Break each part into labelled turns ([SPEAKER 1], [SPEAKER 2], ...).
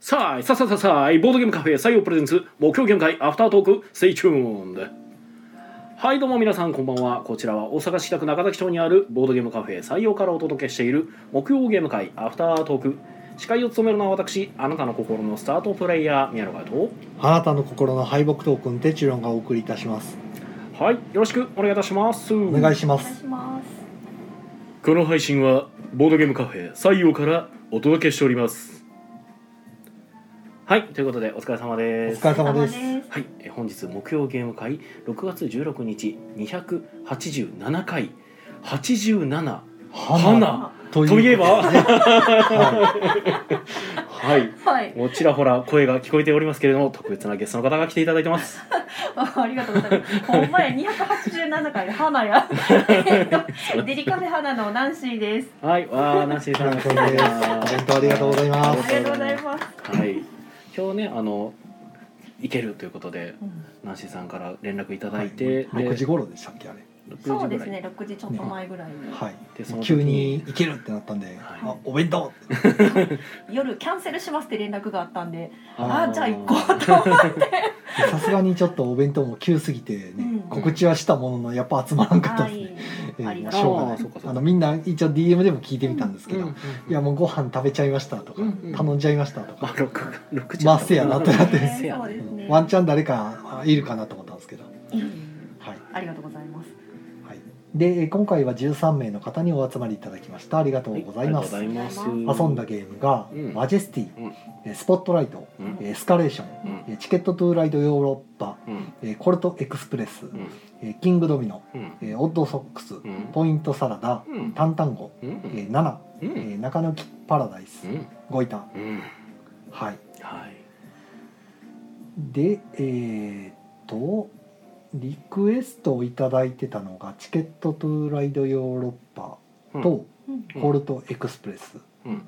[SPEAKER 1] さあいさあさあさあさあいボードゲームカフェ採用プレゼンツ目標ゲーム会アフタートーク Stay tuned はいどうも皆さんこんばんはこちらは大阪市北区中崎町にあるボードゲームカフェ採用からお届けしている木曜ゲーム会アフタートーク司会を務めるのは私あなたの心のスタートプレイヤー宮野佳代と
[SPEAKER 2] あなたの心の敗北トークンテチロンがお送りいたします
[SPEAKER 1] はいよろしくお願いいたします
[SPEAKER 2] お願いしま
[SPEAKER 3] お願い
[SPEAKER 2] す
[SPEAKER 3] します。
[SPEAKER 1] この配信はボードゲームカフェ採用からお届けしておりますはいということでお疲れ様
[SPEAKER 2] お
[SPEAKER 1] です
[SPEAKER 2] 疲れ様です
[SPEAKER 1] はい、えー本日木曜ゲーム会6月16日287回87花
[SPEAKER 2] と
[SPEAKER 1] といえば
[SPEAKER 2] は
[SPEAKER 1] はい
[SPEAKER 3] はい、
[SPEAKER 1] もうちらほら声が聞こえておりますけれども特別なゲストの方が来ていただいてます
[SPEAKER 3] あありがとうございます。ほんまや287回花 や。えっとデリカフェ花のナンシーです。
[SPEAKER 1] はいわあナンシーさん
[SPEAKER 2] ナンシーですお弁当ありがとうございます
[SPEAKER 3] ありがとうございます。
[SPEAKER 1] すはい今日ねあの行けるということで
[SPEAKER 3] うん
[SPEAKER 1] ナンシーさんから連絡いただ
[SPEAKER 2] い
[SPEAKER 1] いて、
[SPEAKER 2] 六時頃でしたっけあれ
[SPEAKER 1] 6時ぐらい
[SPEAKER 3] そうですね、6時ちょっと前ぐらいに、
[SPEAKER 2] は
[SPEAKER 1] でその
[SPEAKER 2] い
[SPEAKER 1] 時に
[SPEAKER 2] 急に行けるってなったんで、
[SPEAKER 1] はい
[SPEAKER 2] あお弁当って
[SPEAKER 3] 夜キャンセルしますって連絡があったんで、
[SPEAKER 1] ー
[SPEAKER 3] あーじゃあ行こうと思って。
[SPEAKER 2] さすがにちょっとお弁当も急すぎてね、
[SPEAKER 3] うん
[SPEAKER 2] 告知はしたもののやっぱ集まらんかった
[SPEAKER 3] は
[SPEAKER 2] ですね
[SPEAKER 3] い、
[SPEAKER 2] えー
[SPEAKER 3] ありが
[SPEAKER 2] し
[SPEAKER 3] とう
[SPEAKER 2] ょうがない
[SPEAKER 1] あーそうかそうか
[SPEAKER 2] あのみんな一応 DM でも聞いてみたんです
[SPEAKER 1] う
[SPEAKER 2] け
[SPEAKER 1] ん
[SPEAKER 2] ど、
[SPEAKER 1] うん
[SPEAKER 2] いやもうご飯食べちゃいましたとか、
[SPEAKER 1] うんうん
[SPEAKER 2] 頼んじゃいましたと
[SPEAKER 1] まあ
[SPEAKER 2] か、
[SPEAKER 1] 六六時
[SPEAKER 2] まあせやなってなっ
[SPEAKER 1] う
[SPEAKER 2] て
[SPEAKER 1] んせや
[SPEAKER 3] そうです
[SPEAKER 1] ね
[SPEAKER 3] ね
[SPEAKER 2] ワンチャン誰かいるかなと思ったんですけど、
[SPEAKER 3] うん
[SPEAKER 2] はい
[SPEAKER 3] ありがとうございます。
[SPEAKER 2] はい、でえー今回は13名の方にお集まりいただきましたありがとうございます、
[SPEAKER 1] はいありがとうございます
[SPEAKER 2] 遊んだゲームが「
[SPEAKER 1] うん
[SPEAKER 2] マジェスティ
[SPEAKER 1] うん」
[SPEAKER 2] えースポットライト」
[SPEAKER 1] うん
[SPEAKER 2] えーエスカレーション」
[SPEAKER 1] うん
[SPEAKER 2] えーチケット・トゥ・ライド・ヨーロッパ」
[SPEAKER 1] うん
[SPEAKER 2] えーコルト・エクスプレス」
[SPEAKER 1] うん
[SPEAKER 2] えーキング・ドミノ」
[SPEAKER 1] うん
[SPEAKER 2] えーオッド・ソックス」
[SPEAKER 1] ん
[SPEAKER 2] ポイント・サラダ」
[SPEAKER 1] うん
[SPEAKER 2] タンタンゴ」
[SPEAKER 1] う
[SPEAKER 2] え
[SPEAKER 1] ん
[SPEAKER 2] ーナナ」
[SPEAKER 1] う
[SPEAKER 2] え
[SPEAKER 1] ん
[SPEAKER 2] ー中野キパラダイ
[SPEAKER 1] う」
[SPEAKER 2] ス
[SPEAKER 1] ん
[SPEAKER 2] ゴイタ
[SPEAKER 1] うん
[SPEAKER 2] はい
[SPEAKER 1] はい
[SPEAKER 2] でえーっとリクエストをいただいてたのがチケット・トゥ・ライド・ヨーロッパ
[SPEAKER 1] うん
[SPEAKER 2] と、
[SPEAKER 3] うん
[SPEAKER 1] うん
[SPEAKER 2] コルトエクスプレス
[SPEAKER 1] うん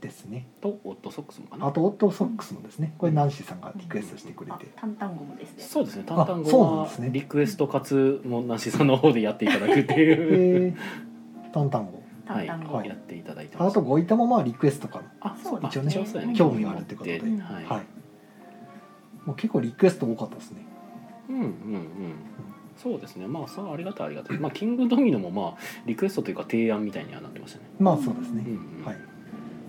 [SPEAKER 2] ですね。
[SPEAKER 1] とオットソックスもかな
[SPEAKER 2] あとオットソックスもですね。これナンシーさんがリクエストしてくれ
[SPEAKER 3] あ
[SPEAKER 2] て、。
[SPEAKER 3] タンタンゴもですね。
[SPEAKER 1] そうですね単単
[SPEAKER 2] あそう
[SPEAKER 1] 語
[SPEAKER 2] なん
[SPEAKER 1] は
[SPEAKER 2] ですね
[SPEAKER 1] リクエストかつもなしさんの方でやっていただくっていう
[SPEAKER 2] えー、タンタンゴ。
[SPEAKER 3] タ
[SPEAKER 1] は
[SPEAKER 3] ン
[SPEAKER 1] い
[SPEAKER 3] タンゴ。
[SPEAKER 2] は
[SPEAKER 1] やっていただいてま
[SPEAKER 2] あ
[SPEAKER 1] す
[SPEAKER 2] とゴイタもまあリクエストかな。
[SPEAKER 1] あ
[SPEAKER 3] そうです
[SPEAKER 2] ね
[SPEAKER 1] あそうや
[SPEAKER 2] 興味があるってことで
[SPEAKER 1] 興味があっ
[SPEAKER 2] は
[SPEAKER 1] て
[SPEAKER 2] い。
[SPEAKER 1] はい
[SPEAKER 2] もう結構リクエスト多かったですね。
[SPEAKER 1] うんうんうんそうですねまあさあありがたいありがたいまあキングドミノもまあリクエストというか提案みたいにはなってましたね
[SPEAKER 2] まあそうです
[SPEAKER 1] う
[SPEAKER 2] ね。
[SPEAKER 1] んうん
[SPEAKER 2] はい。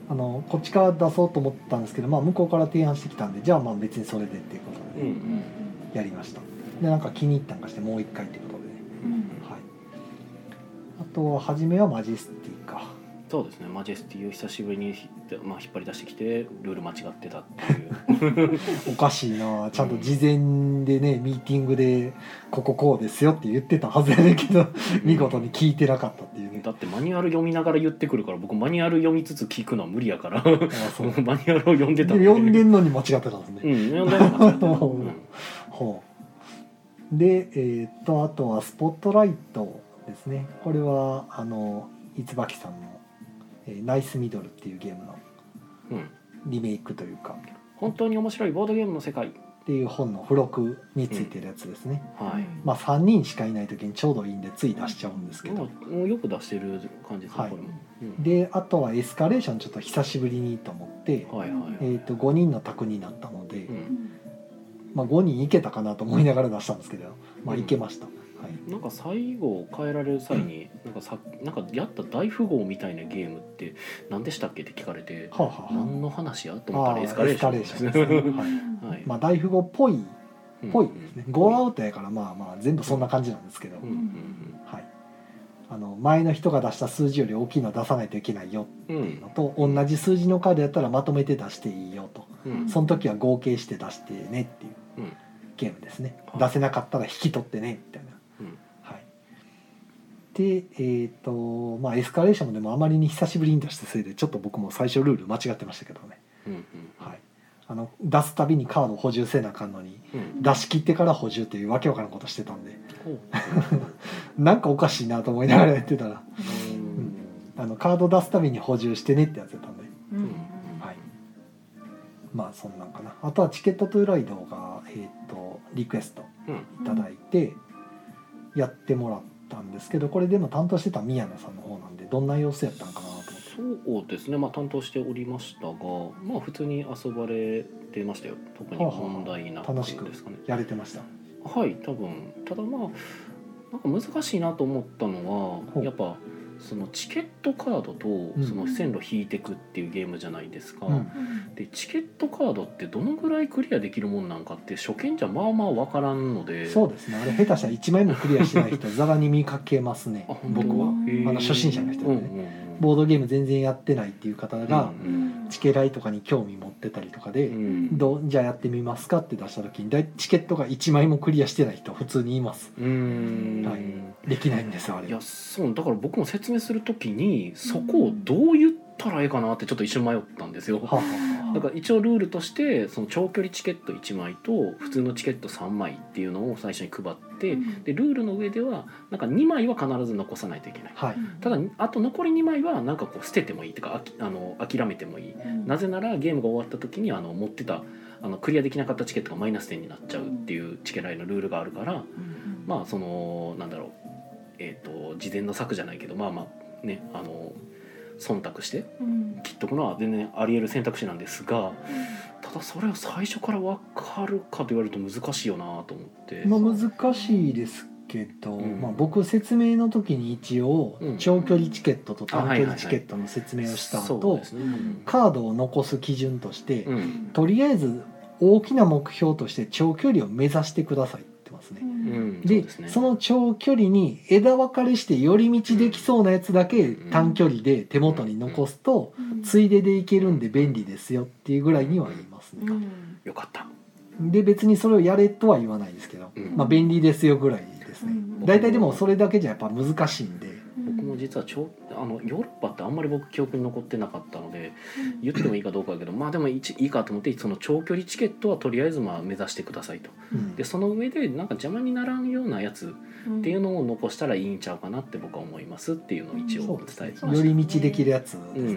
[SPEAKER 2] あのこっちから出そうと思ったんですけど、まあ向こうから提案してきたんで、じゃあまあ別にそれでっていうこと
[SPEAKER 1] うんう
[SPEAKER 2] で
[SPEAKER 3] うん
[SPEAKER 1] ん
[SPEAKER 2] やりました。でなんか気に入ったんかしてもう一回ってことでね。
[SPEAKER 3] うん
[SPEAKER 2] はい。あとは初めはマジェスティか。
[SPEAKER 1] そうですねマジェスティを久しぶりに、まあ、引っ張り出してきてルール間違ってたっていう
[SPEAKER 2] おかしいなちゃんと事前でね、ミーティングで「こここうですよ」って言ってたはずやねんけど見事に聞いてなかったっていうね
[SPEAKER 1] だってマニュアル読みながら言ってくるから僕マニュアル読みつつ聞くのは無理やから
[SPEAKER 2] あ
[SPEAKER 1] そ
[SPEAKER 2] そ
[SPEAKER 1] うの
[SPEAKER 2] で
[SPEAKER 1] マニュアルを読んでたん
[SPEAKER 2] 読んでんのに間違ってたんですね、
[SPEAKER 1] うん読んでなかった、うん
[SPEAKER 2] ほうでえーっとあとは「スポットライト」ですねこれはあの椿さんの、えーナイスミドル」っていうゲームの
[SPEAKER 1] うん、
[SPEAKER 2] リメイクというか
[SPEAKER 1] 本当に面白いボードゲームの世界
[SPEAKER 2] っていう本の付録についてるやつですね、
[SPEAKER 1] はい、
[SPEAKER 2] まあ3人しかいない時にちょうどいいんでつい出しちゃうんですけど、
[SPEAKER 1] まあもうよく出してる感じですね、
[SPEAKER 2] はい
[SPEAKER 1] これも、うん
[SPEAKER 2] であとはエスカレーションちょっと久しぶりにと思って、
[SPEAKER 1] はいはいはい、
[SPEAKER 2] えー、と5人の卓になったので、
[SPEAKER 1] うん
[SPEAKER 2] まあ、5人いけたかなと思いながら出したんですけど、まあ、いけました、はい、
[SPEAKER 1] なんか最後を変えられる際に、なんかさなんかやった大富豪みたいなゲームって何でしたっけって聞かれて
[SPEAKER 2] はあ、はあは
[SPEAKER 1] 何の話やと
[SPEAKER 2] あ
[SPEAKER 1] 思った
[SPEAKER 2] あ
[SPEAKER 1] ら
[SPEAKER 2] ー
[SPEAKER 1] エスカレーション
[SPEAKER 2] エスカレーションですねはい
[SPEAKER 3] うん
[SPEAKER 1] はい
[SPEAKER 2] まあ、大富豪っぽい
[SPEAKER 1] うん
[SPEAKER 2] ぽいですね、ゴーアウトやからまあまあ全部そんな感じなんですけど、
[SPEAKER 1] うんうん
[SPEAKER 2] はい、あの前の人が出した数字より大きいのは出さないといけないよ
[SPEAKER 1] うんう
[SPEAKER 2] っていうんのと同じ数字のカードやったらまとめて出していいよと
[SPEAKER 1] うん
[SPEAKER 2] その時は合計して出してねっていう
[SPEAKER 1] うん
[SPEAKER 2] ゲームですね、
[SPEAKER 1] はい
[SPEAKER 2] 出せなかったら引き取ってねみたいな
[SPEAKER 1] うん
[SPEAKER 2] はい、でえっ、とまあエスカレーションもでもあまりに久しぶりに出したせいでちょっと僕も最初ルール間違ってましたけどね、
[SPEAKER 1] うん
[SPEAKER 2] はい、あの出すたびにカード補充せなあかんのに
[SPEAKER 1] うん
[SPEAKER 2] 出し切ってから補充っていうわけわからんことしてたんで
[SPEAKER 1] ほう
[SPEAKER 2] なんかおかしいなと思いながらやってたら
[SPEAKER 1] うん
[SPEAKER 2] あのカード出すたびに補充してねってやつやったんで、
[SPEAKER 3] うんうん
[SPEAKER 2] はい、まあそんなんかなあとはチケットトゥーライドが、えー、とリクエスト
[SPEAKER 1] うん
[SPEAKER 2] いただいてやってもらったんですけどこれでも担当してた宮野さんの方なんでどんな様子やったんかなと思って
[SPEAKER 1] そうですね、まあ、担当しておりましたが、まあ、普通に遊ばれてましたよ特に問題なく
[SPEAKER 2] 楽
[SPEAKER 1] で
[SPEAKER 2] しく
[SPEAKER 1] すかね。
[SPEAKER 2] やれてました
[SPEAKER 1] はい多分ただまあなんか難しいなと思ったの
[SPEAKER 2] ほ
[SPEAKER 1] は
[SPEAKER 2] う
[SPEAKER 1] やっぱそのチケットカード
[SPEAKER 2] うん
[SPEAKER 1] とその線路引いてくっていうゲームじゃないですか、
[SPEAKER 2] うん
[SPEAKER 3] うん
[SPEAKER 1] でチケットカードってどのぐらいクリアできるもんなんかって初見じゃまあまあわからんので
[SPEAKER 2] そうですねあれ下手したら1枚もクリアしない人ざらに見かけますね
[SPEAKER 1] あ本当
[SPEAKER 2] 僕は
[SPEAKER 3] うん
[SPEAKER 1] へー
[SPEAKER 2] まだ初心者の人でね
[SPEAKER 1] うんうんうん
[SPEAKER 2] ボードゲーム全然やってないっていう方が
[SPEAKER 1] う
[SPEAKER 3] うんん
[SPEAKER 2] チケライとかに興味持ってたりとか
[SPEAKER 1] う
[SPEAKER 2] で、
[SPEAKER 1] ん
[SPEAKER 2] どうじゃあやってみますかって出した時にだいチケットが1枚もクリアしてない人普通にいます
[SPEAKER 1] うん
[SPEAKER 2] はいできないんですあれ
[SPEAKER 1] いやそうだから僕も説明するときにそこをどう言ったらええかなってちょっと一瞬迷ったんですよ。
[SPEAKER 2] はあはあはあ
[SPEAKER 1] だから一応ルールとしてその長距離チケット1枚と普通のチケット3枚っていうのを最初に配ってでルールの上ではなんか2枚は必ず残さないといけない
[SPEAKER 2] はい、
[SPEAKER 1] ただあと残り2枚はなんかこう捨ててもいいとかあきあの諦めてもいいな
[SPEAKER 3] ぜ
[SPEAKER 1] ぜならゲームが終わった時にあの持ってたあのクリアできなかったチケットがマイナス点になっちゃうっていうチケライのルールがあるからまあそのなんだろうえっ、と事前の策じゃないけどまあまあねあの忖度して切っとくのは全然あり得る選択肢なんですが。ただそれを最初から分かるかと言われると難しいよなと思って、
[SPEAKER 2] まあ、難しいですけど、
[SPEAKER 1] うん
[SPEAKER 2] まあ、僕説明の時に一応
[SPEAKER 1] うん
[SPEAKER 2] 長距離チケットと短
[SPEAKER 1] あはい
[SPEAKER 2] 距
[SPEAKER 1] はいは
[SPEAKER 2] 離
[SPEAKER 1] い
[SPEAKER 2] チケットの説明をした後、
[SPEAKER 1] そうですね、
[SPEAKER 2] カードを残す基準として、
[SPEAKER 1] うんうん
[SPEAKER 2] とりあえず大きな目標として長距離を目指してくださいって言ってますね。
[SPEAKER 1] うん
[SPEAKER 2] で
[SPEAKER 1] そうですね
[SPEAKER 2] その長距離に枝分かれして寄り道できそうなやつだけ
[SPEAKER 1] うん
[SPEAKER 2] 短距離で手元に残すと、ついででいけるんで便利ですよっていうぐらいには言いますね。
[SPEAKER 1] よかった、
[SPEAKER 2] で別にそれをやれとは言わないですけど、
[SPEAKER 1] うん
[SPEAKER 2] まあ、便利ですよぐらいですね、
[SPEAKER 3] うん
[SPEAKER 2] 大体でもそれだけじゃやっぱ難しいんで、
[SPEAKER 1] 僕も実はちょあのヨーロッパってあんまり僕記憶に残ってなかったので言ってもいいかどうかだけどまあでもいちいいかと思ってその長距離チケットはとりあえずまあ目指してくださいと
[SPEAKER 2] うん
[SPEAKER 1] でその上でなんか邪魔にならんようなやつ
[SPEAKER 3] っ
[SPEAKER 1] っていうのを残したらいいんちゃうかなって僕は思いますっていうのを一応
[SPEAKER 2] そ
[SPEAKER 1] お
[SPEAKER 2] うです
[SPEAKER 1] 伝え
[SPEAKER 2] ね
[SPEAKER 1] しました
[SPEAKER 2] 寄り道できるやつです
[SPEAKER 1] う
[SPEAKER 2] ね、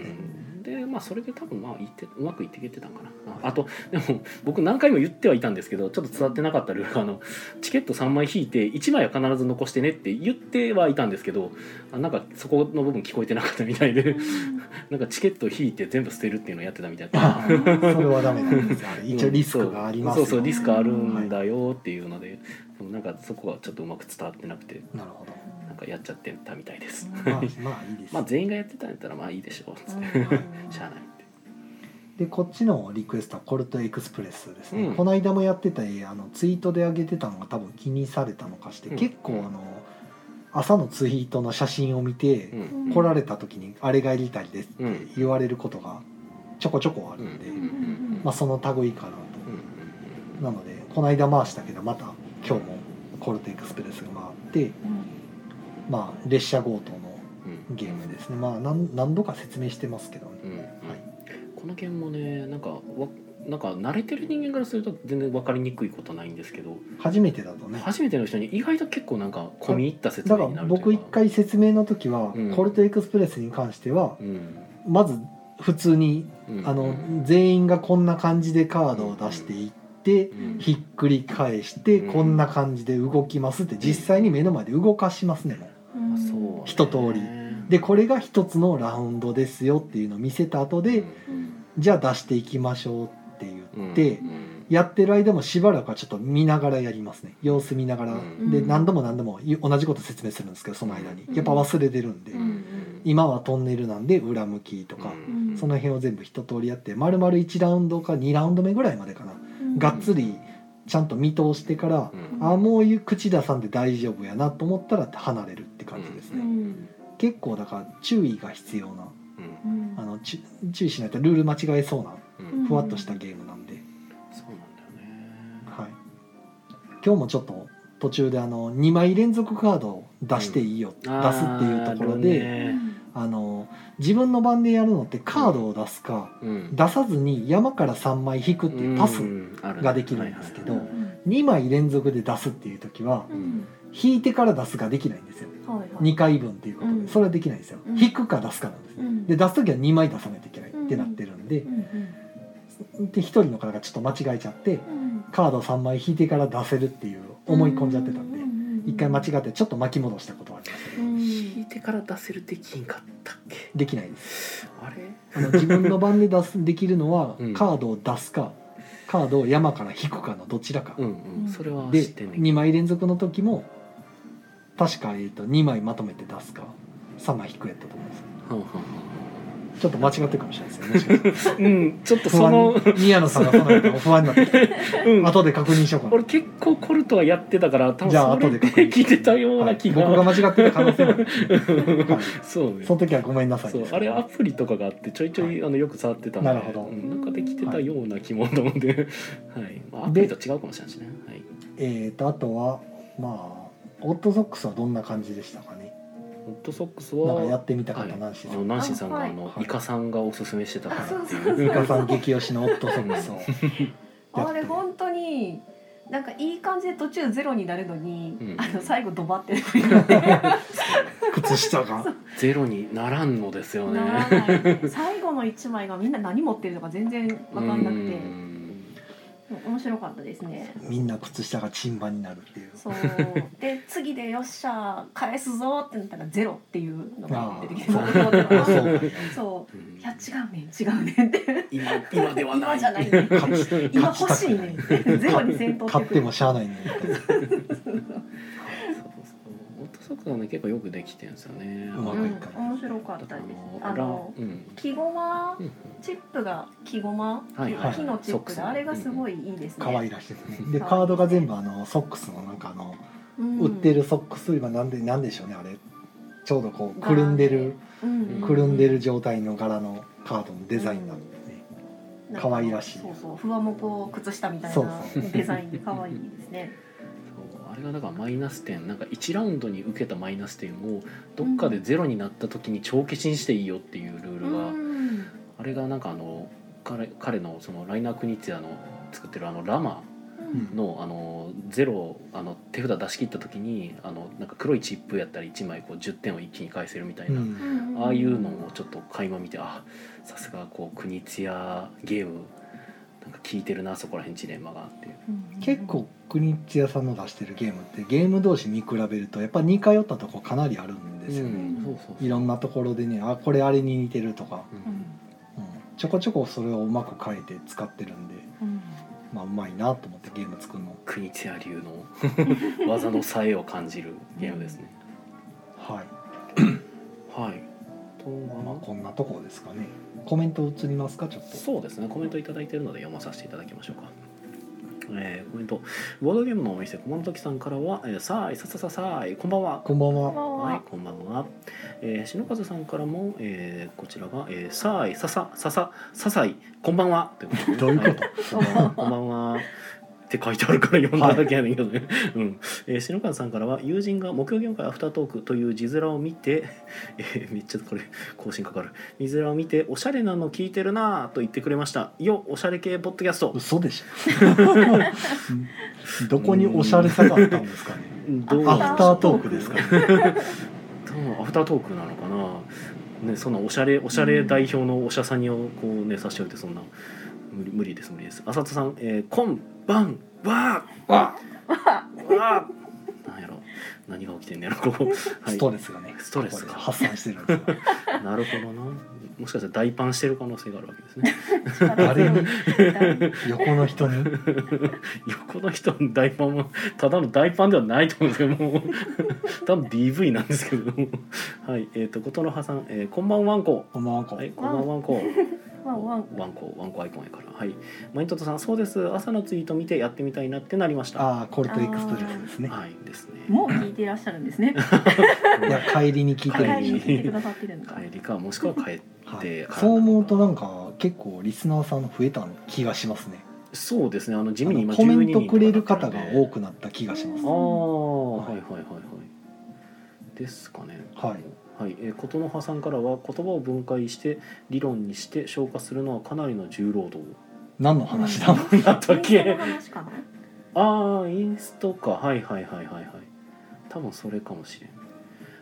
[SPEAKER 1] ん、でまあそれで多分まあいってうまくいっていけてたんかなああとでも僕何回も言ってはいたんですけどちょっと伝わってなかったルールがあのチケット3枚引いて1枚は必ず残してねって言ってはいたんですけどあなんかそこの部分聞こえてなかったみたいで なんかチケット引いて全部捨てるっていうのをやってたみたいな。
[SPEAKER 2] あそれはダメなんですあれ一応リスクがあります
[SPEAKER 1] そ
[SPEAKER 2] よ、
[SPEAKER 1] うそうそうリスクあるんだよっていうので、でもなんかそこがちょっとうまく伝わってなくて
[SPEAKER 2] なるほど
[SPEAKER 1] なんかやっちゃってたみたいです、
[SPEAKER 2] まあまあいいです、
[SPEAKER 1] まあ全員がやってたんやったらまあいいでしょうつって、しゃあないって
[SPEAKER 2] でこっちのリクエストはコルトエクスプレスですね、
[SPEAKER 1] うん
[SPEAKER 2] この間もやってたえーあのツイートで上げてたのが多分気にされたのかして、
[SPEAKER 1] うん
[SPEAKER 2] 結構あの朝のツイートの写真を見て、
[SPEAKER 1] うん
[SPEAKER 2] 来られた時に「あれがやりたいです」っ
[SPEAKER 1] う
[SPEAKER 2] て
[SPEAKER 1] ん
[SPEAKER 2] 言われることがちょこちょこあるんで、
[SPEAKER 1] うんうん
[SPEAKER 2] まあ、その類かなと、
[SPEAKER 1] うんうん
[SPEAKER 2] なのでこの間回したけどまた今日もコルテエクスプレスが回って、まあ、列車強盗の
[SPEAKER 1] うん
[SPEAKER 2] ゲームですね、まあ、何何度か説明してますけどね、
[SPEAKER 1] うんうん
[SPEAKER 2] はい
[SPEAKER 1] この件もねなんかわなんか慣れてる人間からすると全然分かりにくいことはないんですけど
[SPEAKER 2] 初めてだとね
[SPEAKER 1] 初めての人に意外と結構なんか込み入った説
[SPEAKER 2] だ
[SPEAKER 1] 明
[SPEAKER 2] から
[SPEAKER 1] になるというか
[SPEAKER 2] 僕一回説明の時は、
[SPEAKER 1] うん
[SPEAKER 2] コルテエクスプレスに関しては
[SPEAKER 1] うん
[SPEAKER 2] まず普通に
[SPEAKER 1] うん
[SPEAKER 2] あ
[SPEAKER 1] う
[SPEAKER 2] の
[SPEAKER 1] ん
[SPEAKER 2] 全員がこんな感じでカードを出していって、
[SPEAKER 1] うん
[SPEAKER 2] ひっくり返して
[SPEAKER 1] うん
[SPEAKER 2] こんな感じで動きますって実際に目の前で動かしますねもう
[SPEAKER 1] あそうね
[SPEAKER 2] 一通りでこれが一つのラウンドですよっていうのを見せた後で
[SPEAKER 1] うん
[SPEAKER 2] じゃあ出していきましょうって言って、
[SPEAKER 1] うん
[SPEAKER 2] やってる間もしばらくはちょっと見ながらやりますね様子見ながら、
[SPEAKER 1] うん
[SPEAKER 2] で何度も何度もい同じこと説明するんですけどその間に
[SPEAKER 3] うん
[SPEAKER 2] やっぱ忘れてるんで、
[SPEAKER 3] うん
[SPEAKER 2] 今はトンネルなんで裏向きとか、
[SPEAKER 1] うん
[SPEAKER 2] その辺を全部一通りやって丸々1ラウンドか2ラウンド目ぐらいまでかな、がっつりちゃんと見通してから、
[SPEAKER 1] うん
[SPEAKER 2] あもういう口出さんで大丈夫やなと思ったら離れるって感じですね、結構だから注意が必要なあのち注意しないとルール間違えそうな
[SPEAKER 1] うん
[SPEAKER 3] うん
[SPEAKER 2] ふわっとしたゲームなんで、
[SPEAKER 1] そうなんだよね
[SPEAKER 2] はい、今日もちょっと途中であの2枚連続カードを出していいよ、出すっていうところであ、の自分の番でやるのってカードを出すか、出さずに山から3枚引くっていうパス、ができるんですけど2枚連続で出すっていう時は引いてから出すができないんですよ2回分っていうことで、
[SPEAKER 3] うん
[SPEAKER 2] それはできないんですよ、
[SPEAKER 3] うん
[SPEAKER 2] 引くか出すかなんですね、で出す時は2枚出さないといけないってなってるんで,、で1人の方がちょっと間違えちゃってカード3枚引いてから出せるっていう思い込んじゃってたんで、一回間違ってちょっと巻き戻したことはありましたけど、
[SPEAKER 1] 引いて手から出せるできんかったっけ
[SPEAKER 2] できないです
[SPEAKER 1] あれ
[SPEAKER 2] あの自分の番で出すできるのは
[SPEAKER 1] うん
[SPEAKER 2] カードを出すかカードを山から引くかのどちらか、
[SPEAKER 1] うんうんそれは
[SPEAKER 2] で
[SPEAKER 1] 知ってんねんけ
[SPEAKER 2] 2枚連続の時も確か、えー、と2枚まとめて出すか3枚引くやったと思うんです
[SPEAKER 1] どはんはんは
[SPEAKER 2] ちょっと間違ってるかもしれないですよねもしかしたら
[SPEAKER 1] んうんちょっとその
[SPEAKER 2] 不安宮野さんがその後不安になって きて
[SPEAKER 1] うん
[SPEAKER 2] 後で確認しようか
[SPEAKER 1] 俺
[SPEAKER 2] な
[SPEAKER 1] 結構コルトはやってたから多分
[SPEAKER 2] じゃあ
[SPEAKER 1] それ
[SPEAKER 2] 後で確認
[SPEAKER 1] で聞いてたよう
[SPEAKER 2] は
[SPEAKER 1] ない気
[SPEAKER 2] 僕
[SPEAKER 1] が、
[SPEAKER 2] が間違ってる可能性もある、はい
[SPEAKER 1] そうね
[SPEAKER 2] その時はごめんなさい
[SPEAKER 1] そう
[SPEAKER 2] です
[SPEAKER 1] あれアプリとかがあってちょいちょい、あのよく触ってたんで
[SPEAKER 2] なるほど
[SPEAKER 1] うん、なんかできてたような気もと思って、はいまあ、アプリと違うかもしれないしね、はい、
[SPEAKER 2] えー、とあとはまあオットソックスはどんな感じでしたかね
[SPEAKER 1] ホットソックス
[SPEAKER 2] なんかや
[SPEAKER 1] は
[SPEAKER 2] ってみたか
[SPEAKER 1] は
[SPEAKER 2] っ
[SPEAKER 1] い
[SPEAKER 2] たナンシー
[SPEAKER 1] あ
[SPEAKER 2] さ
[SPEAKER 1] の
[SPEAKER 2] ん
[SPEAKER 1] ナンシーさんが
[SPEAKER 3] あ
[SPEAKER 1] あ
[SPEAKER 3] はい
[SPEAKER 1] の、
[SPEAKER 2] はい
[SPEAKER 1] イカさんがおすすめしてたからっていう
[SPEAKER 3] あそうそう
[SPEAKER 2] イカさん激推しのオットソックスをやって
[SPEAKER 3] あれ本当になんかいい感じで途中ゼロになるのに、
[SPEAKER 1] うん
[SPEAKER 3] あの最後ドバってなって
[SPEAKER 2] 靴下が
[SPEAKER 1] ゼロにならんのですよね
[SPEAKER 3] ならない最後の一枚がみんな何持ってるのか全然わかんなく
[SPEAKER 1] う
[SPEAKER 3] て
[SPEAKER 1] ん
[SPEAKER 3] 面白かったですね
[SPEAKER 2] みんな靴下がチンバになるっていう
[SPEAKER 3] そうで次でよっしゃ返すぞってなったらゼロっていうのが出てきて
[SPEAKER 2] あ
[SPEAKER 1] ー
[SPEAKER 2] そうなんや
[SPEAKER 3] そう
[SPEAKER 1] うん
[SPEAKER 3] いや違うねん違うねんって
[SPEAKER 1] 今今ではない
[SPEAKER 3] 今じゃないねん
[SPEAKER 2] 勝ち
[SPEAKER 3] 今
[SPEAKER 2] 勝ち
[SPEAKER 3] 欲
[SPEAKER 2] た
[SPEAKER 3] し
[SPEAKER 2] く
[SPEAKER 3] い
[SPEAKER 2] な
[SPEAKER 3] ね
[SPEAKER 2] い
[SPEAKER 3] んゼロに戦闘
[SPEAKER 2] 買ってもしゃあないねみたい
[SPEAKER 1] そうそう
[SPEAKER 2] な
[SPEAKER 1] オットソックスはね結構よくできてるんですよね
[SPEAKER 2] うま
[SPEAKER 3] う
[SPEAKER 2] くい
[SPEAKER 3] ん
[SPEAKER 2] くか、ら
[SPEAKER 3] 面白かっ
[SPEAKER 1] だか
[SPEAKER 3] た
[SPEAKER 1] ら
[SPEAKER 3] で
[SPEAKER 1] あの
[SPEAKER 3] すあの
[SPEAKER 1] 裏うん
[SPEAKER 3] 木ごま
[SPEAKER 1] うん
[SPEAKER 3] チップが木ごま、
[SPEAKER 1] はい
[SPEAKER 2] はい
[SPEAKER 3] 木のチ
[SPEAKER 1] ソ
[SPEAKER 3] ップ
[SPEAKER 1] ックス
[SPEAKER 3] であれがすごいいいですね。
[SPEAKER 2] 可愛
[SPEAKER 3] い、
[SPEAKER 2] らしいですねでカードが全部あのソックスのなんかあの売ってるソックス今なんでなんでしょうねあれちょうどこうくるんでる
[SPEAKER 3] うん、
[SPEAKER 1] うん
[SPEAKER 2] くるんでる状態の柄のカードのデザインなんでね
[SPEAKER 3] なん
[SPEAKER 2] 可愛らしい
[SPEAKER 3] そうそう、ふわもこ靴下みたい
[SPEAKER 2] そう
[SPEAKER 3] な
[SPEAKER 2] そう
[SPEAKER 3] デザインで可愛いですね。
[SPEAKER 1] そうあれがだからマイナス点なんか1ラウンドに受けたマイナス点をどっかでゼロになった時に帳消しにしていいよっていうルー
[SPEAKER 3] う
[SPEAKER 1] ルが、
[SPEAKER 3] ん、
[SPEAKER 1] あれがなんかあの彼彼のそのライナー・クニッツィアの作ってるあのラマのあのゼロあの手札出し切った時にあのなんか黒いチップやったり1枚こう10点を一気に返せるみたいうな、
[SPEAKER 2] ん
[SPEAKER 1] ああいうのをちょっと垣間見てあさすがこうクニッツィアゲームなんか効いてるなそこら辺ジレンマがあっていう。
[SPEAKER 2] 結構クニッチ屋さんの出してるゲームってゲーム同士見比べるとやっぱ似通ったとこかなりあるんですよね、
[SPEAKER 1] うんそうそうそう
[SPEAKER 2] いろんなところでねあこれあれに似てるとか、
[SPEAKER 1] う
[SPEAKER 3] うんん、
[SPEAKER 2] うん、ちょこちょこそれをうまく変えて使ってるんで
[SPEAKER 3] うん、
[SPEAKER 2] まあうまいなと思ってゲーム作るの
[SPEAKER 1] 国津屋流の 技のさえを感じるゲームですね。
[SPEAKER 2] はい、
[SPEAKER 1] はい。と
[SPEAKER 2] まあ、こんなとこですかねコメント移りますかちょっと
[SPEAKER 1] そうですね。コメントいただいているので読まさせていただきましょうか。えー、コメントボードゲームのお店駒の時さんからは、えー、さあいささささあいこんばんは
[SPEAKER 2] こんばん
[SPEAKER 3] こん
[SPEAKER 2] は
[SPEAKER 3] ばんは
[SPEAKER 1] はい、こんばんは。えー、篠風さんからも、えー、こちらが、えー、さあいささささささいこんばんは。ということで
[SPEAKER 2] どういうこ と
[SPEAKER 1] こんばんは。こんばんは。って書いてあるから読んだだけやねんけどね。うん。えー、篠川さんからは友人が木曜業界アフタートークという字面を見て、えー、めっちゃこれ更新かかる。字面を見ておしゃれなの聞いてるなぁと言ってくれました。よおしゃれ系ポッドキャスト。
[SPEAKER 2] 嘘でしょ どこにおしゃれさがあったんですかね
[SPEAKER 1] どう
[SPEAKER 2] アフ
[SPEAKER 1] なんでし
[SPEAKER 2] タ
[SPEAKER 1] ょ
[SPEAKER 2] ー
[SPEAKER 1] う
[SPEAKER 2] トークですかね
[SPEAKER 1] どうもアフタートークなのかな。ねそんなおしゃれおしゃれ代表のおしゃさにをこうね差し置いてそんな無理無理です無理です。浅田さん、えー、こんばんは。
[SPEAKER 2] わ
[SPEAKER 1] わあなんやろ何が起きてんねやろ ここ、は
[SPEAKER 2] ストレスがね
[SPEAKER 1] ストレス
[SPEAKER 2] こ
[SPEAKER 1] が
[SPEAKER 2] こで発散してるんですよ
[SPEAKER 1] い、なるほどなもしかしたら大パンしてる可能性があるわけですね
[SPEAKER 3] 力強い
[SPEAKER 2] 横の 人に
[SPEAKER 1] 横の人の大パンもただの大パンではないと思うんですけどもう多分 DV なんですけどもはいえっ、と琴ノ葉さん、えーこんばんはんこ」
[SPEAKER 2] こんばんはこんば
[SPEAKER 1] は
[SPEAKER 2] ん
[SPEAKER 1] い、
[SPEAKER 2] は
[SPEAKER 1] こんばんはわんこ。
[SPEAKER 3] ワンワン
[SPEAKER 1] ワンコ、ワンコアイコンやから。はい。マイントトさん、そうです。朝のツイート見てやってみたいなってなりました。
[SPEAKER 2] ああコルトエクスプレスですね
[SPEAKER 1] はい、ですね。
[SPEAKER 3] もう聞いていらっしゃるんですね。
[SPEAKER 2] いや帰りに聞いて
[SPEAKER 3] 帰
[SPEAKER 2] る
[SPEAKER 1] は
[SPEAKER 3] り
[SPEAKER 2] ん
[SPEAKER 3] に
[SPEAKER 2] で
[SPEAKER 3] 聞いてくださってるのか。
[SPEAKER 1] 帰りか、もしくは帰っ
[SPEAKER 2] は
[SPEAKER 1] で
[SPEAKER 2] い、そう思うとなんか結構リスナーさん増えた気がしますね
[SPEAKER 1] そうですね。あの地
[SPEAKER 2] あ
[SPEAKER 1] 味に
[SPEAKER 2] の
[SPEAKER 1] 今
[SPEAKER 2] コメン
[SPEAKER 1] 12
[SPEAKER 2] ト
[SPEAKER 1] 人
[SPEAKER 2] くれる
[SPEAKER 1] とかだ
[SPEAKER 2] 方
[SPEAKER 1] った
[SPEAKER 2] が
[SPEAKER 1] ので
[SPEAKER 2] 多くなった気がします
[SPEAKER 1] あ
[SPEAKER 2] は
[SPEAKER 1] あ、は
[SPEAKER 2] はいい
[SPEAKER 1] はいはいはい。ですかね。
[SPEAKER 2] い
[SPEAKER 1] はい、えー、琴ノ葉さんからは言葉を分解して理論にして消化するのはかなりの重労働。
[SPEAKER 2] 何の話だ
[SPEAKER 1] やったっけ
[SPEAKER 3] インスタの話かな。
[SPEAKER 1] ああ、インストか。はいはいはいはいはい。多分それかもしれん。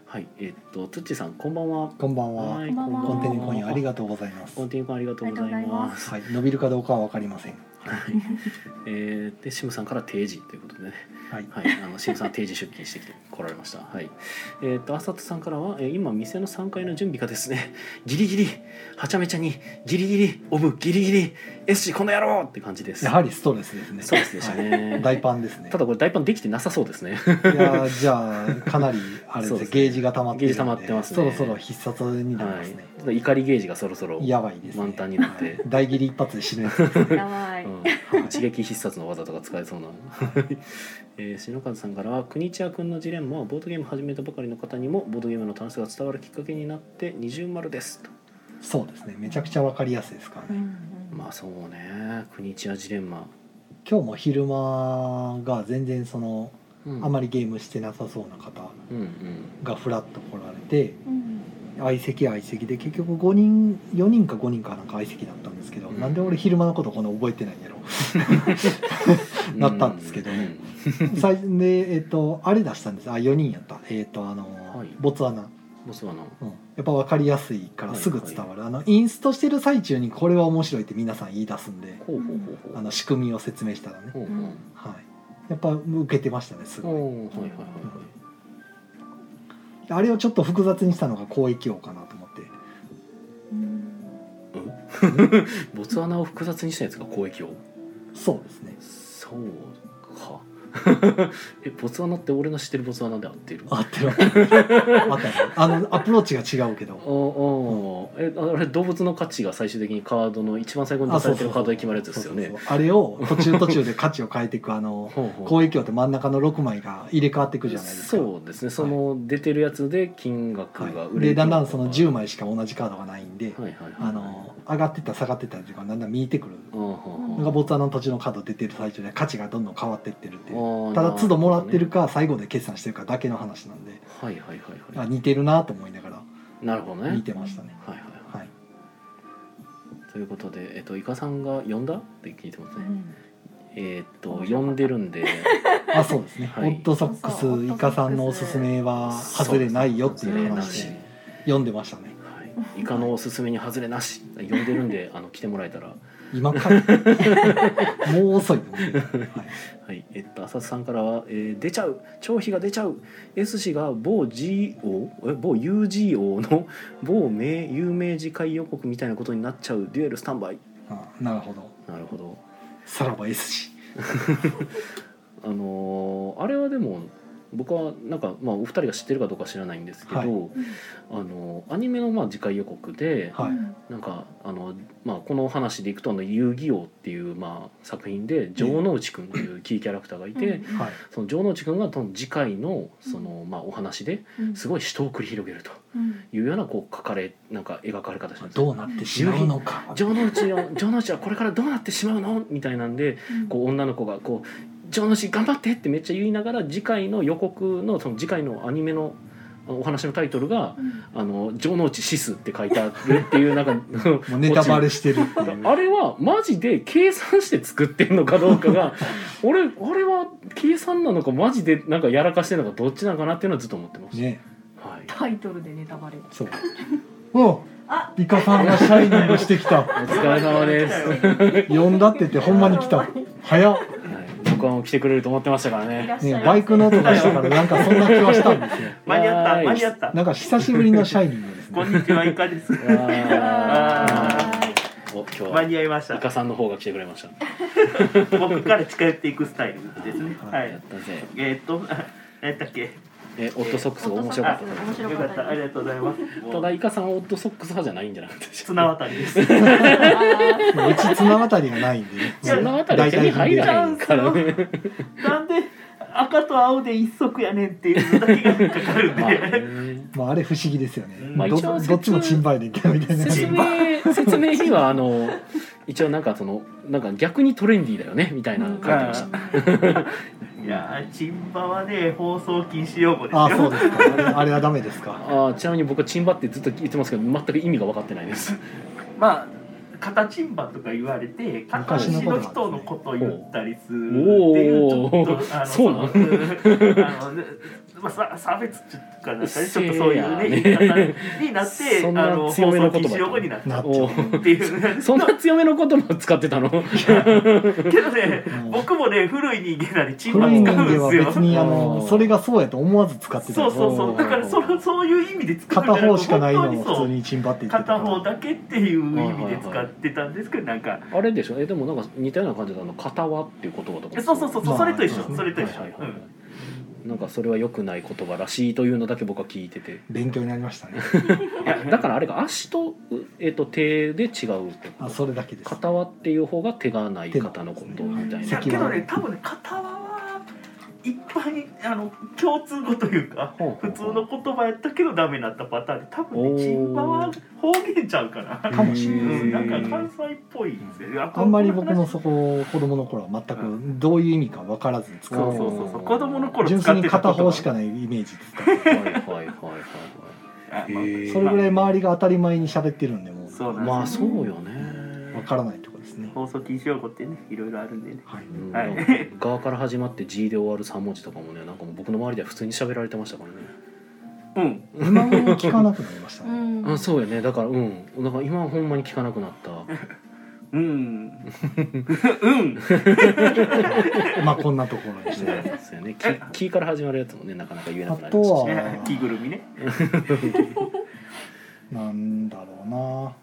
[SPEAKER 1] はい、えーっと、つっちさん、こんばんは。
[SPEAKER 2] こんばんは
[SPEAKER 1] はい
[SPEAKER 3] こんばんは
[SPEAKER 2] コンテニコインあり
[SPEAKER 1] が
[SPEAKER 2] がとうございます
[SPEAKER 1] コンテニコインありがとうござい
[SPEAKER 3] ありがとうござい
[SPEAKER 1] ま。
[SPEAKER 3] ます
[SPEAKER 2] はい伸びるかどうかは分かりません
[SPEAKER 1] はい、えーでシムさんから定時ということでね、
[SPEAKER 2] はい
[SPEAKER 1] はい、あのシムさんは定時出勤してきて来られましたはいえーっとあさとさんからは、えー今店の3階の準備がですね ギリギリはちゃめちゃにギリギリオブギリギリ S 氏この野郎って感じです
[SPEAKER 2] やはりストレスですね
[SPEAKER 1] そうですでしたね
[SPEAKER 2] はい大パンですね
[SPEAKER 1] ただこれ大パンできてなさそうですね
[SPEAKER 2] いやーじゃあかなりあれ
[SPEAKER 1] そ
[SPEAKER 2] で
[SPEAKER 1] う
[SPEAKER 2] す
[SPEAKER 1] ですね
[SPEAKER 2] ねゲージが溜まってるんで
[SPEAKER 1] ゲージ溜まってますね
[SPEAKER 2] そろそろ必殺になり
[SPEAKER 1] は
[SPEAKER 2] ま
[SPEAKER 1] い
[SPEAKER 2] すね、
[SPEAKER 1] ただ怒りゲージがそろそろ
[SPEAKER 2] やばいですね
[SPEAKER 1] 満タンになって
[SPEAKER 2] 大切り一発で死ぬやつですね
[SPEAKER 3] やばい。
[SPEAKER 1] うん、一撃必殺の技とか使えそうな、 えー、篠和さんからは「国千谷君のジレンマはボードゲーム始めたばかりの方にもボードゲームの楽しさが伝わるきっかけになって二重丸です」と
[SPEAKER 2] そうですねめちゃくちゃ分かりやすいですから
[SPEAKER 3] うん
[SPEAKER 2] ね、
[SPEAKER 3] うん
[SPEAKER 1] まあそうね国千谷ジレンマ、
[SPEAKER 2] 今日も昼間が全然その
[SPEAKER 1] うん、
[SPEAKER 2] あま
[SPEAKER 1] り
[SPEAKER 2] りゲームしてなさそうな方
[SPEAKER 1] うんうん
[SPEAKER 2] がフラッと来られて
[SPEAKER 3] うん
[SPEAKER 2] 相席相席で結局5人4人か5人かなんか相席だったんですけど、
[SPEAKER 1] うん
[SPEAKER 2] なんで俺昼間のことこんな覚えてないんやろなったんですけど
[SPEAKER 1] うん
[SPEAKER 2] 最初でえっ、とあれ出したんですあ4人やったえっ、とあの、
[SPEAKER 1] はい
[SPEAKER 2] ボツワナ
[SPEAKER 1] ボスワナ
[SPEAKER 2] うんやっぱ分かりやすいからすぐ伝わる、あのインストしてる最中にこれは面白いって皆さん言い出すんで
[SPEAKER 1] ほうほうほうほう
[SPEAKER 2] あの仕組みを説明したらね、
[SPEAKER 1] ほう
[SPEAKER 2] はい、やっぱ受けてましたねす
[SPEAKER 1] ほう
[SPEAKER 2] ごい
[SPEAKER 1] おーはいはいはいはい
[SPEAKER 2] あれをちょっと複雑にしたのが交易王かなと思って
[SPEAKER 3] うん
[SPEAKER 1] ボツワナを複雑にしたやつが交易を
[SPEAKER 2] そうですね
[SPEAKER 1] そうか えボツワナって俺の知ってるボツワナで合ってる
[SPEAKER 2] 合ってる合ってる合ってるあのアプローチが違うけど
[SPEAKER 1] おーおーえあれ動物の価値が最終的にカードの一番最後に出されてるカードで決まるやつですよね
[SPEAKER 2] そうそうそうあれを途中途中で価値を変えていくあの
[SPEAKER 1] ほうほう
[SPEAKER 2] 交易王って真ん中の6枚が入れ替わっていくじゃないですか
[SPEAKER 1] そうですねその出てるやつで金額が
[SPEAKER 2] は
[SPEAKER 1] 売
[SPEAKER 2] い、
[SPEAKER 1] れ
[SPEAKER 2] で
[SPEAKER 1] る
[SPEAKER 2] だんだんその10
[SPEAKER 1] 枚
[SPEAKER 2] 枚しか同じカードがないん
[SPEAKER 1] は
[SPEAKER 2] で、
[SPEAKER 1] いはいはい
[SPEAKER 2] あの上がってった下がってったっていうかだんだん見えてくる
[SPEAKER 1] うん
[SPEAKER 2] のがボツワナの土地のカード出てる最中で価値がどんどん変わってってるっていう
[SPEAKER 1] あー
[SPEAKER 2] ただ都度もらって
[SPEAKER 1] な
[SPEAKER 2] るか最後で決算してるかだけの話なんで
[SPEAKER 1] ほどねはいはいはい
[SPEAKER 2] あ
[SPEAKER 1] は
[SPEAKER 2] 似てるなと思いなが
[SPEAKER 1] いなるほどね
[SPEAKER 2] ら見てましたね
[SPEAKER 1] はいはいは
[SPEAKER 2] はい
[SPEAKER 1] いということでえっとイカさんが呼んだって聞いてます
[SPEAKER 3] う
[SPEAKER 1] ね
[SPEAKER 3] ん
[SPEAKER 1] えっと呼んでる んで
[SPEAKER 2] あそうですね、
[SPEAKER 1] はい
[SPEAKER 2] ホットソック
[SPEAKER 3] そうそう
[SPEAKER 2] スイカさんのおすすめは外れないよっていう
[SPEAKER 1] そうで
[SPEAKER 2] 話
[SPEAKER 1] す
[SPEAKER 2] で
[SPEAKER 1] ね
[SPEAKER 2] 読んでましたね
[SPEAKER 1] はいイカのおすすめに外れなし呼んでるんであの来てもらえたら
[SPEAKER 2] 今からもう遅いと思って、はい
[SPEAKER 1] はい、えっと浅田さんからは、えー出ちゃう張飛が出ちゃう S 氏が某 GO え某 UGO の某名有名次回予告みたいなことになっちゃうデュエルスタンバイ
[SPEAKER 2] あなるほど
[SPEAKER 1] なるほど
[SPEAKER 2] さらば S 氏
[SPEAKER 1] あのーあれはでも僕はなんか、まあ、お二人が知ってるかどうか知らないんですけど、
[SPEAKER 2] は
[SPEAKER 1] あ
[SPEAKER 2] い
[SPEAKER 1] のーアニメのまあ次回予告で、
[SPEAKER 2] はい
[SPEAKER 1] なんかあの、まあ、この話でいくとあの「遊戯王」っていう、まあ、作品で城之内くんというキーキャラクターがいて、
[SPEAKER 2] はい
[SPEAKER 1] その城之内くんがその次回のその、まあ、お話で
[SPEAKER 3] うん
[SPEAKER 1] すごい死闘を繰り広げると
[SPEAKER 3] うん
[SPEAKER 1] いうようなこう書かれなんか描かれ方します
[SPEAKER 2] どうなってしまうのか
[SPEAKER 1] 城之内 の城之内はこれからどうなってしまうのみたいなんでこう女の子がこう「城之内頑張って!」ってめっちゃ言いながら次回の予告のその次回のアニメのあのお話のタイトルが
[SPEAKER 3] うん
[SPEAKER 1] 「あの城之内シス」って書いてあるっていうなんか
[SPEAKER 2] もうネタバレしてるって
[SPEAKER 1] だ
[SPEAKER 2] いう
[SPEAKER 1] あれはマジで計算して作ってんのかどうかが俺あれは計算なのかマジでなんかやらかしてんのかどっちなのかなっていうのはずっと思ってました、
[SPEAKER 2] ね
[SPEAKER 1] はい、
[SPEAKER 3] タイトルでネタバレ。
[SPEAKER 2] そうお
[SPEAKER 3] あ、
[SPEAKER 2] イカさんがシャイニングしてきた
[SPEAKER 1] お疲れ様です、 は
[SPEAKER 2] 呼んだって言ってほんまに来た早っ
[SPEAKER 1] い、僕はもう来てくれると思ってましたからね
[SPEAKER 2] ねバイクの音がしたからなんかそんな気はしたんですよ
[SPEAKER 4] 間に合った
[SPEAKER 1] はい
[SPEAKER 4] 間に合った
[SPEAKER 2] なんか久しぶりのシャイニングです
[SPEAKER 4] こん
[SPEAKER 2] ね
[SPEAKER 4] にちはイカです
[SPEAKER 1] あ
[SPEAKER 4] あ
[SPEAKER 1] ーお今日
[SPEAKER 4] 間
[SPEAKER 1] は
[SPEAKER 4] に合いまし
[SPEAKER 1] イカ
[SPEAKER 4] た
[SPEAKER 1] さんの方が来てくれました
[SPEAKER 4] 僕から近寄っていくスタイルですねは
[SPEAKER 1] やっ
[SPEAKER 4] い
[SPEAKER 1] たぜ
[SPEAKER 4] えーっと あ何やったっけ
[SPEAKER 1] えオットソックスが面白かった
[SPEAKER 3] 面白
[SPEAKER 4] よ
[SPEAKER 3] か
[SPEAKER 4] か
[SPEAKER 3] っ
[SPEAKER 4] ったたありがとうございます
[SPEAKER 1] ただイカさんはオットソックス派じゃないんじゃなくて
[SPEAKER 4] 綱渡りです
[SPEAKER 2] うち綱渡りがないんでね
[SPEAKER 1] そのあたり手に入らないからね
[SPEAKER 4] なんで赤と青で一足やねんっていうのだけが引っかかる ん
[SPEAKER 1] まあ
[SPEAKER 4] で
[SPEAKER 1] ね
[SPEAKER 2] まああれ不思議ですよね。
[SPEAKER 4] まあ
[SPEAKER 2] ど
[SPEAKER 1] 一応説
[SPEAKER 2] どっちもチンバイでみたい な。
[SPEAKER 1] 説明説明にはあの一応なんかそのなんか逆にトレンディーだよねみたいなの書いてました。
[SPEAKER 4] いやーチンバはね放送禁止用語ですよ
[SPEAKER 2] ああそうですか。あれあれはダメですか。
[SPEAKER 1] あーちなみに僕はチンバってずっと言ってますけど全く意味が分かってないです。
[SPEAKER 4] まあ形んばとか言われて片足の人のことを言ったりする
[SPEAKER 1] お
[SPEAKER 4] っていうちょっ
[SPEAKER 1] お
[SPEAKER 4] とあの
[SPEAKER 1] そうなの
[SPEAKER 4] のあのねまあさ差別っていうかなんかねちょっとそういうね言い方になっ て
[SPEAKER 1] そ
[SPEAKER 4] あ
[SPEAKER 1] んな
[SPEAKER 4] の放
[SPEAKER 1] 強めの
[SPEAKER 4] 送禁
[SPEAKER 1] 言葉
[SPEAKER 4] 止用語になった
[SPEAKER 2] な
[SPEAKER 4] っ
[SPEAKER 2] っちゃう
[SPEAKER 1] お
[SPEAKER 4] てい う
[SPEAKER 1] そんな強めの言葉を使ってた の
[SPEAKER 4] けどね
[SPEAKER 2] うん
[SPEAKER 4] 僕もね古い人間なりチン
[SPEAKER 2] 古
[SPEAKER 4] パ
[SPEAKER 2] い
[SPEAKER 4] 使
[SPEAKER 2] 人
[SPEAKER 4] うん
[SPEAKER 2] 間は
[SPEAKER 4] です
[SPEAKER 2] 別
[SPEAKER 4] よ。
[SPEAKER 2] にあのそれがそうやと思わず使ってた
[SPEAKER 4] そうそう
[SPEAKER 1] お
[SPEAKER 4] そう
[SPEAKER 1] ー
[SPEAKER 4] だからそのそういう意味で使うん
[SPEAKER 2] 片
[SPEAKER 4] じゃな
[SPEAKER 2] 方
[SPEAKER 4] くて
[SPEAKER 2] しかないの
[SPEAKER 4] 本
[SPEAKER 2] を
[SPEAKER 4] 当にそ
[SPEAKER 2] 普
[SPEAKER 4] う
[SPEAKER 2] 通にチンパって言ってたから
[SPEAKER 4] 片方だけっていう意味で使ってたんですけどなんか
[SPEAKER 1] あれでしょえでもなんか似たような感じであの「片輪」っていう言葉とかも
[SPEAKER 4] そうそうそうそうそれと一
[SPEAKER 2] まあま
[SPEAKER 4] 緒
[SPEAKER 2] あ
[SPEAKER 4] それと一緒
[SPEAKER 1] はいは
[SPEAKER 4] う
[SPEAKER 1] いはい
[SPEAKER 4] ん
[SPEAKER 1] なんかそれは良くない言葉らしいというのだけ僕は聞いてて
[SPEAKER 2] 勉強になりましたね
[SPEAKER 1] いやだからあれが足と,、えっと手で違うってこ
[SPEAKER 2] あ
[SPEAKER 1] と
[SPEAKER 2] それだけです
[SPEAKER 1] 片輪っていう方が手がない方のことみたい
[SPEAKER 4] い
[SPEAKER 2] 手
[SPEAKER 4] や
[SPEAKER 1] な
[SPEAKER 2] の。
[SPEAKER 4] けどね多分ね片輪は一般にあの共通語というか
[SPEAKER 1] ほうほうほう
[SPEAKER 4] 普通の言葉やったけどダメになったパターンで多分
[SPEAKER 1] お
[SPEAKER 4] ね
[SPEAKER 1] ー
[SPEAKER 4] チンパは方言ちゃうかな。
[SPEAKER 2] かもし
[SPEAKER 4] う
[SPEAKER 2] れない
[SPEAKER 4] ん、な
[SPEAKER 1] へ
[SPEAKER 4] ん
[SPEAKER 1] ー
[SPEAKER 4] か関西っぽいんですよね。
[SPEAKER 2] あんまり僕も
[SPEAKER 4] そ
[SPEAKER 2] そこ子供の頃は全くどういう意味か分からず使
[SPEAKER 4] う
[SPEAKER 2] う
[SPEAKER 4] そうそうそう子供の頃
[SPEAKER 2] 純
[SPEAKER 4] 使
[SPEAKER 2] 粋
[SPEAKER 4] っ
[SPEAKER 2] に
[SPEAKER 4] てた言
[SPEAKER 2] 片
[SPEAKER 4] 葉
[SPEAKER 2] 方しかないイメージですか
[SPEAKER 1] はいはいはいはい
[SPEAKER 4] あ
[SPEAKER 1] へー
[SPEAKER 2] らそれぐらい
[SPEAKER 4] まあ
[SPEAKER 2] 周りが当たり前に喋ってるんでも
[SPEAKER 4] そうなんですよ
[SPEAKER 1] まあそうよ
[SPEAKER 2] 分
[SPEAKER 1] ね。
[SPEAKER 2] からないとこですね
[SPEAKER 4] 放送禁止用語ってねいろいろあるんでね。
[SPEAKER 2] はい
[SPEAKER 1] うん
[SPEAKER 4] はい
[SPEAKER 1] なんか 側から始まって G で終わる3文字とかもねなんかもう僕の周りでは普通に喋られてましたからね、
[SPEAKER 4] うん。
[SPEAKER 2] 今頃聞かなくなりました
[SPEAKER 3] う
[SPEAKER 2] ね
[SPEAKER 3] ん。
[SPEAKER 1] あそうやねだからうんなんか今はほんまに聞かなくなった
[SPEAKER 4] うん。うん。
[SPEAKER 2] まあこんなところに
[SPEAKER 1] そ
[SPEAKER 2] し
[SPEAKER 1] う
[SPEAKER 2] て
[SPEAKER 1] やね 「き」から始まるやつもねなかなか言えな
[SPEAKER 2] あ
[SPEAKER 1] くなりまし
[SPEAKER 2] と
[SPEAKER 1] たし。
[SPEAKER 2] は
[SPEAKER 4] 着ぐるみね。
[SPEAKER 2] なんだろうな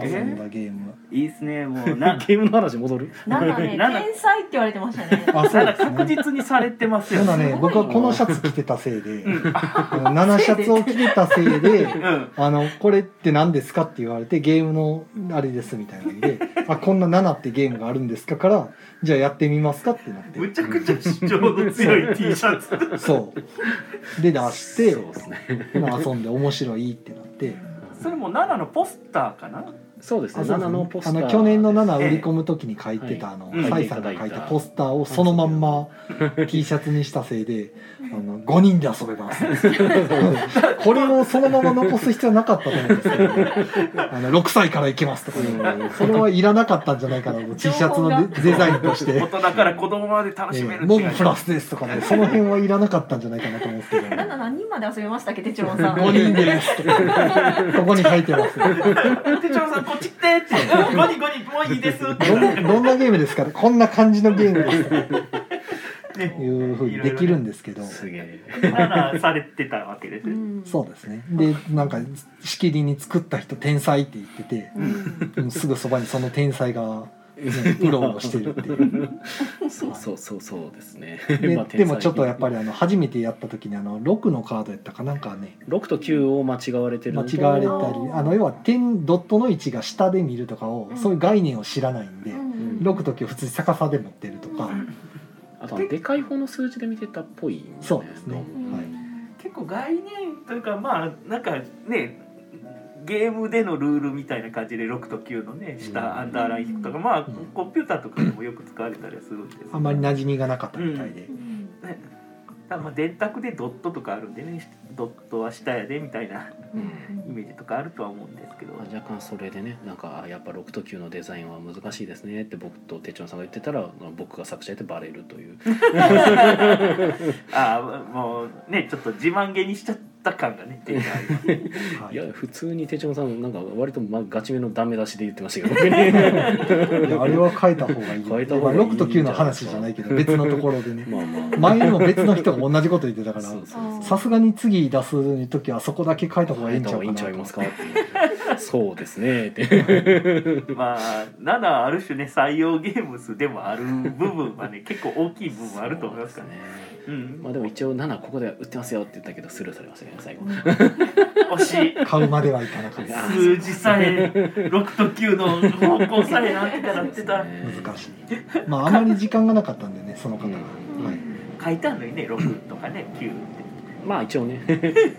[SPEAKER 2] 遊んだゲーム
[SPEAKER 4] いいっすね。もうな
[SPEAKER 1] ゲームの話戻る
[SPEAKER 3] なんかね
[SPEAKER 4] なんだ
[SPEAKER 3] 天才って言われてましたね。
[SPEAKER 2] あそ
[SPEAKER 4] た
[SPEAKER 2] う
[SPEAKER 4] だ
[SPEAKER 2] です
[SPEAKER 4] 確
[SPEAKER 2] ね
[SPEAKER 4] 実にされてますよ
[SPEAKER 2] ただ
[SPEAKER 4] ね。
[SPEAKER 2] ね僕はこのシャツ着てたせいで
[SPEAKER 4] うん。
[SPEAKER 2] 7シャツを着てたせいで
[SPEAKER 4] うん。
[SPEAKER 2] あのこれって何ですかって言われてゲームのあれですみたいなんで「あこんな7ってゲームがあるんですか?」から「じゃあやってみますか?」ってなって
[SPEAKER 4] むちゃくちゃ主張の強い T シャツ。
[SPEAKER 2] そうで出して
[SPEAKER 1] そうですね
[SPEAKER 2] 遊んで面白いってなって
[SPEAKER 4] それもナナのポスターかな。
[SPEAKER 1] そうです
[SPEAKER 2] あ
[SPEAKER 1] ね
[SPEAKER 2] そう
[SPEAKER 1] 7のポスター
[SPEAKER 2] あの去年の
[SPEAKER 4] え
[SPEAKER 2] 7
[SPEAKER 4] え
[SPEAKER 2] 売り込む時に書いてたあの
[SPEAKER 4] うん
[SPEAKER 2] サイさんが書いたポスターを
[SPEAKER 1] い
[SPEAKER 2] そのまんま T シャツにしたせいであの5人で遊べます これをそのまま残す必要なかったと思うんですけどあの6歳から行けますとかね
[SPEAKER 1] うん
[SPEAKER 2] それはいらなかったんじゃないかなと T シャツのデデザインとして
[SPEAKER 4] 大人から子供まで楽しめ
[SPEAKER 2] ええ
[SPEAKER 4] るって
[SPEAKER 2] モ
[SPEAKER 4] いう。
[SPEAKER 2] ブプラスですとかねその辺はいらなかったんじゃないかなと思うんですけど
[SPEAKER 3] なんだ
[SPEAKER 2] 5
[SPEAKER 3] 何人まで遊びましたっけ、てちろんさん。
[SPEAKER 2] 人ですとかここに書いてます
[SPEAKER 4] で、ちょさん、こっち来てって。うんゴニゴニ、もういいですって。
[SPEAKER 2] どんなどんなゲームですかこんな感じのゲームですと
[SPEAKER 4] ね。
[SPEAKER 2] いうふうにできるんですけど
[SPEAKER 1] すげえ
[SPEAKER 4] ナナされてたわけです
[SPEAKER 3] う
[SPEAKER 4] ね。
[SPEAKER 3] ん。
[SPEAKER 2] そうですねでなんかしきりに作った人天才って言ってて
[SPEAKER 3] うん。
[SPEAKER 2] うんすぐそばにその天才が、ね、うろうろしてるっていう
[SPEAKER 1] そうそうそうそう ですね。
[SPEAKER 2] で
[SPEAKER 1] まあ
[SPEAKER 2] でもちょっとやっぱ
[SPEAKER 1] り
[SPEAKER 2] りあの初めてやった時にあの6のカードやったかなんかね
[SPEAKER 1] 六と九を間違われてる
[SPEAKER 2] 間
[SPEAKER 1] のと
[SPEAKER 2] 違われ
[SPEAKER 3] あ
[SPEAKER 2] たり
[SPEAKER 3] ー
[SPEAKER 2] あの要は点ドットの位置が下で見るとかを、
[SPEAKER 3] うん
[SPEAKER 2] そういう概念を知らないんで、
[SPEAKER 3] うん
[SPEAKER 2] 6と9普通に逆さで持ってるとか、
[SPEAKER 1] あとはでかい方の数字で見てたっぽいんだよね。
[SPEAKER 2] そうですね
[SPEAKER 1] ど
[SPEAKER 3] うん
[SPEAKER 1] も
[SPEAKER 2] はい
[SPEAKER 4] 結構概念というかまあなんかねゲームでのルールみたいな感じで6と9のね
[SPEAKER 1] うん
[SPEAKER 4] 下アンダーライン引くとかまあ
[SPEAKER 2] ん
[SPEAKER 4] コンピューターとかでもよく使われたりはするんです
[SPEAKER 2] あんまり馴染みがなかったみたいで、
[SPEAKER 3] うん
[SPEAKER 4] ねただまあ電卓でドットとかあるんでねドットは下やでみたいな
[SPEAKER 1] う
[SPEAKER 3] うん
[SPEAKER 4] イ
[SPEAKER 3] ん
[SPEAKER 4] メージとかあるとは思うんですけど
[SPEAKER 1] まあ若干それでねなんかあやっぱ六と九のデザインは難しいですねって僕とてっちょんさんが言ってたらまあ僕が作者やってバレるという
[SPEAKER 4] ああもうねちょっと自慢げにしちゃった感がねっていうの はありますね
[SPEAKER 2] はい
[SPEAKER 1] いや普通にてっちょんさんなんか割とまあガチめのダメ出しで言ってましたけど僕ね
[SPEAKER 2] いやあれは変えた方がいいよ
[SPEAKER 1] 変えた方がいい
[SPEAKER 2] まあ6と9の話じゃないけど別のところでね
[SPEAKER 1] まあ まあ
[SPEAKER 2] 前にも別の人が同じこと言ってたか
[SPEAKER 1] そう
[SPEAKER 2] ら
[SPEAKER 1] そうそう
[SPEAKER 2] さすがに次出す時はそこだけ書いた方がいいんちゃう
[SPEAKER 1] いい
[SPEAKER 2] か
[SPEAKER 1] ん
[SPEAKER 2] な
[SPEAKER 1] ちゃい
[SPEAKER 2] と
[SPEAKER 1] ますかって いうそうですねって
[SPEAKER 4] まあ7はある種ね採用ゲーム数でもある部分はね結構大きい部分はあると思いますからね。
[SPEAKER 1] ね
[SPEAKER 4] うん
[SPEAKER 1] まあでも一応7ここでは売ってますよって言ったけどスルーされましたけどね最後
[SPEAKER 4] 惜しい
[SPEAKER 2] 買うまではいかなかった
[SPEAKER 4] 数字さえ6と9の方向さえなんとかなってた
[SPEAKER 2] 難しいまああまり時間がなかったんでねその方が、
[SPEAKER 1] うん
[SPEAKER 2] はい、
[SPEAKER 4] 書いてあるのにね6とかね9って
[SPEAKER 1] まあ一応 ね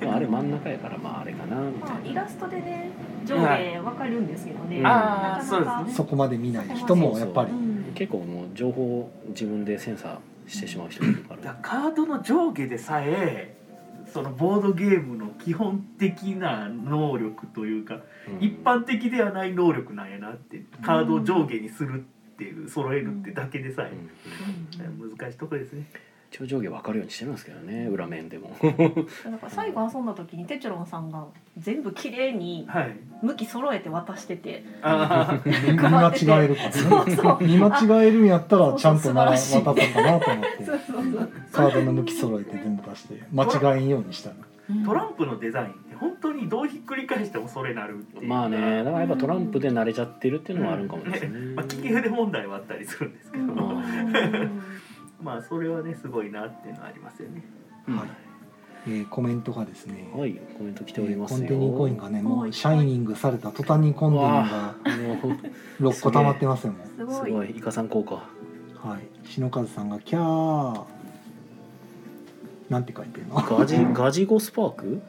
[SPEAKER 1] まああれ真ん中やからまああれかなみた
[SPEAKER 3] まあ
[SPEAKER 1] い
[SPEAKER 3] イ
[SPEAKER 1] な
[SPEAKER 3] ラストでね上下わかるんですけどね。
[SPEAKER 1] あ
[SPEAKER 4] ー
[SPEAKER 3] なかなか
[SPEAKER 4] そうですね
[SPEAKER 2] そこまで見ない人もやっぱり
[SPEAKER 3] うん
[SPEAKER 1] 結構もう情報を自分でセンサーしてしまう人もいるか
[SPEAKER 4] だ
[SPEAKER 1] ら
[SPEAKER 4] カードの上下でさえそのボードゲームの基本的な能力というか、
[SPEAKER 1] うん
[SPEAKER 4] 一般的ではない能力なんやなってカードを上下にするっていう揃えるってだけでさえ
[SPEAKER 1] う、ん
[SPEAKER 4] 難しいとこですね。
[SPEAKER 1] 一応上下分かるようにしてるんですけどね裏面で も
[SPEAKER 3] なんか最後遊んだ時にテチロンさんが全部綺麗に
[SPEAKER 4] はい。
[SPEAKER 3] 向き揃えて渡してて
[SPEAKER 4] あー
[SPEAKER 2] 見間違えるから
[SPEAKER 3] そ
[SPEAKER 2] ね
[SPEAKER 3] うそう
[SPEAKER 2] 見間違えるんやったらちゃんとな渡
[SPEAKER 3] そう
[SPEAKER 2] っ
[SPEAKER 3] そ
[SPEAKER 2] た
[SPEAKER 3] う素
[SPEAKER 2] かなと思って
[SPEAKER 3] そうそうそう
[SPEAKER 2] カードの向き揃えて全部出して間違えんようにしたの
[SPEAKER 4] トランプのデザインって本当にどうひっくり返してもそれなるっていうか
[SPEAKER 1] まあねだからやっぱトランプで慣れちゃってるっていうのもあるんかもですね、
[SPEAKER 4] まあ利き筆問題はあったりするんですけど、
[SPEAKER 3] うん
[SPEAKER 1] あ
[SPEAKER 4] まあそれはねすごいなっていうのはありますよね。
[SPEAKER 2] はいえーコメントがですね、
[SPEAKER 1] はいコメント来ておりますよ、
[SPEAKER 2] コンテニーコインがねも
[SPEAKER 3] お
[SPEAKER 2] う
[SPEAKER 3] い
[SPEAKER 2] シャイニングされた途端にコンテニーが
[SPEAKER 1] も
[SPEAKER 2] 6個溜まってますよも
[SPEAKER 3] す
[SPEAKER 1] う
[SPEAKER 3] ご
[SPEAKER 1] す
[SPEAKER 3] い
[SPEAKER 1] ごいイカさん効果
[SPEAKER 2] うはい篠和さんが「キャー」なんて書いてるの
[SPEAKER 1] ガジガジゴスパーク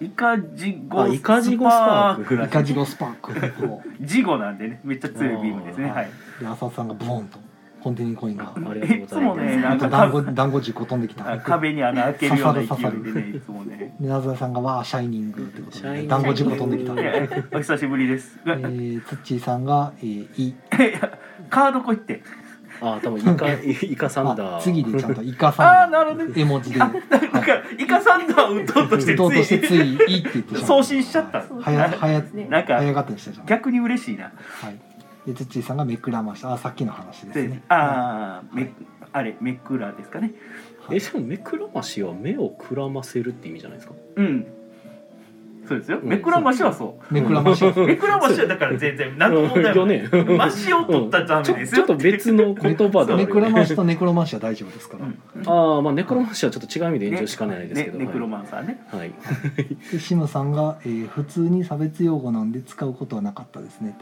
[SPEAKER 4] イカジ
[SPEAKER 1] あ
[SPEAKER 4] ゴ
[SPEAKER 1] イカジゴスパーク
[SPEAKER 2] イカジゴスパークを
[SPEAKER 4] ジゴなんでねめっちゃ強いビームです
[SPEAKER 2] あ
[SPEAKER 4] ね。
[SPEAKER 2] ー
[SPEAKER 4] はい。
[SPEAKER 2] で浅田さんがボーンとコンテニーコインが
[SPEAKER 1] ありがとうござい
[SPEAKER 4] いつ
[SPEAKER 1] ま
[SPEAKER 4] も
[SPEAKER 1] す
[SPEAKER 4] ね
[SPEAKER 2] な
[SPEAKER 4] なんん
[SPEAKER 2] か
[SPEAKER 4] か
[SPEAKER 2] 団子団子10個飛んできた
[SPEAKER 4] あ
[SPEAKER 2] で
[SPEAKER 4] 壁に穴開けるよう な勢いでねいつもね。
[SPEAKER 2] なずなさんが「わあシャイニング」ってこと
[SPEAKER 1] シャイニ
[SPEAKER 2] で
[SPEAKER 1] ン
[SPEAKER 2] ね
[SPEAKER 1] グ
[SPEAKER 2] 団子10個飛んできた
[SPEAKER 4] いやいやお久しぶりです。
[SPEAKER 2] えー、ツッチーさんが「えー、イ
[SPEAKER 4] カードこいって。
[SPEAKER 1] あ多分イカイカサンダ
[SPEAKER 2] あ
[SPEAKER 1] ー
[SPEAKER 2] 次でちゃんとイカ
[SPEAKER 4] あ
[SPEAKER 2] さ
[SPEAKER 4] あ
[SPEAKER 2] ん
[SPEAKER 4] なる
[SPEAKER 2] が
[SPEAKER 4] ほどね。
[SPEAKER 2] 絵文字で
[SPEAKER 4] なんかイカサンダーを打とうとして
[SPEAKER 2] 打とうとして
[SPEAKER 4] つ
[SPEAKER 2] つ
[SPEAKER 4] い
[SPEAKER 2] い「イ」って言ってしまった
[SPEAKER 4] 送信しちゃった。
[SPEAKER 2] はやはや
[SPEAKER 4] なんか
[SPEAKER 2] 早かったでしたじゃん
[SPEAKER 4] 逆に嬉しいな。
[SPEAKER 2] はいでツッチーさんが「めくらました」あさっきの話ですね
[SPEAKER 4] ああ、めあれめくらですかね。
[SPEAKER 2] はい
[SPEAKER 1] えしかも目くらましは目をくらませるって意味じゃないですか
[SPEAKER 4] うん。そうですよ。
[SPEAKER 1] うん
[SPEAKER 4] めくらましはそ
[SPEAKER 2] めくらましは
[SPEAKER 4] う。めくらましはだから全然 何の問題
[SPEAKER 1] よ
[SPEAKER 4] もない。
[SPEAKER 1] ね
[SPEAKER 4] ましを取ったらダ
[SPEAKER 1] ち
[SPEAKER 4] メ
[SPEAKER 1] ょ
[SPEAKER 4] です
[SPEAKER 1] ちょ
[SPEAKER 4] よ
[SPEAKER 1] っ。と別の言葉だ、
[SPEAKER 2] ネクラ
[SPEAKER 1] ね、
[SPEAKER 2] マンシとネクロマンシは大丈夫ですか
[SPEAKER 4] う
[SPEAKER 2] ら、
[SPEAKER 4] ん
[SPEAKER 1] ああまあネクロマンシーはちょっと違う意味で延長しかねないですけど、
[SPEAKER 4] ねネクロ
[SPEAKER 1] は
[SPEAKER 4] マンサーね。
[SPEAKER 1] い、はい、
[SPEAKER 2] でシムさんが、えー普通に差別用語なんで使うことはなかったですね」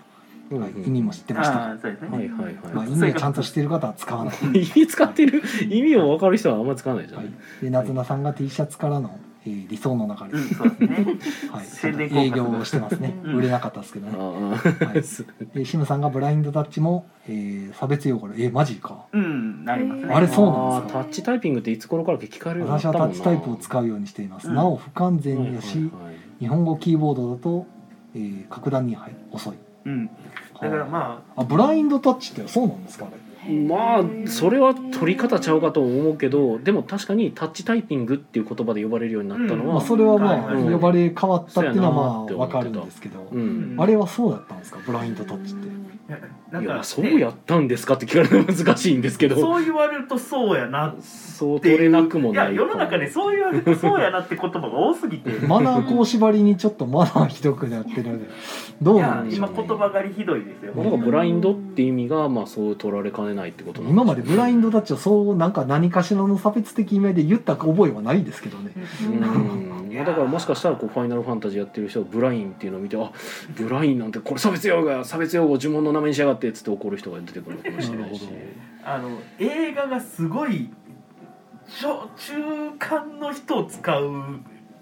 [SPEAKER 2] と、はい、意味も知ってました
[SPEAKER 4] あ
[SPEAKER 2] か
[SPEAKER 4] あ、そうです
[SPEAKER 1] は
[SPEAKER 4] ね。
[SPEAKER 1] いはい
[SPEAKER 2] ま
[SPEAKER 1] は
[SPEAKER 2] あ、意味をちゃんとしてる方は使わない、
[SPEAKER 1] い意味使ってる意味を分かる人はあんまり使わないじゃ
[SPEAKER 2] は
[SPEAKER 1] ない、
[SPEAKER 2] い、で夏菜さんが T シャツからの、えー理想の流
[SPEAKER 4] う
[SPEAKER 2] れ、
[SPEAKER 4] ん、そうですね。
[SPEAKER 2] はい、
[SPEAKER 4] 宣伝効果
[SPEAKER 2] 営業をしてますね
[SPEAKER 3] うん
[SPEAKER 2] 売れなかったですけどね、
[SPEAKER 1] あ あ、
[SPEAKER 2] はいでシムさんが「ブラインドタッチも」えー差別用語で「えーマジか
[SPEAKER 4] うん、なりますね。
[SPEAKER 2] あれそうなんですか
[SPEAKER 1] あータッチタイピングっていつ頃からか聞かれるようになっ
[SPEAKER 2] 私
[SPEAKER 1] た
[SPEAKER 2] は
[SPEAKER 1] もんな
[SPEAKER 2] タッチタイプを使うようにしています、
[SPEAKER 4] うん
[SPEAKER 2] なお不完全
[SPEAKER 1] はい
[SPEAKER 2] やし、
[SPEAKER 1] はいはい
[SPEAKER 2] 日本語キーボードだと、えー格段にはい遅い
[SPEAKER 4] うん。だからま
[SPEAKER 2] あブラインドタッチってそうなんですかね
[SPEAKER 1] まあそれは取り方ちゃうかと思うけどでも確かにタッチタイピングっていう言葉で呼ばれるようになったの
[SPEAKER 2] まあ、
[SPEAKER 1] は、
[SPEAKER 2] それはまあ
[SPEAKER 1] うん
[SPEAKER 2] 呼ばれ変わったっていうのはまあ
[SPEAKER 1] そうやな
[SPEAKER 2] わ
[SPEAKER 1] って思
[SPEAKER 2] か
[SPEAKER 1] ってた
[SPEAKER 2] るんですけど
[SPEAKER 1] うん
[SPEAKER 4] ん
[SPEAKER 2] あれはそうだったんですかブラインドタッチって
[SPEAKER 4] あ、ないん
[SPEAKER 1] や
[SPEAKER 4] か、
[SPEAKER 1] そうやったんですかって聞かれるのは難しいんですけどそう
[SPEAKER 4] そう言われるとそうやなっ
[SPEAKER 1] 取れなくもない
[SPEAKER 4] や世の中でそう言われるとそうやなって言葉が多すぎて
[SPEAKER 2] マナー講師ばりにちょっとマナーひどくなってるのでど
[SPEAKER 4] いう
[SPEAKER 2] な
[SPEAKER 4] や
[SPEAKER 2] んでしょ
[SPEAKER 4] 今
[SPEAKER 2] う、
[SPEAKER 4] 言
[SPEAKER 2] ね、
[SPEAKER 4] 葉狩りひどいですよ
[SPEAKER 1] まあだからブラインドって意味がまあそう取られかねないってことなん
[SPEAKER 2] 今まで
[SPEAKER 1] しょう
[SPEAKER 2] ブラインドタッチをそうなんか何かしらの差別的意味で言った覚えはないですけどね
[SPEAKER 1] うんまあだからもしかしたらこうファイナルファンタジーやってる人はブラインっていうのを見てあブラインなんてこれ差別用語や差別用語呪文の名前にしやがってっつって怒る人が出てくるのかもしれないし
[SPEAKER 2] なる
[SPEAKER 4] あの映画がすごい小中間の人を使う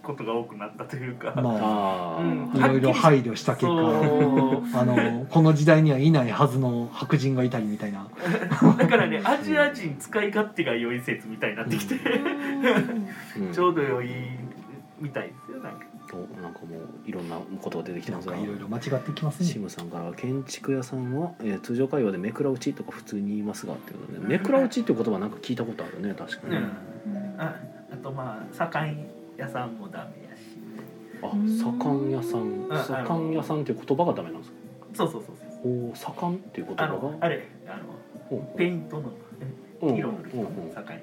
[SPEAKER 4] ことが多くなったというか、
[SPEAKER 2] ま
[SPEAKER 1] ああ、
[SPEAKER 4] うん
[SPEAKER 2] あいろいろ配慮した結果
[SPEAKER 4] そ
[SPEAKER 2] あのこの時代にはいないはずの白人がいたりみたいな
[SPEAKER 4] うだからねアジア人使い勝手が良い説みたいになってきて、
[SPEAKER 1] うん
[SPEAKER 4] ちょうど良いみたいですよなんか
[SPEAKER 1] おなんかもういろんなことが出てきて
[SPEAKER 2] な
[SPEAKER 1] ま
[SPEAKER 2] ん
[SPEAKER 1] すが
[SPEAKER 2] かいろいろ間違ってきます
[SPEAKER 1] シ
[SPEAKER 2] ね
[SPEAKER 1] ムさんからは建築屋さんは、えー通常会話で「目くら落ち」とか普通に言いますがっていうことで「目くら落ち」っていう言葉なんか聞いたことあるね確かに、
[SPEAKER 4] うんああとまあ酒屋さんもダメやし
[SPEAKER 1] あ左官屋さん
[SPEAKER 4] ん
[SPEAKER 1] 左官屋さんっていう言葉がダメなんですか
[SPEAKER 4] そうそうそうそう
[SPEAKER 1] おー左官っていう言
[SPEAKER 4] あ
[SPEAKER 1] 葉が
[SPEAKER 4] のあれあの
[SPEAKER 1] ほうほう
[SPEAKER 4] ペイントの
[SPEAKER 1] うん
[SPEAKER 4] 色を塗る
[SPEAKER 1] う
[SPEAKER 4] 人
[SPEAKER 1] ん
[SPEAKER 4] の
[SPEAKER 1] うん
[SPEAKER 4] 境に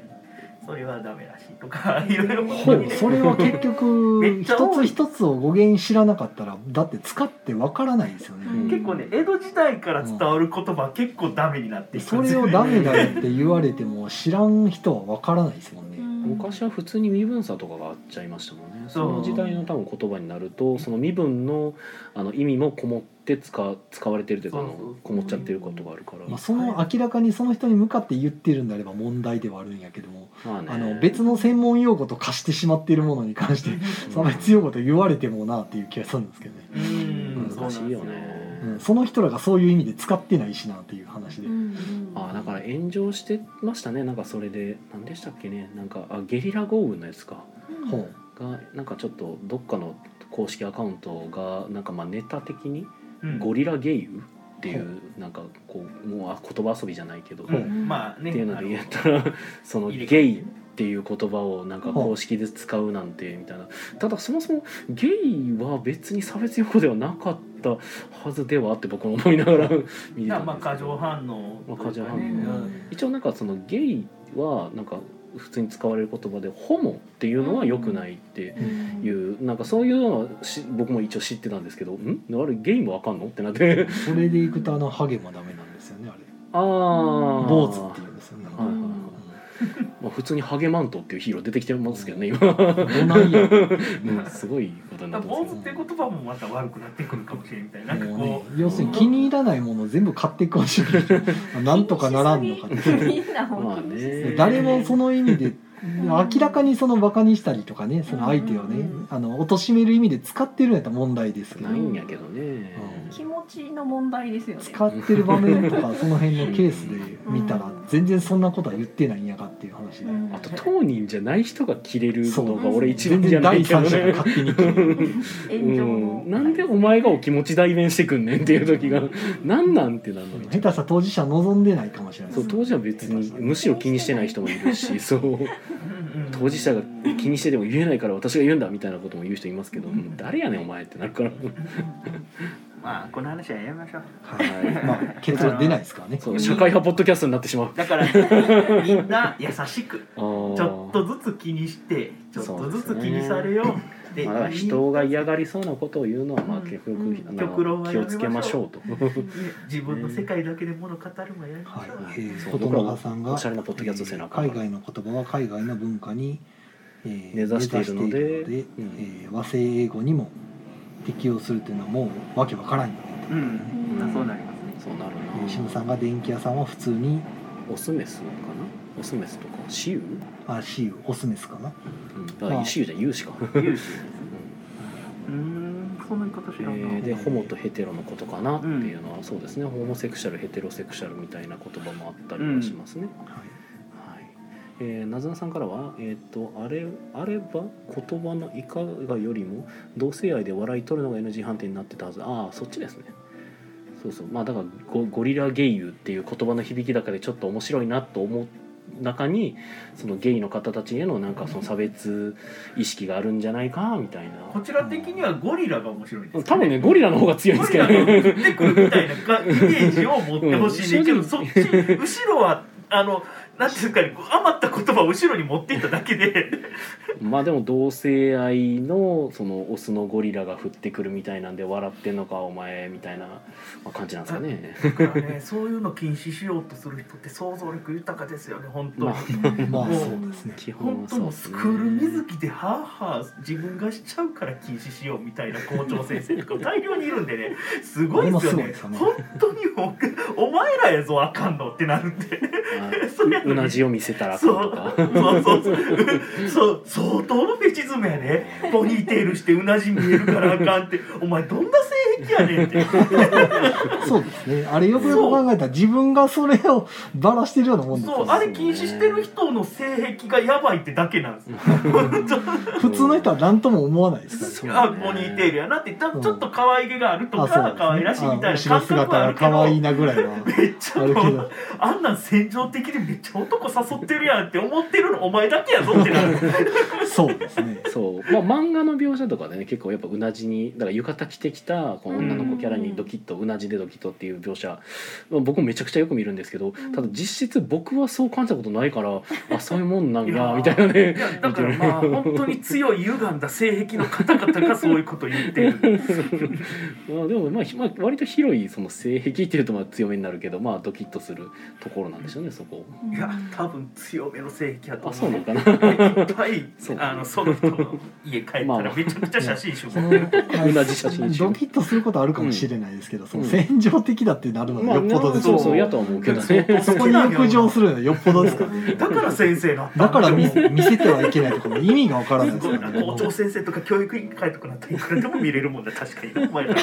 [SPEAKER 4] それはダメらしいとかいろいろ本
[SPEAKER 1] ほ
[SPEAKER 4] 当
[SPEAKER 1] う
[SPEAKER 4] にね
[SPEAKER 2] それは結
[SPEAKER 4] め
[SPEAKER 2] 局
[SPEAKER 4] っちゃ多
[SPEAKER 2] 一つ
[SPEAKER 4] い
[SPEAKER 2] 一つを語源知らなかったらだって使ってわからないですよね、
[SPEAKER 1] うん
[SPEAKER 4] 結構ね江戸時代から伝わる言葉は結構ダメになって
[SPEAKER 2] で
[SPEAKER 4] き
[SPEAKER 2] そ
[SPEAKER 4] たんです
[SPEAKER 2] れ
[SPEAKER 4] よ
[SPEAKER 2] を
[SPEAKER 4] ね
[SPEAKER 2] ダメだよって言われても知らん人はわからないですもんね、
[SPEAKER 1] 昔は普通に身分差とかがあっちゃいましたもんねそ
[SPEAKER 4] そう
[SPEAKER 1] の時代の多分言葉になるとその身分のあの意味もこもって使使われてるというかあ
[SPEAKER 4] そうそう
[SPEAKER 1] のこもっちゃってることがあるから
[SPEAKER 2] まあ、その明らかにその人に向かって言ってるんであれば問題ではあるんやけども
[SPEAKER 1] まあね
[SPEAKER 2] あの別の専門用語と貸してしまっているものに関して差別用語と言われてもなっていう気がするんですけどね、
[SPEAKER 4] うんそう
[SPEAKER 1] 難
[SPEAKER 4] なんです
[SPEAKER 1] し
[SPEAKER 4] よ
[SPEAKER 1] いよね
[SPEAKER 2] うん、その人らがそういう意味で使ってないしなっていう話で、
[SPEAKER 1] あだから炎上してましたねなんかそれで何でしたっけねなんかあゲリラ豪雨のやつか
[SPEAKER 2] ほう
[SPEAKER 1] ががなんかちょっとどっかの公式アカウントがなんかまあネタ的に
[SPEAKER 4] うん
[SPEAKER 1] ゴリラゲイユっていうなんかこうもうあ言葉遊びじゃないけど、
[SPEAKER 4] う
[SPEAKER 1] っ
[SPEAKER 4] んまあ
[SPEAKER 1] て
[SPEAKER 4] ね
[SPEAKER 1] いうの
[SPEAKER 4] あ
[SPEAKER 1] で
[SPEAKER 4] の
[SPEAKER 1] 言ったら その
[SPEAKER 4] 入れ替え
[SPEAKER 1] ゲイっていう言葉をなんか公式で使うなんてみたいなただそもそもゲイは別に差別用語ではなかったはずではって僕も思いながら 見てた
[SPEAKER 4] だから
[SPEAKER 1] ん
[SPEAKER 4] まあ
[SPEAKER 1] ですけ
[SPEAKER 4] 過
[SPEAKER 1] ど
[SPEAKER 4] 剰反応
[SPEAKER 1] まあ過剰反応
[SPEAKER 4] ね
[SPEAKER 2] うん
[SPEAKER 1] 一応なんかそのゲイはなんか普通に使われる言葉でホモっていうのは良くないって
[SPEAKER 3] うん
[SPEAKER 1] いうなんかそういうのはし僕も一応知ってたんですけど「んあれゲイもわかんの?」ってなって
[SPEAKER 2] それでいくとあのハゲもダメなんですよねあれ
[SPEAKER 1] ああ
[SPEAKER 2] 坊主っていうんですよね、
[SPEAKER 1] はいはいはいまあ、普通にハゲマントっていうヒーロー出てきてますけどね今、
[SPEAKER 2] うんどないや
[SPEAKER 1] うんすごいことにな
[SPEAKER 4] だ
[SPEAKER 1] っ
[SPEAKER 4] か
[SPEAKER 1] てま
[SPEAKER 4] ら坊
[SPEAKER 1] す
[SPEAKER 4] 主
[SPEAKER 1] け
[SPEAKER 4] っていう言葉もまた悪くなってくるかもしれんみたいななんか
[SPEAKER 2] も
[SPEAKER 4] こ
[SPEAKER 2] うね要するに気に入らないものを全部買っていくかもしれないなんとかならんのかって
[SPEAKER 3] みんな
[SPEAKER 1] ま
[SPEAKER 3] 本
[SPEAKER 1] あ
[SPEAKER 3] 当に
[SPEAKER 1] ね
[SPEAKER 2] 誰もその意味で明らかにそのバカにしたりとかねその相手を
[SPEAKER 3] う
[SPEAKER 2] ね
[SPEAKER 3] ん
[SPEAKER 2] あの貶める意味で使ってるんやったら問題ですけ
[SPEAKER 1] ど
[SPEAKER 2] ど
[SPEAKER 1] ないんやけどね、
[SPEAKER 3] 気持ちの問題ですよね。
[SPEAKER 2] 使ってる場面とかその辺のケースで見たら全然そんなことは言ってないんやかっていう話で
[SPEAKER 3] うん
[SPEAKER 1] あと当人じゃない人が着れるのが
[SPEAKER 3] そう
[SPEAKER 1] 俺一
[SPEAKER 2] 全
[SPEAKER 1] 番じゃ
[SPEAKER 2] 然
[SPEAKER 1] ない
[SPEAKER 2] 第
[SPEAKER 1] けど
[SPEAKER 2] 三者が
[SPEAKER 1] ね
[SPEAKER 2] 勝手に決める
[SPEAKER 1] う
[SPEAKER 3] 炎上の
[SPEAKER 1] ん、なんでお前がお気持ち代弁してくんねんっていう時がなんなんってなるの
[SPEAKER 2] 下手したら当事者望んでないかもしれない
[SPEAKER 1] そう当時は別にむしろ気にしてない人もいるしそう
[SPEAKER 4] ううんうん
[SPEAKER 1] 当事者が 気にしてでも言えないから私が言うんだみたいなことも言う人いますけどうん誰やねんお前ってなるから
[SPEAKER 4] まあこの話はやめましょう
[SPEAKER 2] はいまあ結論出ないですからね
[SPEAKER 1] そう社会派ポッドキャストになってしまう
[SPEAKER 4] だからみんな優しく
[SPEAKER 1] あー
[SPEAKER 4] ちょっとずつ気にしてちょっとずつ気にされようって
[SPEAKER 1] まあだから人が嫌がりそうなことを言うのはまあ
[SPEAKER 4] うん
[SPEAKER 1] 結局、
[SPEAKER 3] うん
[SPEAKER 1] あの
[SPEAKER 4] 極論は
[SPEAKER 1] 気
[SPEAKER 4] や
[SPEAKER 1] を
[SPEAKER 4] めまし
[SPEAKER 1] つ
[SPEAKER 4] ょう
[SPEAKER 1] けましょうと。
[SPEAKER 4] 自分の世界だけで物語るのやめま
[SPEAKER 2] はい
[SPEAKER 4] しょう、
[SPEAKER 2] えー
[SPEAKER 1] そう
[SPEAKER 2] 琴
[SPEAKER 1] 僕ら
[SPEAKER 2] 永
[SPEAKER 1] も
[SPEAKER 2] さんが
[SPEAKER 1] おしゃれなポッドキャストせなあかん
[SPEAKER 2] 海
[SPEAKER 1] から
[SPEAKER 2] 外の言葉は海外の文化に、えー
[SPEAKER 1] 根ざしているので
[SPEAKER 2] 根ざしているのでえー和製英語にも適用するというのはもうわけわからんよね
[SPEAKER 4] うん、
[SPEAKER 3] う
[SPEAKER 4] まあ
[SPEAKER 3] ん
[SPEAKER 4] そうなります
[SPEAKER 1] そ
[SPEAKER 4] ね
[SPEAKER 1] うなる
[SPEAKER 2] えーシム
[SPEAKER 1] な。
[SPEAKER 2] さんが電気屋さんは普通に
[SPEAKER 1] オスメスかな。オスメスとかシウ？
[SPEAKER 2] あシーオスメスかな
[SPEAKER 1] うん、だからシウじゃ有し か。
[SPEAKER 4] 勇士うーんその言い方知
[SPEAKER 1] え
[SPEAKER 4] らんな、
[SPEAKER 1] ーでホモとヘテロのことかなっていうのはそうですね。ホモセクシャルヘテロセクシャルみたいな言葉もあったりはしますね。
[SPEAKER 2] はい
[SPEAKER 1] はい。えー、なずなさんからは、えーっとあれあれば言葉のいかがよりも同性愛で笑い取るのが NG 判定になってたはずああそっちですねそうそうまあだからゴゴリラゲイユっていう言葉の響きだけでちょっと面白いなと思う中にそのゲイの方たちへのなんかその差別意識があるんじゃないかみたい
[SPEAKER 4] こ
[SPEAKER 1] な
[SPEAKER 4] ちら的にはゴリラが面白いんです
[SPEAKER 1] 多分ねゴリラの方が強いんで
[SPEAKER 4] ゴ
[SPEAKER 1] す
[SPEAKER 4] リ
[SPEAKER 1] け
[SPEAKER 4] ラ
[SPEAKER 1] ど
[SPEAKER 4] が
[SPEAKER 1] ね
[SPEAKER 4] 降ってくるみたいなかイメージを持ってほしいねんけ
[SPEAKER 1] う
[SPEAKER 4] ど
[SPEAKER 1] ん
[SPEAKER 4] そっち後ろはあのなんていうんですかねこう余った言葉を後ろに持っていっただけで
[SPEAKER 1] まあでも同性愛のそのオスのゴリラが降ってくるみたいなんで笑ってんのかお前みたいなまあ感じなんですかね。
[SPEAKER 4] だからねそういうの禁止しようとする人って想像力豊かですよね本当に
[SPEAKER 1] ま。
[SPEAKER 2] まあ
[SPEAKER 4] もう
[SPEAKER 2] そうですね
[SPEAKER 1] 基本
[SPEAKER 4] 本
[SPEAKER 1] は
[SPEAKER 4] 当
[SPEAKER 1] そう
[SPEAKER 4] も
[SPEAKER 1] で
[SPEAKER 4] う
[SPEAKER 1] す
[SPEAKER 4] ス
[SPEAKER 1] ね
[SPEAKER 4] クール水着でハーハー自分がしちゃうから禁止しようみたいな校長先生とか大量にいるんでねすごいですよね
[SPEAKER 2] あれもすごいですよね
[SPEAKER 4] 本当におお前らやぞあかんのってなるんで
[SPEAKER 1] あ
[SPEAKER 4] それやの
[SPEAKER 1] う
[SPEAKER 4] に
[SPEAKER 1] なじを見せたらあかん
[SPEAKER 4] そ
[SPEAKER 1] と
[SPEAKER 4] う
[SPEAKER 1] か
[SPEAKER 4] そうそうそうそう相当のフェチズムやねポニーテールしてうなじ見えるからあかんってお前どんな性癖やねんって
[SPEAKER 2] そうですねあれよくよく考えたら自分がそれをばらしてるようなもんです
[SPEAKER 4] そ
[SPEAKER 2] よ
[SPEAKER 4] うあれ禁止してる人の性癖がやばいってだけなんですよ
[SPEAKER 2] 普通の人は何とも思わないですからね
[SPEAKER 1] そうね
[SPEAKER 4] あポニーテールやなって多分ちょっと可愛げがあると
[SPEAKER 2] あそう
[SPEAKER 4] か、
[SPEAKER 2] ですね
[SPEAKER 4] 可愛らしいみたい
[SPEAKER 2] あ
[SPEAKER 4] な
[SPEAKER 2] 後ろ
[SPEAKER 4] 感覚はあ
[SPEAKER 2] 姿が
[SPEAKER 4] るけど
[SPEAKER 2] 可愛いなぐらいは
[SPEAKER 4] めっちゃ
[SPEAKER 2] あるけど
[SPEAKER 4] あんなん戦場的でめっちゃ男誘ってるやんって思ってるのお前だけやぞってなる
[SPEAKER 2] そうですね
[SPEAKER 1] そうまあ漫画の描写とかでね結構やっぱうなじにだから浴衣着てきたこの女の子キャラにドキッとうなじでドキッとっていう描写まあ僕もめちゃくちゃよく見るんですけど
[SPEAKER 3] ん
[SPEAKER 1] ただ実質僕はそう感じたことないからあそういうもんなん
[SPEAKER 4] いや
[SPEAKER 1] や
[SPEAKER 4] ー
[SPEAKER 1] みたいないね
[SPEAKER 4] やだからまあ本当に強い歪んだ性癖の方々がそういうこと言ってる
[SPEAKER 1] まあでもまあひまあ割と広いその性癖っていうとまあ強めになるけどまあドキッとするところなんでしょうねそこ
[SPEAKER 4] いや多分強めの性癖やと
[SPEAKER 1] あそう
[SPEAKER 4] 思
[SPEAKER 1] な
[SPEAKER 4] う
[SPEAKER 1] のかない
[SPEAKER 4] っぱい
[SPEAKER 1] そう
[SPEAKER 4] あのその人の家帰った
[SPEAKER 1] まあま
[SPEAKER 4] らめちゃくちゃ写真集
[SPEAKER 2] そ
[SPEAKER 4] も
[SPEAKER 2] の
[SPEAKER 1] うなじ写真集
[SPEAKER 2] ドキッとするることあるかもしれないですけど、その戦場的だってなるの
[SPEAKER 1] ま
[SPEAKER 2] は
[SPEAKER 1] あ
[SPEAKER 2] よっぽどです
[SPEAKER 1] そ
[SPEAKER 2] よ、
[SPEAKER 1] うそうやとは思うけどね
[SPEAKER 2] そこに浴場するのはよっぽどですから、ね、
[SPEAKER 4] だから先生なったん
[SPEAKER 2] だから見せ見せてはいけないところ意味がわからない
[SPEAKER 4] す
[SPEAKER 2] です
[SPEAKER 4] ご
[SPEAKER 2] よ
[SPEAKER 4] いな
[SPEAKER 2] ね
[SPEAKER 4] 校長先生とか教育委員会とかなったらいくらでも見れるもんだ確かにうまいな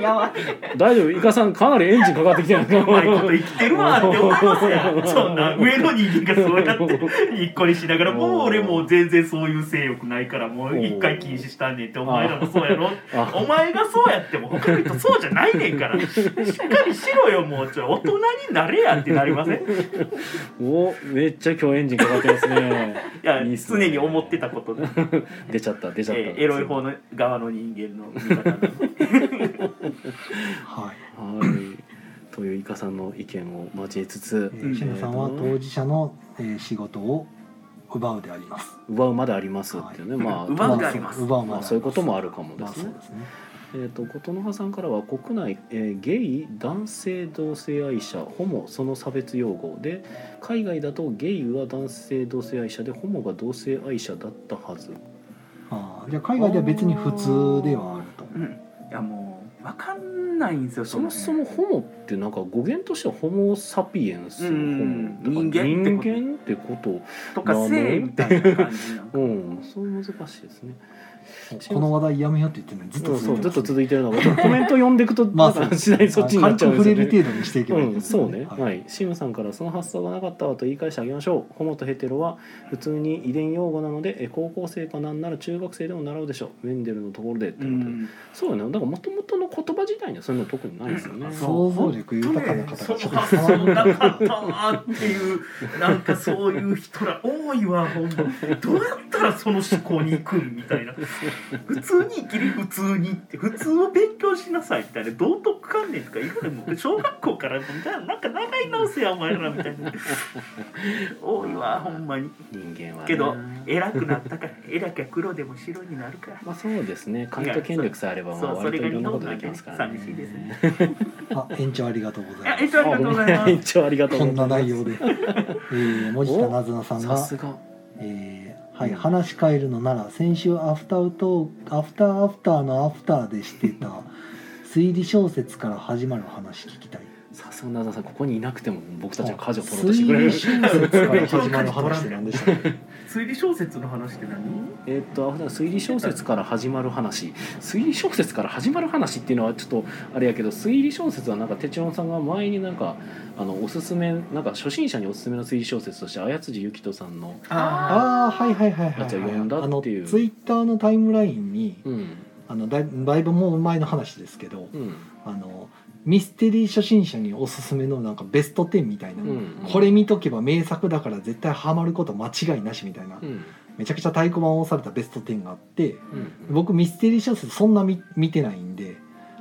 [SPEAKER 3] やばい。
[SPEAKER 1] 大丈夫イカさんかなりエンジンかかってきてる
[SPEAKER 4] うまいこと生きてるわって思いますよそんな上の人間がそうやってにっこりしながらもう俺もう全然そういう性欲ないからもう一回禁止したんねんってお前らもそうやろ
[SPEAKER 1] あ
[SPEAKER 4] お前がそうやっても他の人そうじゃないねんからしっかりしろよもうちょ大人になれやってなりませんい
[SPEAKER 1] おめっちゃ今日エンジンかかってますね
[SPEAKER 4] や
[SPEAKER 1] いいっす
[SPEAKER 4] 常
[SPEAKER 1] ね
[SPEAKER 4] に思ってたことで、
[SPEAKER 1] 出ちゃった出ちゃった、
[SPEAKER 4] えーエロい方の側の人間の見方で
[SPEAKER 2] はい
[SPEAKER 1] はいというイカさんの意見を交えつつ
[SPEAKER 2] えーシナさんは当事者の、えー仕事を奪うであります
[SPEAKER 1] 奪うまでありますっていうね、
[SPEAKER 4] はい
[SPEAKER 1] まあ
[SPEAKER 4] 奪うであります
[SPEAKER 2] 奪うまで
[SPEAKER 1] ま
[SPEAKER 2] ありま
[SPEAKER 1] あ、
[SPEAKER 2] す
[SPEAKER 1] そういうこともあるかもですね
[SPEAKER 2] まあそう。ですね
[SPEAKER 1] えー、と琴ノ葉さんからは国内、えーゲイ男性同性愛者ホモその差別用語で海外だとゲイは男性同性愛者でホモが同性愛者だったはず
[SPEAKER 2] ああじゃあ海外では別に普通ではあると
[SPEAKER 4] うんいやもう分かんないんですよ
[SPEAKER 1] そもそも
[SPEAKER 4] の辺
[SPEAKER 1] ホモってなんか語源としてはホモ・サピエンス
[SPEAKER 4] う
[SPEAKER 1] のホ
[SPEAKER 4] ん
[SPEAKER 1] モとか
[SPEAKER 4] 人間ってこ
[SPEAKER 1] 人間ってこ
[SPEAKER 4] と
[SPEAKER 1] と
[SPEAKER 4] とか性みたいな感じなんか
[SPEAKER 1] うんそう難しいですね
[SPEAKER 2] この話題やめようって言ってねずっと
[SPEAKER 1] うんそうずっと
[SPEAKER 2] 続い
[SPEAKER 1] 続いて
[SPEAKER 2] て
[SPEAKER 1] るのがちょっとコメント読んでいくと
[SPEAKER 2] まあ
[SPEAKER 1] なんか次第にそっちにな
[SPEAKER 2] 軽
[SPEAKER 1] っ
[SPEAKER 2] く
[SPEAKER 1] ちゃうんで
[SPEAKER 2] 触
[SPEAKER 1] す
[SPEAKER 2] れ
[SPEAKER 1] よね
[SPEAKER 2] る程度にしていけばいい
[SPEAKER 1] うん、
[SPEAKER 2] です
[SPEAKER 1] そうね、はい、
[SPEAKER 2] はい
[SPEAKER 1] シムさんからその発想がなかったわと言い返してあげましょう。ホモとヘテロは普通に遺伝用語なので、え高校生かなんなら中学生でも習うでしょう。メンデルのところでって
[SPEAKER 4] う
[SPEAKER 1] ことで、
[SPEAKER 4] ん
[SPEAKER 1] そうよね。だから元々の言葉自体にはそういうの特にないですよね。
[SPEAKER 4] そ
[SPEAKER 2] 想像力豊かな方
[SPEAKER 4] そ
[SPEAKER 2] が
[SPEAKER 4] の
[SPEAKER 2] ちょっ
[SPEAKER 4] 発想なかったわっていうなんかそういう人ら多いわほんまどうやったらその思考に行くんみたいな普通に生きる普通にって普通を勉強しなさいみたいな道徳観念とかいろいろもう小学校からみたいななんか習い直せやお前らみたいな多いわほんまに
[SPEAKER 1] 人間は、ね。
[SPEAKER 4] けど偉くなったから偉きゃ黒でも白になるから
[SPEAKER 1] まあそうですね。金と権力さえあればまあ
[SPEAKER 4] そうそ
[SPEAKER 1] 割
[SPEAKER 4] れ
[SPEAKER 1] と
[SPEAKER 4] が
[SPEAKER 1] いろんなこ
[SPEAKER 4] 日本
[SPEAKER 1] とで
[SPEAKER 4] なん
[SPEAKER 1] き
[SPEAKER 4] で、ね
[SPEAKER 1] ます、からね
[SPEAKER 4] 寂。しいですね
[SPEAKER 2] と あ延長ありがとうござ
[SPEAKER 4] あ
[SPEAKER 2] い
[SPEAKER 4] え
[SPEAKER 2] ま
[SPEAKER 4] っとありがとうございます
[SPEAKER 1] 一応ありがと
[SPEAKER 2] す
[SPEAKER 1] うご
[SPEAKER 2] こ
[SPEAKER 1] ざい
[SPEAKER 2] ん
[SPEAKER 1] ます。
[SPEAKER 2] な内容で、えー、文字田なずなさん
[SPEAKER 1] さ
[SPEAKER 2] が
[SPEAKER 1] すが。
[SPEAKER 2] えーはい、話変えるのなら先週アフタートークアフターアフターのアフターでして た推理小説から始まる話聞きたい
[SPEAKER 1] さすがなざさんここにいなくても僕たちの家事を取ろうとしてくれ
[SPEAKER 2] 推
[SPEAKER 1] る
[SPEAKER 2] 理小。説から始まる話って何でしたっけ
[SPEAKER 4] 推理小説の話って何
[SPEAKER 1] えっと、あ推理小説から始まる話推理小説から始まる話っていうのはちょっとあれやけど推理小説はなんか哲郎さんが前になんかあのおすすめなんか初心者におすすめの推理小説として綾辻ゆきとさんの、
[SPEAKER 4] あ
[SPEAKER 2] ああはいはいはいはい、
[SPEAKER 1] や
[SPEAKER 2] は
[SPEAKER 1] つ
[SPEAKER 2] い、
[SPEAKER 1] を読んだ
[SPEAKER 2] あの
[SPEAKER 1] っ
[SPEAKER 2] ツ
[SPEAKER 1] て
[SPEAKER 2] イ
[SPEAKER 1] いう
[SPEAKER 2] ッターのタイムラインに
[SPEAKER 1] うん
[SPEAKER 2] あのだいだいぶもう前の話ですけど
[SPEAKER 1] うん
[SPEAKER 2] あのミステリー初心者におすすめのなんかベスト10みたいな、
[SPEAKER 1] うん、
[SPEAKER 2] これ見とけば名作だから絶対ハマること間違いなしみたいな、
[SPEAKER 1] うん
[SPEAKER 2] めちゃくちゃ太鼓判を押されたベスト10があって
[SPEAKER 1] うん
[SPEAKER 2] 僕ミステリー小説そんな見見てないんで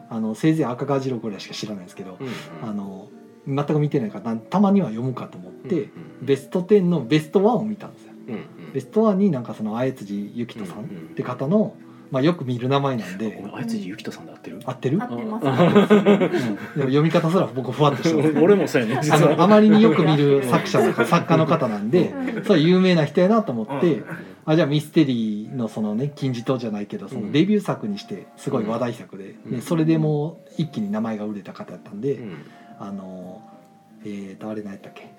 [SPEAKER 2] あのせいぜい赤川次郎ぐらいしか知らないんですけど、
[SPEAKER 1] うん
[SPEAKER 2] あの全く見てないからなたまには読むかと思っ
[SPEAKER 1] うん
[SPEAKER 2] て、
[SPEAKER 1] うん
[SPEAKER 2] ベスト10のベスト1を見たんですよ。
[SPEAKER 1] うん
[SPEAKER 2] ベスト1になんかその綾辻ゆきとさんって方の、まあ、よく見る名前なん
[SPEAKER 1] ご
[SPEAKER 2] で
[SPEAKER 1] めん綾辻ゆきとさんで合ってる
[SPEAKER 2] 合ってる、
[SPEAKER 3] 合って
[SPEAKER 2] う
[SPEAKER 3] ま
[SPEAKER 2] んでも読み方すら僕ふわっとして ます
[SPEAKER 1] 俺もそうやね実
[SPEAKER 2] あのあ
[SPEAKER 1] は
[SPEAKER 2] まりによく見る作者とか作家の方なんで
[SPEAKER 3] うん
[SPEAKER 2] そう有名な人やなと思って、
[SPEAKER 4] うん
[SPEAKER 2] あじゃあミステリーのそのね金字塔じゃないけどそうの
[SPEAKER 1] ん
[SPEAKER 2] デビュー作にしてすごい話題作で、
[SPEAKER 1] うん
[SPEAKER 2] ねそれでもう一気に名前が売れた方やったんで、
[SPEAKER 1] うん
[SPEAKER 2] あのえー、とあれ何やったっけ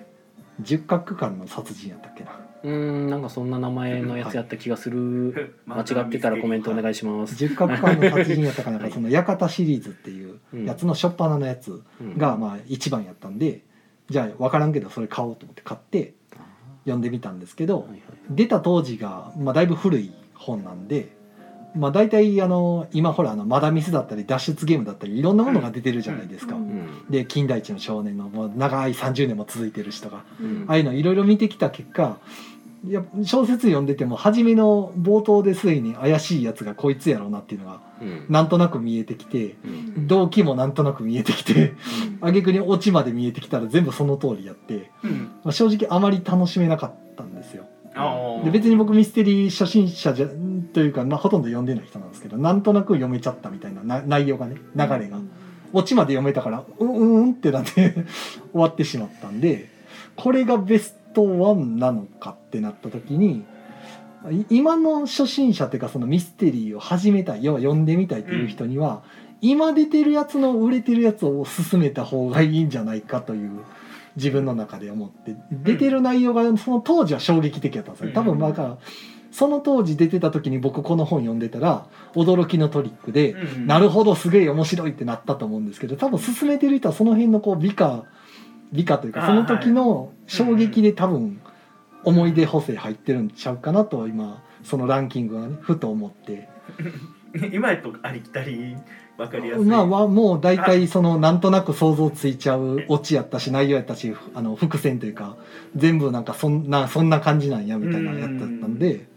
[SPEAKER 2] 十角館の殺人やったっけな
[SPEAKER 1] うんなんかそんな名前のやつやった気がす る間違ってたらコメントお願いします
[SPEAKER 2] 十角館の殺人やったかな ん
[SPEAKER 1] は
[SPEAKER 2] か
[SPEAKER 1] い
[SPEAKER 2] その館シリーズっていうやつの初っ端のやつがまあ一番やったんでじゃあ分からんけどそれ買おうと思って買って
[SPEAKER 1] あ
[SPEAKER 2] 読んでみたんですけど
[SPEAKER 1] はいはい
[SPEAKER 2] 出た当時がまあだいぶ古い本なんで。まあ、大体あの今ほらあのマダミスだったり脱出ゲームだったりいろんなものが出てるじゃないですか、
[SPEAKER 3] うん
[SPEAKER 1] うん
[SPEAKER 2] で金田一の少年のもう長い30年も続いてる人が
[SPEAKER 1] うん
[SPEAKER 2] ああいうのいろいろ見てきた結果いや小説読んでても初めの冒頭ですでに怪しいやつがこいつやろうなっていうのが
[SPEAKER 1] うん
[SPEAKER 2] なんとなく見えてきて
[SPEAKER 1] うん
[SPEAKER 2] 動機もなんとなく見えてきて
[SPEAKER 1] う ん
[SPEAKER 2] 挙句にオチまで見えてきたら全部その通りやって、
[SPEAKER 4] うん
[SPEAKER 2] まあ、正直あまり楽しめなかったんですよ。
[SPEAKER 4] あ
[SPEAKER 2] で別に僕ミステリー初心者じゃというか、まあ、ほとんど読んでない人なんですけどなんとなく読めちゃったみたいなな内容がね流れが。オチまで読めたからうんうんうんってなって 終わってしまったんでこれがベストワンなのかってなった時にい今の初心者っていうかそのミステリーを始めたい要は読んでみたいっていう人には、今出てるやつの売れてるやつを進めた方がいいんじゃないかという自分の中で思って出てる内容がその当時は衝撃的やったんですよ、
[SPEAKER 4] うん
[SPEAKER 2] 多分だからその当時出てた時に僕この本読んでたら驚きのトリックで、
[SPEAKER 4] うん
[SPEAKER 2] なるほどすげえ面白いってなったと思うんですけど多分進めてる人はその辺のこう美化美化というか
[SPEAKER 4] あー
[SPEAKER 2] その時の衝撃で多分思い出補正入ってるんちゃうかなと今そのランキングはねふと思って
[SPEAKER 4] 今やとありきたりわかりやすい
[SPEAKER 2] まあまあもう大体そのなんとなく想像ついちゃうオチやったし内容やったしあの伏線というか全部なんかそんなそんな感じなんやみたいなやつだったんで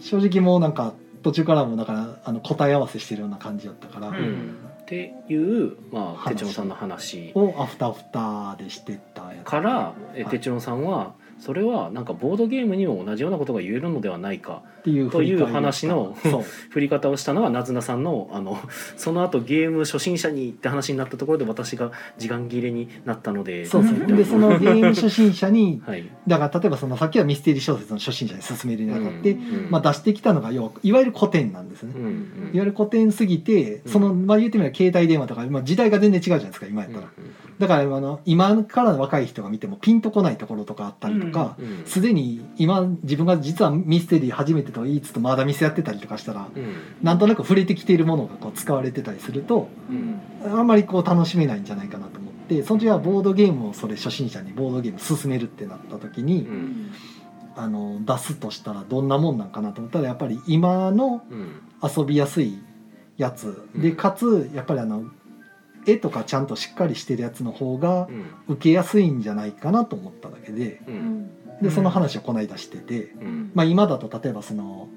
[SPEAKER 2] 正直もうなんか途中からもだからあの答え合わせしてるような感じだったから。
[SPEAKER 4] うん
[SPEAKER 1] っていう、まあ、
[SPEAKER 2] 話
[SPEAKER 1] 哲郎さんの話
[SPEAKER 2] をアフターアフターでしてたやつ
[SPEAKER 1] からえ
[SPEAKER 2] はい
[SPEAKER 1] 哲郎さんはそれはなんかボードゲームにも同じようなことが言えるのではないか
[SPEAKER 2] っていう振り返り
[SPEAKER 1] という話の
[SPEAKER 2] そう
[SPEAKER 1] 振り方をしたのはなずなさんのあのその後ゲーム初心者にって話になったところで私が時間切れになったので
[SPEAKER 2] そうそうでそのゲーム初心者に
[SPEAKER 1] はい
[SPEAKER 2] だから例えばそのさっきはミステリー小説の初心者に勧めるにあたって、
[SPEAKER 1] うん
[SPEAKER 2] まあ、出してきたのが要はいわゆる古典なんですね、
[SPEAKER 1] う
[SPEAKER 2] い
[SPEAKER 1] んうん
[SPEAKER 2] わゆる古典すぎてその、まあ、言ってみれば携帯電話とか、まあ、時代が全然違うじゃないですか今やったら、だからあの今からの若い人が見てもピンとこないところとかあったり
[SPEAKER 1] うん
[SPEAKER 2] とか、
[SPEAKER 1] うん
[SPEAKER 2] すでに今自分が実はミステリー初めてと言いつつまだミスやってたりとかしたら、
[SPEAKER 1] うん
[SPEAKER 2] なんとなく触れてきているものがこう使われてたりすると
[SPEAKER 1] うん
[SPEAKER 2] あんまりこう楽しめないんじゃないかなと思ってその時はボードゲームをそれ初心者にボードゲーム進めるってなった時に、
[SPEAKER 1] うん
[SPEAKER 2] あの出すとしたらどんなもんなんかなと思ったらやっぱり今の
[SPEAKER 1] うん
[SPEAKER 2] 遊びやすいやつ
[SPEAKER 1] うん
[SPEAKER 2] でかつやっぱりあの絵とかちゃんとしっかりしてるやつの方が
[SPEAKER 1] うん
[SPEAKER 2] 受けやすいんじゃないかなと思っただけで
[SPEAKER 1] う
[SPEAKER 3] うんん
[SPEAKER 2] でその話をこの間してて、
[SPEAKER 1] うん
[SPEAKER 2] まあ、今だと例えばその、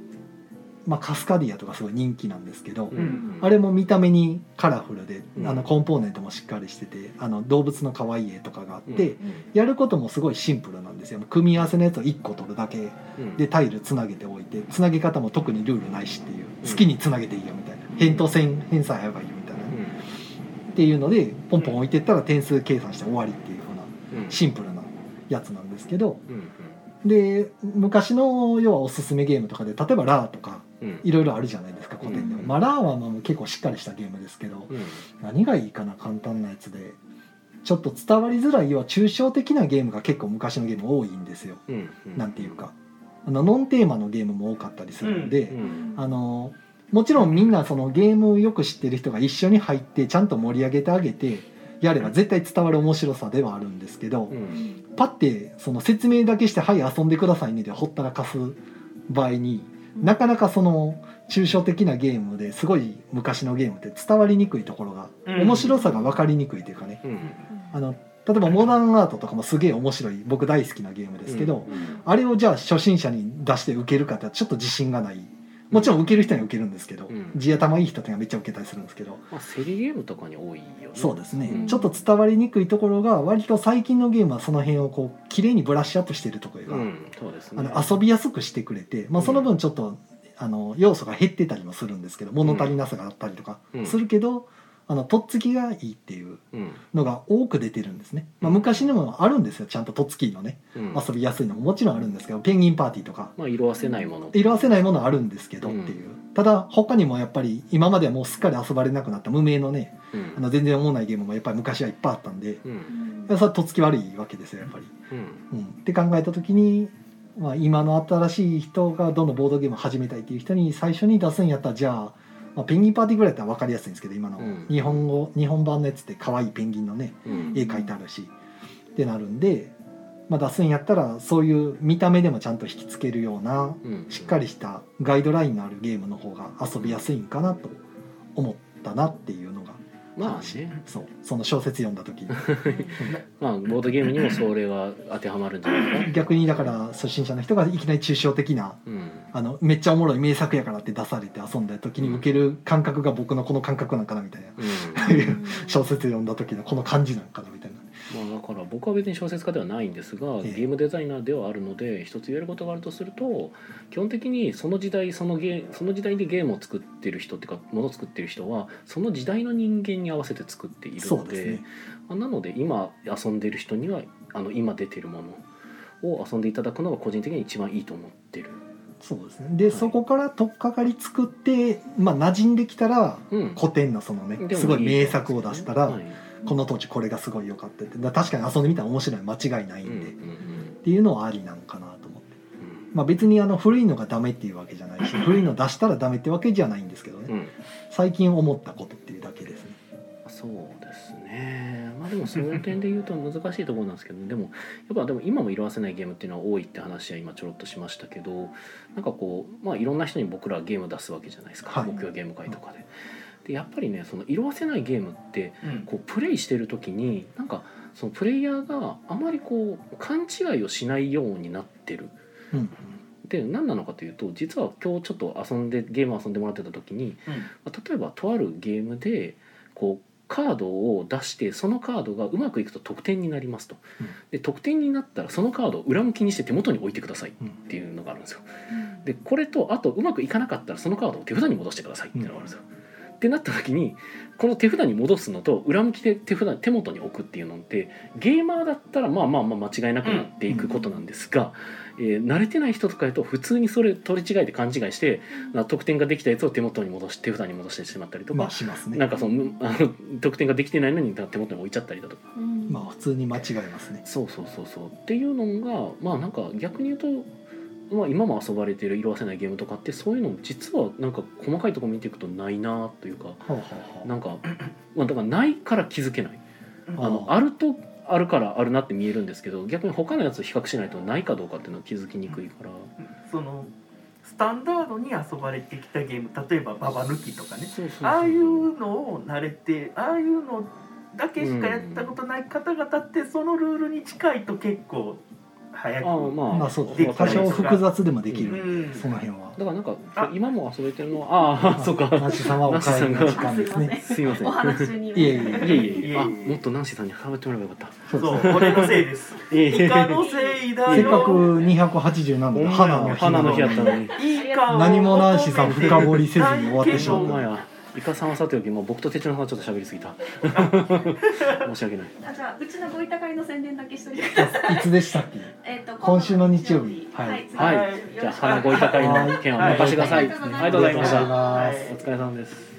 [SPEAKER 2] まあ、カスカディアとかすごい人気なんですけど。
[SPEAKER 1] うんうん
[SPEAKER 2] あれも見た目にカラフルで、
[SPEAKER 1] うん
[SPEAKER 2] あのコンポーネントもしっかりしててあの動物の可愛い絵とかがあって、
[SPEAKER 1] うん
[SPEAKER 2] やることもすごいシンプルなんですよ組み合わせのやつを1個取るだけ
[SPEAKER 1] うん
[SPEAKER 2] でタイルつなげておいてつなげ方も特にルールないしっていう好きにつなげていいよみたいな返答線返済あればいいよみたいな、
[SPEAKER 1] うん
[SPEAKER 2] っていうのでポンポン置いてったら点数計算して終わりっていう風な
[SPEAKER 1] うん
[SPEAKER 2] シンプルなやつなんですけど
[SPEAKER 1] うん
[SPEAKER 2] で昔の要はおすすめゲームとかで例えば「ラー」とか
[SPEAKER 1] うん
[SPEAKER 2] いろいろあるじゃないですか古典でも、
[SPEAKER 1] うん
[SPEAKER 2] まあ、ラーはまあ結構しっかりしたゲームですけど、
[SPEAKER 1] うん
[SPEAKER 2] 何がいいかな簡単なやつでちょっと伝わりづらい要は抽象的なゲームが結構昔のゲーム多いんですよ
[SPEAKER 1] うん
[SPEAKER 2] なんていうかあのノンテーマのゲームも多かったりするんで、
[SPEAKER 1] うん
[SPEAKER 2] あのもちろんみんなそのゲームをよく知ってる人が一緒に入ってちゃんと盛り上げてあげてやれば絶対伝わる面白さではあるんですけど、
[SPEAKER 1] うん
[SPEAKER 2] パッてその説明だけして「はい遊んでくださいね」でほったらかす場合になかなかその抽象的なゲームですごい昔のゲームって伝わりにくいところが
[SPEAKER 4] うん
[SPEAKER 2] 面白さが分かりにくいというかね
[SPEAKER 1] うん
[SPEAKER 2] あの例えばモダンアートとかもすげえ面白い僕大好きなゲームですけど
[SPEAKER 1] うん
[SPEAKER 2] あれをじゃあ初心者に出して受けるかってちょっと自信がないもちろん受ける人には受けるんですけど
[SPEAKER 1] うん
[SPEAKER 2] 地頭いい人ってのはめっちゃ受けたりするんですけど
[SPEAKER 1] まあセリゲームとかに多いよね
[SPEAKER 2] そうですね、
[SPEAKER 1] うん
[SPEAKER 2] ちょっと伝わりにくいところが割と最近のゲームはその辺をこう綺麗にブラッシュアップしてるところが、
[SPEAKER 1] うんそうです
[SPEAKER 2] あ
[SPEAKER 1] ね
[SPEAKER 2] の遊びやすくしてくれて、まあ、その分ちょっと、あの要素が減ってたりもするんですけど物足りなさがあったりとか
[SPEAKER 1] うん
[SPEAKER 2] するけど、あのとっつきがいいっていう
[SPEAKER 1] うん
[SPEAKER 2] のが多く出てるんですね、まあ、昔にもあるんですよちゃんととっつきのね
[SPEAKER 1] うん
[SPEAKER 2] 遊びやすいのももちろんあるんですけどペンギンパーティーとか
[SPEAKER 1] まあ色褪せないもの
[SPEAKER 2] 色あせないものはあるんですけどっていう、ただ他にもやっぱり今まではもうすっかり遊ばれなくなった無名のね
[SPEAKER 1] うん
[SPEAKER 2] あの全然思わないゲームもやっぱり昔はいっぱいあったんで
[SPEAKER 1] うん
[SPEAKER 2] それはとっつき悪いわけですよやっぱり。
[SPEAKER 1] うん
[SPEAKER 2] うん、って考えた時に、まあ、今の新しい人がどのボードゲームを始めたいっていう人に最初に出すんやったらじゃあ、まあ、ペンギンパーティーぐらいだったら分かりやすいんですけど今の
[SPEAKER 1] うん
[SPEAKER 2] 日本語、日本版のやつって可愛いペンギンのね
[SPEAKER 1] うん
[SPEAKER 2] 絵描いてあるしってなるんで、まあ、出すんやったらそういう見た目でもちゃんと引きつけるような
[SPEAKER 1] うん
[SPEAKER 2] しっかりしたガイドラインのあるゲームの方が遊びやすいんかなと思ったなっていうのが
[SPEAKER 1] まあね
[SPEAKER 2] そうその小説読んだ時に。
[SPEAKER 1] まあボードゲームにもそれは当てはまるんじゃないかな
[SPEAKER 2] 逆にだから初心者の人がいきなり抽象的な
[SPEAKER 1] うん
[SPEAKER 2] あのめっちゃおもろい名作やからって出されて遊んだ時に受ける感覚が僕のこの感覚なんかなみたいな
[SPEAKER 1] うん
[SPEAKER 2] 小説読んだ時のこの感じなんかなみたいな
[SPEAKER 1] まあだから僕は別に小説家ではないんですが
[SPEAKER 2] ええ
[SPEAKER 1] ゲームデザイナーではあるので一つ言えることがあるとすると基本的にその時代そのゲーその時代でゲームを作ってる人っていうかものを作ってる人はその時代の人間に合わせて作っている
[SPEAKER 2] そ
[SPEAKER 1] の
[SPEAKER 2] うです
[SPEAKER 1] で
[SPEAKER 2] ね
[SPEAKER 1] まあなので今遊んでる人にはあの今出てるものを遊んでいただくのが個人的に一番いいと思ってる
[SPEAKER 2] そうですねで、
[SPEAKER 1] はい
[SPEAKER 2] そこから取っかかり作ってまあ馴染んできたら
[SPEAKER 1] うん
[SPEAKER 2] 古典のそのね
[SPEAKER 1] ですも
[SPEAKER 2] ごい名作を出したら
[SPEAKER 1] はい
[SPEAKER 2] この当時これがすごい良かったってだから確かに遊んでみたら面白い間違いない
[SPEAKER 1] うんうん
[SPEAKER 2] んで、
[SPEAKER 1] う
[SPEAKER 2] っ
[SPEAKER 1] ん
[SPEAKER 2] ていうのはありなんかなと思って、
[SPEAKER 1] うん
[SPEAKER 2] まあ、別にあの古いのがダメっていうわけじゃないし古いの出したらダメってわけじゃないんですけどね
[SPEAKER 1] うん
[SPEAKER 2] 最近思ったことっていうだけですね
[SPEAKER 1] そうですねまあでもそういう点で言うと難しいところなんですけど、でもやっぱでも今も色あせないゲームっていうのは多いって話は今ちょろっとしましたけどなんかこうまあいろんな人に僕らゲーム出すわけじゃないですか、
[SPEAKER 2] はい
[SPEAKER 1] 僕がゲーム会とかで。でやっぱりねその色あせないゲームって
[SPEAKER 4] うん
[SPEAKER 1] こうプレイしてる時になんかそのプレイヤーがあまりこう勘違いをしないようになってる
[SPEAKER 2] うんうん
[SPEAKER 1] で何なのかというと実は今日ちょっと遊んでゲームを遊んでもらってた時にまあ例えばとあるゲームでこうカードを出してそのカードがうまくいくと得点になりますと、
[SPEAKER 2] うん
[SPEAKER 1] で得点になったらそのカードを裏向きにして手元に置いてくださいっ
[SPEAKER 2] うん
[SPEAKER 1] ていうのがあるんですよでこれとあとうまくいかなかったらそのカードを手札に戻してくださいっていうのがあるんですよ、ってなった時にこの手札に戻すのと裏向きで手札手元に置くっていうのってゲーマーだったらまあまあまあ間違いなくなっていくことなんですが、えー慣れてない人とかやと普通にそれ取り違えて勘違いしてな得点ができたやつを手元に戻し手札に戻してしまったりとか、
[SPEAKER 2] まあしますね
[SPEAKER 1] なんかそのむあの得点ができてないのに手元に置いちゃったりだとか
[SPEAKER 2] まあ普通に間違えますね
[SPEAKER 1] そうそうそうそうっていうのがまあなんか逆に言うと、まあ、今も遊ばれてる色あせないゲームとかってそういうの実はなんか細かいとこ見ていくとないなというか
[SPEAKER 2] はあはあは
[SPEAKER 1] なんか、まあ、だからないから気づけない
[SPEAKER 4] うん
[SPEAKER 1] あの
[SPEAKER 2] あー
[SPEAKER 1] あるとあるからあるなって見えるんですけど逆に他のやつを比較しないとないかどうかっていうのは気づきにくいから。
[SPEAKER 4] そのスタンダードに遊ばれてきたゲーム例えばババ抜きとかね
[SPEAKER 1] そうそうそう
[SPEAKER 4] ああいうのを慣れてああいうのだけしかやったことない方々ってそのルールに近いと結構早く
[SPEAKER 1] ああまあ
[SPEAKER 2] あまあそうです
[SPEAKER 4] で
[SPEAKER 2] ね
[SPEAKER 4] きた
[SPEAKER 2] 多
[SPEAKER 4] りする
[SPEAKER 2] 少複雑でもでき
[SPEAKER 4] う
[SPEAKER 2] る、
[SPEAKER 4] ん
[SPEAKER 2] その辺は
[SPEAKER 1] だからなんか
[SPEAKER 4] あ
[SPEAKER 1] 今も遊べてるのはああそう か
[SPEAKER 2] ナシ様お帰りの時間ですね
[SPEAKER 1] すいません
[SPEAKER 3] お話しに
[SPEAKER 2] いえいえ
[SPEAKER 1] いえいえ
[SPEAKER 4] いえいえ
[SPEAKER 1] あもっとナンシーさんにハマってもらえばよかっ
[SPEAKER 2] そうです
[SPEAKER 4] そ
[SPEAKER 2] ね
[SPEAKER 4] う俺のせいです
[SPEAKER 1] たいえい
[SPEAKER 4] イ
[SPEAKER 1] え
[SPEAKER 4] カのせいだ
[SPEAKER 2] せっか
[SPEAKER 4] よ
[SPEAKER 2] く280なの
[SPEAKER 1] ほん
[SPEAKER 2] で
[SPEAKER 1] まや
[SPEAKER 2] 花の日
[SPEAKER 1] 花
[SPEAKER 2] な
[SPEAKER 1] の日
[SPEAKER 2] のに
[SPEAKER 1] やったのに
[SPEAKER 4] いい顔
[SPEAKER 2] 何もナンシーさん深掘りせずに終わってし
[SPEAKER 1] ほ
[SPEAKER 2] ま
[SPEAKER 1] ん
[SPEAKER 2] った
[SPEAKER 1] まやイカさんはさておきもう僕と手帳の方がちょっと喋りすぎた申し訳ない
[SPEAKER 3] あじゃあうちのご委託会の宣伝だけしといてください。
[SPEAKER 2] いつでしたっけ
[SPEAKER 3] えっと
[SPEAKER 2] 今週の日曜日
[SPEAKER 3] はい。
[SPEAKER 2] はい
[SPEAKER 3] 次の
[SPEAKER 1] はい
[SPEAKER 3] 日
[SPEAKER 1] じゃあ花ご委託会の件をお任せください
[SPEAKER 3] はい
[SPEAKER 1] ありがとうございまし
[SPEAKER 2] あり
[SPEAKER 1] た
[SPEAKER 2] が
[SPEAKER 4] は
[SPEAKER 1] お疲れさんです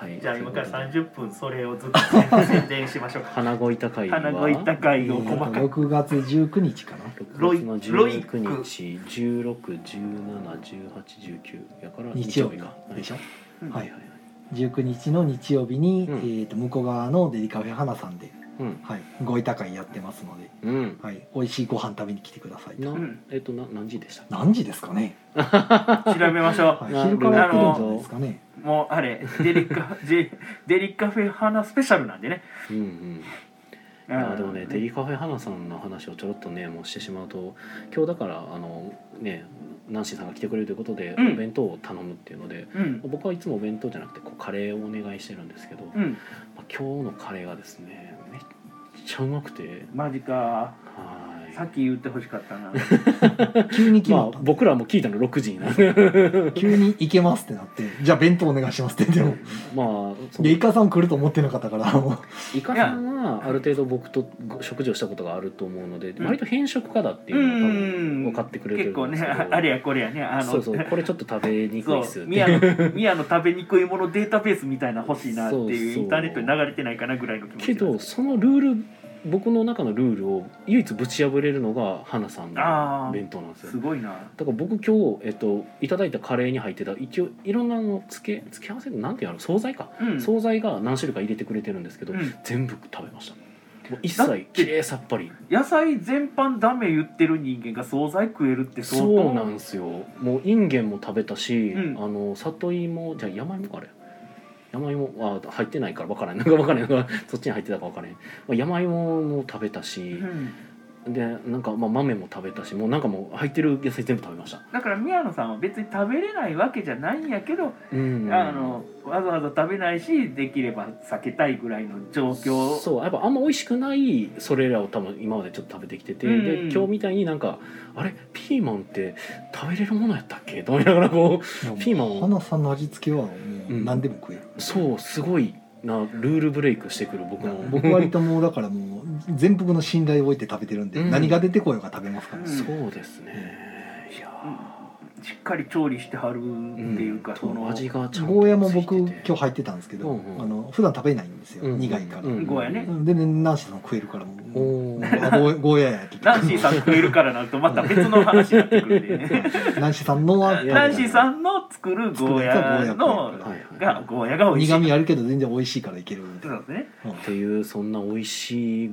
[SPEAKER 1] はい
[SPEAKER 4] じゃあ今から30分それをずっと宣伝しましょうか
[SPEAKER 1] 花ご委託会は
[SPEAKER 4] 花子板会を細かく
[SPEAKER 2] 6月19日かな
[SPEAKER 1] 6月の
[SPEAKER 4] ロイ
[SPEAKER 1] 19日16171819やから
[SPEAKER 2] 日曜日
[SPEAKER 1] か
[SPEAKER 2] でしょ
[SPEAKER 4] うん
[SPEAKER 1] は
[SPEAKER 2] はいい
[SPEAKER 1] はいはい
[SPEAKER 2] 19日の日曜日に、
[SPEAKER 1] うん
[SPEAKER 2] えー、と向こう側のデリカフェ花さんで、
[SPEAKER 1] うん
[SPEAKER 2] はい、ご委託会やってますので、
[SPEAKER 1] うん
[SPEAKER 2] はい、美味しいご飯食べに来てください
[SPEAKER 1] な、
[SPEAKER 4] うん
[SPEAKER 1] えっとな何時でしたっけ
[SPEAKER 2] 何時ですかね、
[SPEAKER 4] 調べましょう
[SPEAKER 2] はい、
[SPEAKER 1] な
[SPEAKER 2] 昼からやってるんじゃないですかね
[SPEAKER 4] もうあれデリカデリカフェ花スペシャルなんでね。
[SPEAKER 1] うんうん
[SPEAKER 4] う
[SPEAKER 1] い
[SPEAKER 4] ん
[SPEAKER 1] やでもね、デリカフェ花さんの話をちょろっとねもうしてしまうと今日だからあのねナンシーさんが来てくれるということで、
[SPEAKER 4] うん
[SPEAKER 1] お弁当を頼むっていうので
[SPEAKER 4] うん
[SPEAKER 1] 僕はいつもお弁当じゃなくてこうカレーをお願いしてるんですけど、
[SPEAKER 4] う
[SPEAKER 1] ま
[SPEAKER 4] ん
[SPEAKER 1] あ今日のカレーがですねめっちゃうまくて
[SPEAKER 4] マジか
[SPEAKER 1] は
[SPEAKER 4] さ
[SPEAKER 1] ー
[SPEAKER 4] っき言ってほしかったな
[SPEAKER 2] 急に決
[SPEAKER 1] いま
[SPEAKER 2] ま
[SPEAKER 1] あ
[SPEAKER 2] った、
[SPEAKER 1] 僕らも聞いたの6時に なる
[SPEAKER 2] 急に行けますってなってじゃあ弁当お願いしますって言っても
[SPEAKER 1] まあその
[SPEAKER 2] でイカさん来ると思ってなかったからもう
[SPEAKER 1] イカさんはある程度僕とご食事をしたことがあると思うので、
[SPEAKER 4] うん
[SPEAKER 1] 割と偏食家だっていううのは多分
[SPEAKER 4] ん
[SPEAKER 1] 分かってくれてる
[SPEAKER 4] 結
[SPEAKER 1] と思う
[SPEAKER 4] 構
[SPEAKER 1] んで
[SPEAKER 4] ね
[SPEAKER 1] すけど
[SPEAKER 4] ああれやこれやねあの
[SPEAKER 1] そうそうこれちょっと食べにくいっす
[SPEAKER 4] そ
[SPEAKER 1] よ
[SPEAKER 4] う
[SPEAKER 1] っていう
[SPEAKER 4] 宮の宮の食べにくいものデータベースみたいな欲しいなって
[SPEAKER 1] そう
[SPEAKER 4] い
[SPEAKER 1] そう
[SPEAKER 4] うインターネットに流れてないかなぐらいの気持ち
[SPEAKER 1] けどそのルール僕の中のルールを唯一ぶち破れるのが花さんの弁当なんです
[SPEAKER 4] す
[SPEAKER 1] よ
[SPEAKER 4] ごいな
[SPEAKER 1] だから僕今日、えっと、いただいたカレーに入ってた一応いろんなあの付け付け合わせなんていうの惣菜か、
[SPEAKER 4] うん
[SPEAKER 1] 惣菜が何種類か入れてくれてるんですけど、
[SPEAKER 4] うん
[SPEAKER 1] 全部食べましたもう一
[SPEAKER 4] だっ
[SPEAKER 1] 切
[SPEAKER 4] て
[SPEAKER 1] きれいさっぱり
[SPEAKER 4] 野菜全般ダメ言ってる人間が惣菜食えるって相当
[SPEAKER 1] そうなんですよもうインゲンも食べたし、
[SPEAKER 4] うん
[SPEAKER 1] あの里芋じゃあ山芋かあれ山芋あ入ってないから分からんなんか分からんなんかそっちに入ってたか分からん、まあ、山芋も食べたし、
[SPEAKER 4] うん
[SPEAKER 1] でなんかまあ豆も食べたしもうなんかもう入ってる野菜全部食べました
[SPEAKER 4] だから宮野さんは別に食べれないわけじゃないんやけど
[SPEAKER 1] うん
[SPEAKER 4] あのわざわざ食べないしできれば避けたいぐらいの状況
[SPEAKER 1] そうやっぱあんま美味しくないそれらを多分今までちょっと食べてきてて、
[SPEAKER 4] うん
[SPEAKER 1] で今日みたいになんかあれピーマンって食べれるものやったっけと思いながらこピーマンを
[SPEAKER 2] 花さんの味付けはも
[SPEAKER 1] う
[SPEAKER 2] うん何でも食える、
[SPEAKER 1] うそうすごいなルールブレイクしてくる僕の
[SPEAKER 2] 僕割ともうだからもう全幅の信頼を置いて食べてるんで、
[SPEAKER 1] うん
[SPEAKER 2] 何が出てこようが食べますから、
[SPEAKER 4] うん
[SPEAKER 1] そうですねいや
[SPEAKER 4] しっかり調理してはるっていうか、その
[SPEAKER 1] 味がちゃんと
[SPEAKER 2] ゴーヤも僕
[SPEAKER 1] つい
[SPEAKER 2] 今
[SPEAKER 1] てて
[SPEAKER 2] 日入ってたんですけど、
[SPEAKER 1] うんうん
[SPEAKER 2] あの普段食べないんですよ、
[SPEAKER 1] うん
[SPEAKER 2] 苦いから、
[SPEAKER 1] うんうん
[SPEAKER 4] ゴーヤね
[SPEAKER 2] でナンシーさん食えるからもう
[SPEAKER 1] おー
[SPEAKER 2] あゴーゴーヤやって
[SPEAKER 4] ナンシーさん食えるからなんとまた別の話になってくるんでね
[SPEAKER 2] ナンシーさんのは
[SPEAKER 4] ナンシーさ
[SPEAKER 2] ん
[SPEAKER 4] んの作るゴーヤの
[SPEAKER 1] はいはい
[SPEAKER 4] がゴーヤが美味しい
[SPEAKER 2] 苦味あるけど全然美味しいからいけるみたいう
[SPEAKER 4] そ
[SPEAKER 2] な、
[SPEAKER 4] なんですね
[SPEAKER 2] うん
[SPEAKER 1] っていうそそんな美味しい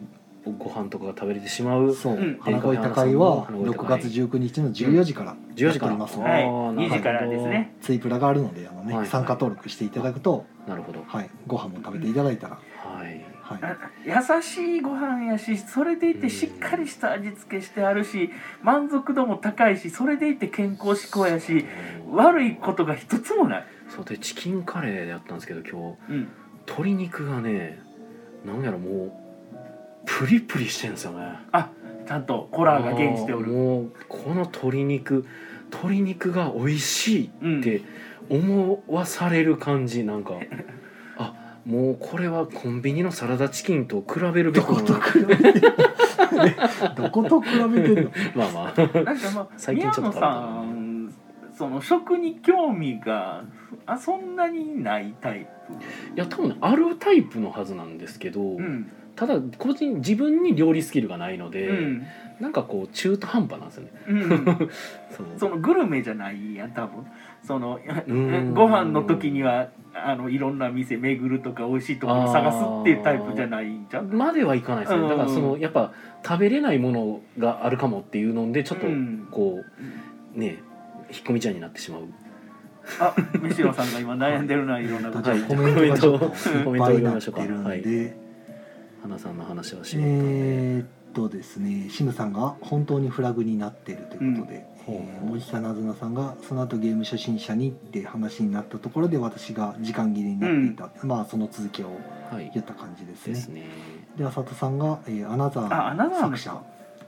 [SPEAKER 1] ご飯とかが食べれてしまう
[SPEAKER 2] そう、
[SPEAKER 4] うん
[SPEAKER 2] 花恋高いは
[SPEAKER 1] 花恋高
[SPEAKER 2] 6
[SPEAKER 1] い
[SPEAKER 2] 月19日の14時から
[SPEAKER 1] 14時から
[SPEAKER 2] やっておりますので
[SPEAKER 4] はい
[SPEAKER 1] あー
[SPEAKER 4] 2時からですね
[SPEAKER 2] ツイプラがあるのであの、ね
[SPEAKER 1] はいはい
[SPEAKER 2] 参加登録していただくと、
[SPEAKER 1] なるほど
[SPEAKER 2] はい、ご飯も食べていただいたら、
[SPEAKER 1] はい
[SPEAKER 2] はい、
[SPEAKER 4] あ優しいご飯やしそれでいてしっかりした味付けしてあるし満足度も高いしそれでいて健康志向やし悪いことが一つもない、
[SPEAKER 1] そうでチキンカレーやったんですけど今日
[SPEAKER 4] うん、
[SPEAKER 1] 鶏肉がねなんやろもうプリプリしてるんですよね
[SPEAKER 4] ちゃんとコラーが減して
[SPEAKER 1] あ
[SPEAKER 4] お
[SPEAKER 1] ー
[SPEAKER 4] る
[SPEAKER 1] もうこの鶏肉鶏肉が美味しい
[SPEAKER 4] うん
[SPEAKER 1] って思わされる感じ なんかあもうこれはコンビニのサラダチキンと比べるべ
[SPEAKER 2] ど
[SPEAKER 1] きも
[SPEAKER 2] こ
[SPEAKER 1] の
[SPEAKER 2] と 比べてるどこと比べてるの
[SPEAKER 1] まあまあ
[SPEAKER 4] なんかまあ
[SPEAKER 1] 最
[SPEAKER 4] 宮
[SPEAKER 1] 近
[SPEAKER 4] 野
[SPEAKER 1] ちょっと
[SPEAKER 4] さんその食に興味があそんなにないタイ
[SPEAKER 1] いや多分あるタイプのはずなんですけど、
[SPEAKER 4] プ、うん
[SPEAKER 1] ただ個人自分に料理スキルがないので、
[SPEAKER 4] うん
[SPEAKER 1] なんかこう中途半端なんですよね
[SPEAKER 4] うん、
[SPEAKER 1] その
[SPEAKER 4] そのグルメじゃないやん多分その
[SPEAKER 1] ん
[SPEAKER 4] ご飯の時にはあのいろんな店巡るとか美味しいところ探すっていうタイプじゃないんじゃん
[SPEAKER 1] まではいかないです
[SPEAKER 4] う
[SPEAKER 1] ね
[SPEAKER 4] ん
[SPEAKER 1] だからそのやっぱ食べれないものがあるかもっていうのでちょっと
[SPEAKER 4] うん
[SPEAKER 1] こうね引っ込みちゃんになってしまう
[SPEAKER 4] あ、飯野さんが今悩んでるな、いろ んなこと
[SPEAKER 1] は
[SPEAKER 4] に。
[SPEAKER 1] い
[SPEAKER 2] コメントがちょっ
[SPEAKER 1] コ
[SPEAKER 2] とい
[SPEAKER 1] メ
[SPEAKER 2] っ
[SPEAKER 1] ント
[SPEAKER 2] ぱ
[SPEAKER 1] を
[SPEAKER 2] い
[SPEAKER 1] 読
[SPEAKER 2] に
[SPEAKER 1] み
[SPEAKER 2] な
[SPEAKER 1] ま
[SPEAKER 2] っ
[SPEAKER 1] してょうか
[SPEAKER 2] るんで、
[SPEAKER 1] はい
[SPEAKER 2] え
[SPEAKER 1] 花さんの話はしまったんで、
[SPEAKER 2] ーっとですねシムさんが本当にフラグになってるということ
[SPEAKER 1] うん
[SPEAKER 2] で、えー森下なずなさんがその後ゲーム初心者にって話になったところで私が時間切れになっていた、まあその続きを
[SPEAKER 1] はい
[SPEAKER 2] 言った感じです
[SPEAKER 1] で
[SPEAKER 2] ね
[SPEAKER 1] すね
[SPEAKER 2] で浅田さんが、えーアナザ
[SPEAKER 4] あア
[SPEAKER 2] ー
[SPEAKER 4] ナ
[SPEAKER 2] の
[SPEAKER 4] ザーの
[SPEAKER 2] 作者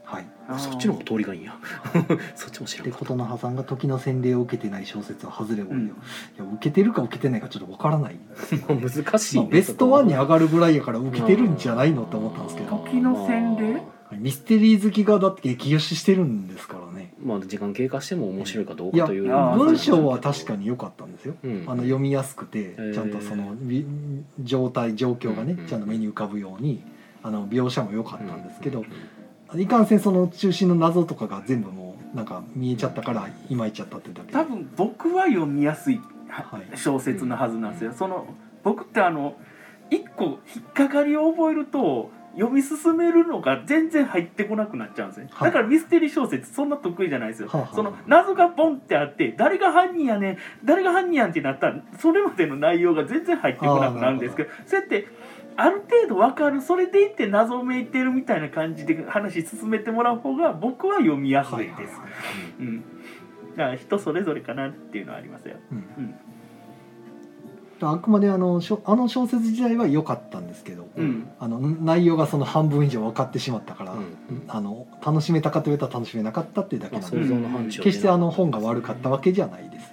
[SPEAKER 2] はい
[SPEAKER 4] あー
[SPEAKER 1] そっちの方が通りがいいんや そっちも知らん
[SPEAKER 2] で
[SPEAKER 1] かっ
[SPEAKER 2] 琴ノ葉さんが時の洗礼を受けてない小説は外れをよ、
[SPEAKER 4] うん
[SPEAKER 2] いや受けてるか受けてないかちょっとわからない、
[SPEAKER 1] た難しい
[SPEAKER 2] まあ、
[SPEAKER 1] ね
[SPEAKER 2] ベストワンに上がるぐらいやから受けてるんじゃないの
[SPEAKER 1] う
[SPEAKER 2] って思ったんですけど
[SPEAKER 4] 時の洗礼
[SPEAKER 2] ミステリー好きがだって激推ししてるんですからね
[SPEAKER 1] まあ時間経過しても面白いかどう
[SPEAKER 2] いや
[SPEAKER 1] かという
[SPEAKER 4] あー
[SPEAKER 2] 文章は確かに良かったんですよ、
[SPEAKER 1] うん
[SPEAKER 2] あの読みやすくて
[SPEAKER 1] ー
[SPEAKER 2] ちゃんとそのび状態状況がね
[SPEAKER 1] うん
[SPEAKER 2] ちゃんと目に浮かぶようにあの描写も良かったんですけ
[SPEAKER 1] う
[SPEAKER 2] ど
[SPEAKER 1] ん
[SPEAKER 2] いかんせんその中心の謎とかが全部もうなんか見えちゃったからいまいちゃったってだけで
[SPEAKER 4] 多分僕は読みやすい
[SPEAKER 2] はい
[SPEAKER 4] 小説のはずなんですよ。
[SPEAKER 1] うん
[SPEAKER 4] その僕ってあの一個引っかかりを覚えると読み進めるのが全然入ってこなくなっちゃうんですね。
[SPEAKER 2] はい
[SPEAKER 4] だからミステリー小説そんな得意じゃないですよ
[SPEAKER 2] はあは。あ
[SPEAKER 4] その謎がボンってあって誰が犯人やねん誰が犯人やんってなったらそれまでの内容が全然入ってこなくなるんですけど、そうやって。ある程度わかるそれでいって謎めいてるみたいな感じで話進めてもらう方が僕は読みやすい
[SPEAKER 2] はい
[SPEAKER 4] です、
[SPEAKER 2] はいはい
[SPEAKER 4] うん、だから人それぞれかなっていうのはありますよ、
[SPEAKER 2] うん
[SPEAKER 4] うん
[SPEAKER 2] あくまであのしょあの小説自体は良かったんですけど、
[SPEAKER 4] うん
[SPEAKER 2] あの内容がその半分以上分かってしまったから、
[SPEAKER 1] うんうん
[SPEAKER 2] あの楽しめたかと言われたら楽しめなかったっていうだけ
[SPEAKER 1] まあ
[SPEAKER 2] なの
[SPEAKER 1] 想
[SPEAKER 2] で、
[SPEAKER 1] 像の範疇をね
[SPEAKER 2] 決してあの本が悪かったわけじゃないです、